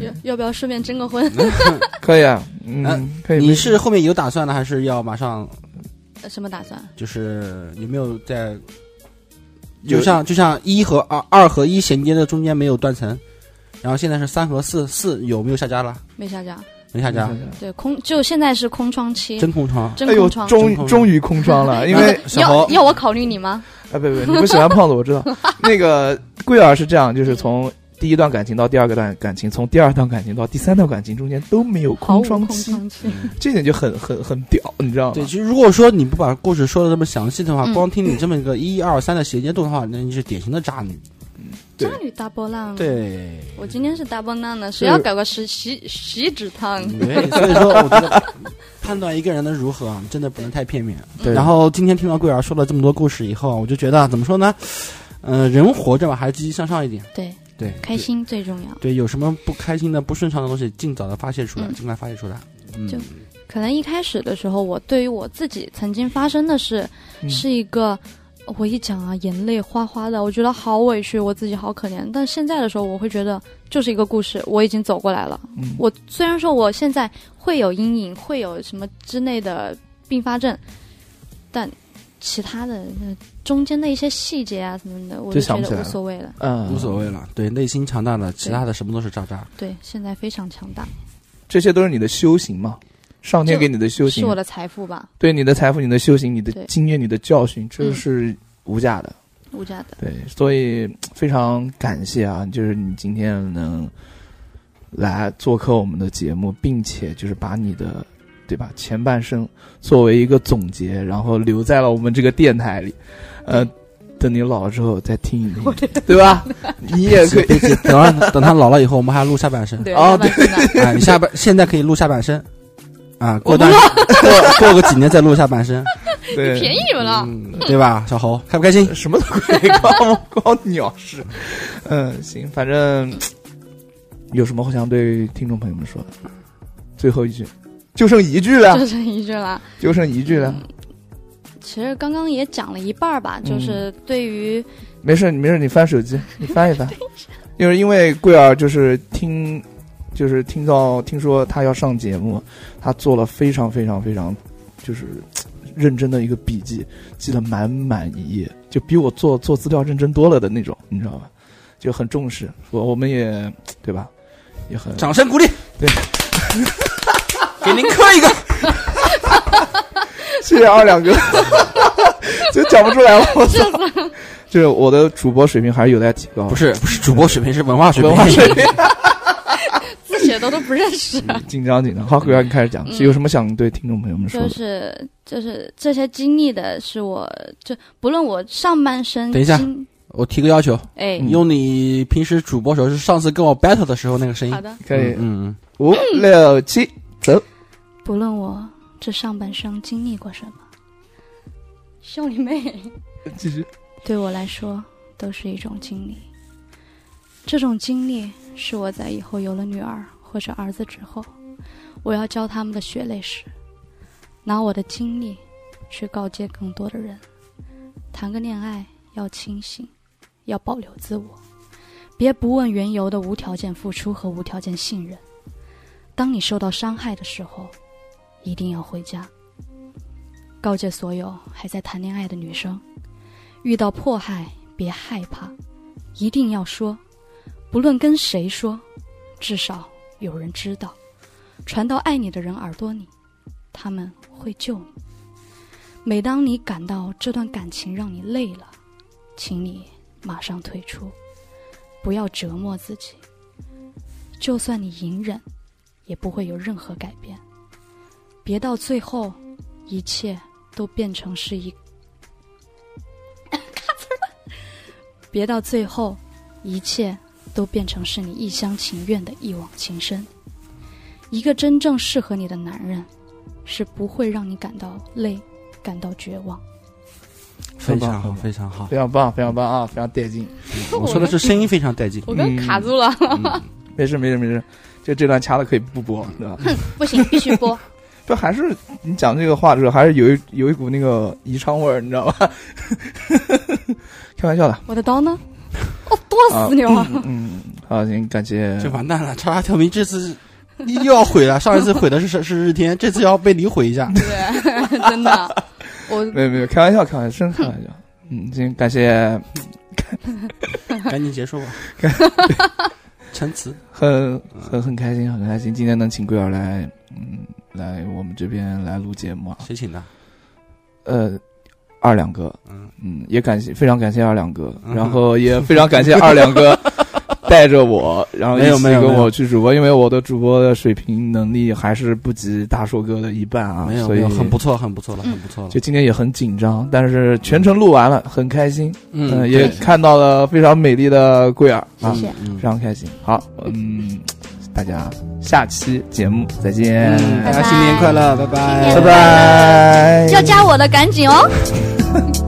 S3: 要要不要顺便征个婚？
S1: 可以啊，
S2: 嗯
S1: 嗯，可以。
S2: 你是后面有打算呢，还是要马上？
S3: 呃什么打算？
S2: 就是有没有在？
S1: 有
S2: 就像就像一和二，二和一衔接的中间没有断层，然后现在是三和四，四有没有下家了？
S3: 没下架，
S2: 没下家，
S3: 对空就现在是空窗期，
S2: 真空窗。
S3: 真
S1: 哎呦
S3: 空，窗。哎
S1: 终于终于空窗哎了，因为
S2: 那小
S3: 要
S2: 侯
S3: 要我考虑你吗？
S1: 哎，不不，你不喜欢胖子，我
S3: [LAUGHS]
S1: 知道。那个桂儿是这样，就是从第一段感情到第二个段感情，从第二段感情到第三段感情中间都没有
S3: 毫
S1: 空
S3: 无
S1: 窗
S3: 空
S1: 期，
S3: 窗
S2: 嗯
S3: 期，
S1: 这点就很很很屌，你知道
S2: 对，
S1: 吗？
S2: 其实如果说你不把故事说的这么详细的话，
S3: 嗯
S2: 光听你这么一个一二三的衔接度的话，那你是典型的渣女。
S1: 对
S3: 渣女大波浪。，
S2: 对，
S3: 我今天是大波浪呢，谁要搞个十锡锡纸烫？
S2: [LAUGHS] 对，所以说我觉得判断一个人的如何啊，真的不能太片面。
S1: 对
S2: 然后今天听到桂儿说了这么多故事以后，我就觉得怎么说呢？呃，人活着嘛，还是积极向上一点。
S3: 对，
S2: 对，
S3: 开心最重要。
S2: 对。对，有什么不开心的、不顺畅的东西，尽早的发泄出来，
S3: 嗯
S2: 尽快发泄出来。嗯
S3: 就，可能一开始的时候，我对于我自己曾经发生的事，
S2: 嗯
S3: 是一个我一讲啊，眼泪哗哗的，我觉得好委屈，我自己好可怜。但现在的时候，我会觉得就是一个故事，我已经走过来了。
S1: 嗯
S3: 我虽然说我现在会有阴影，会有什么之类的并发症，但其他的、呃、中间的一些细节啊什么的，我
S1: 就想
S3: 觉
S1: 不起
S3: 得
S1: 来
S3: 无
S1: 了
S3: 所谓了。
S1: 嗯，
S2: 无所谓了。对，内心强大的，其他的什么都是渣渣。 [LAUGHS]
S3: 对，现在非常强大，
S1: 这些都是你的修行嘛，上天给你的修
S3: 是
S1: 行，
S3: 我的财富吧，
S1: 对你的财富、你的修行、你的
S3: 对嗯
S1: 经验、你的教训，这是无价的。
S3: 无价的。
S1: 对，所以非常感谢啊，就是你今天能来做客我们的节目，并且就是把你的对吧前半生作为一个总结，然后留在了我们这个电台里，呃，等你老了之后再听一听，对吧？ [LAUGHS] 你也可以，
S2: 等他等他老了以后，我们还要录下半身。
S3: 对，
S1: 哦
S3: 慢慢成长
S2: 啊，你下半现在可以录下半身，啊，过段 [LAUGHS] 过过个几年再录下半身，
S3: 便
S1: 对，
S3: 宜你们了。
S2: 嗯，对吧？小侯开不开心？
S1: 什么都可以，光光鸟事。嗯，行，反正有什么话想对听众朋友们说的？最后一句，就剩一句了
S3: 就，剩一句了。
S1: 就剩一句了。
S3: 其实刚刚也讲了一半儿吧，
S1: 嗯
S3: 就是对于
S1: 没事，你没事，你翻手机，你翻一翻。就是因为桂儿就是听，就是听到听说她要上节目，她做了非常非常非常，就是嘖认真的一个笔记，记了满满一页，就比我做做资料认真多了的那种，你知道吧？就很重视，我我们也嘖对吧？也很
S2: 掌声鼓励， [LAUGHS]
S1: 对，
S2: 给您磕一个。
S1: 谢谢二两哥， [LAUGHS] 就讲不出来了，我操！就是我的主播水平还是有待提高，
S2: 不是不是主播水平，是文化水平。
S1: 文化水平。
S3: 字写的都不认识，
S1: 紧张紧张，好，鬼儿你开始讲，
S3: 嗯
S1: 是有什么想对听众朋友们说
S3: [LAUGHS] 就
S1: 的？
S3: 是就是这些经历的是我，就不论我上半身
S2: 等一下
S3: 经
S2: 我提个要求，
S3: 哎，
S1: 嗯
S2: 用你平时主播手势，上次跟我 battle 的时候那个声音
S3: 好。的，
S1: 可以，
S2: 嗯，嗯
S1: 五六七，走。
S3: 不论我这上半生经历过什么，笑你妹！
S1: 继续。
S3: 对我来说都是一种经历。这种经历是我在以后有了女儿或者儿子之后，我要教他们的血泪史，拿我的经历去告诫更多的人：谈个恋爱要清醒，要保留自我，别不问缘由的无条件付出和无条件信任。当你受到伤害的时候，一定要回家。告诫所有还在谈恋爱的女生。遇到迫害，别害怕，一定要说，不论跟谁说，至少有人知道，传到爱你的人耳朵里，他们会救你。每当你感到这段感情让你累了，请你马上退出，不要折磨自己。就算你隐忍，也不会有任何改变。别到最后，一切都变成是一别到最后，一切都变成是你一厢情愿的一往情深。一个真正适合你的男人，是不会让你感到累、感到绝望。
S2: 非常
S1: 很棒
S2: 好，非常好。
S1: 非常棒，非常棒啊，非常带劲。
S2: 嗯我说的是声音非常带劲。
S3: 我刚卡住
S2: [LAUGHS]
S3: 了，
S2: 嗯
S1: 没事没事没事，就这段掐了可以不播，对吧？
S3: 不行，必须 [LAUGHS] 播。
S1: 就还是你讲这个话的时候，还是有一有一股那个宜昌味儿，你知道吧？ [LAUGHS] 开玩笑的。
S3: 我的刀呢？哦，多死牛啊！
S1: 嗯，好，行，感谢。
S2: 这完蛋了，叉叉调频这次又要毁了。上一次毁的是是是日天，这次要被你毁一
S3: [LAUGHS]
S2: 下。
S3: 对，真的，我
S1: 没有没有，开玩笑，开玩笑，真开玩笑。嗯，行，感谢，
S2: 赶紧结束吧。陈词，
S1: 很很很开心，很开心，今天能请贵儿来，嗯，来我们这边来录节目啊。
S2: 谁请的？
S1: 呃，二两哥，
S2: 嗯
S1: 嗯，也感谢，非常感谢二两哥，
S2: 嗯 [LAUGHS]
S1: 然后也非常感谢二两哥带着我，然后一
S2: 没有
S1: 起
S2: 没有
S1: 跟
S2: 没有
S1: 我去主播，因为我的主播的水平能力还是不及大硕哥的一半啊，
S2: 没有
S1: 所
S2: 没
S1: 以
S2: 有，很不。错，很不错了，
S3: 嗯
S2: 很不错了
S1: 就。今天也很紧张，但是全程录完了，很开心，嗯、
S2: 嗯，对
S1: 也看到了非常美丽的桂儿啊，
S3: 谢谢
S2: 嗯
S1: 非常开心。好，嗯，大家下期节目再见，
S2: 嗯，大家新年快乐，拜拜，
S3: 新年快乐
S1: 拜拜。
S3: 要加我的赶紧哦。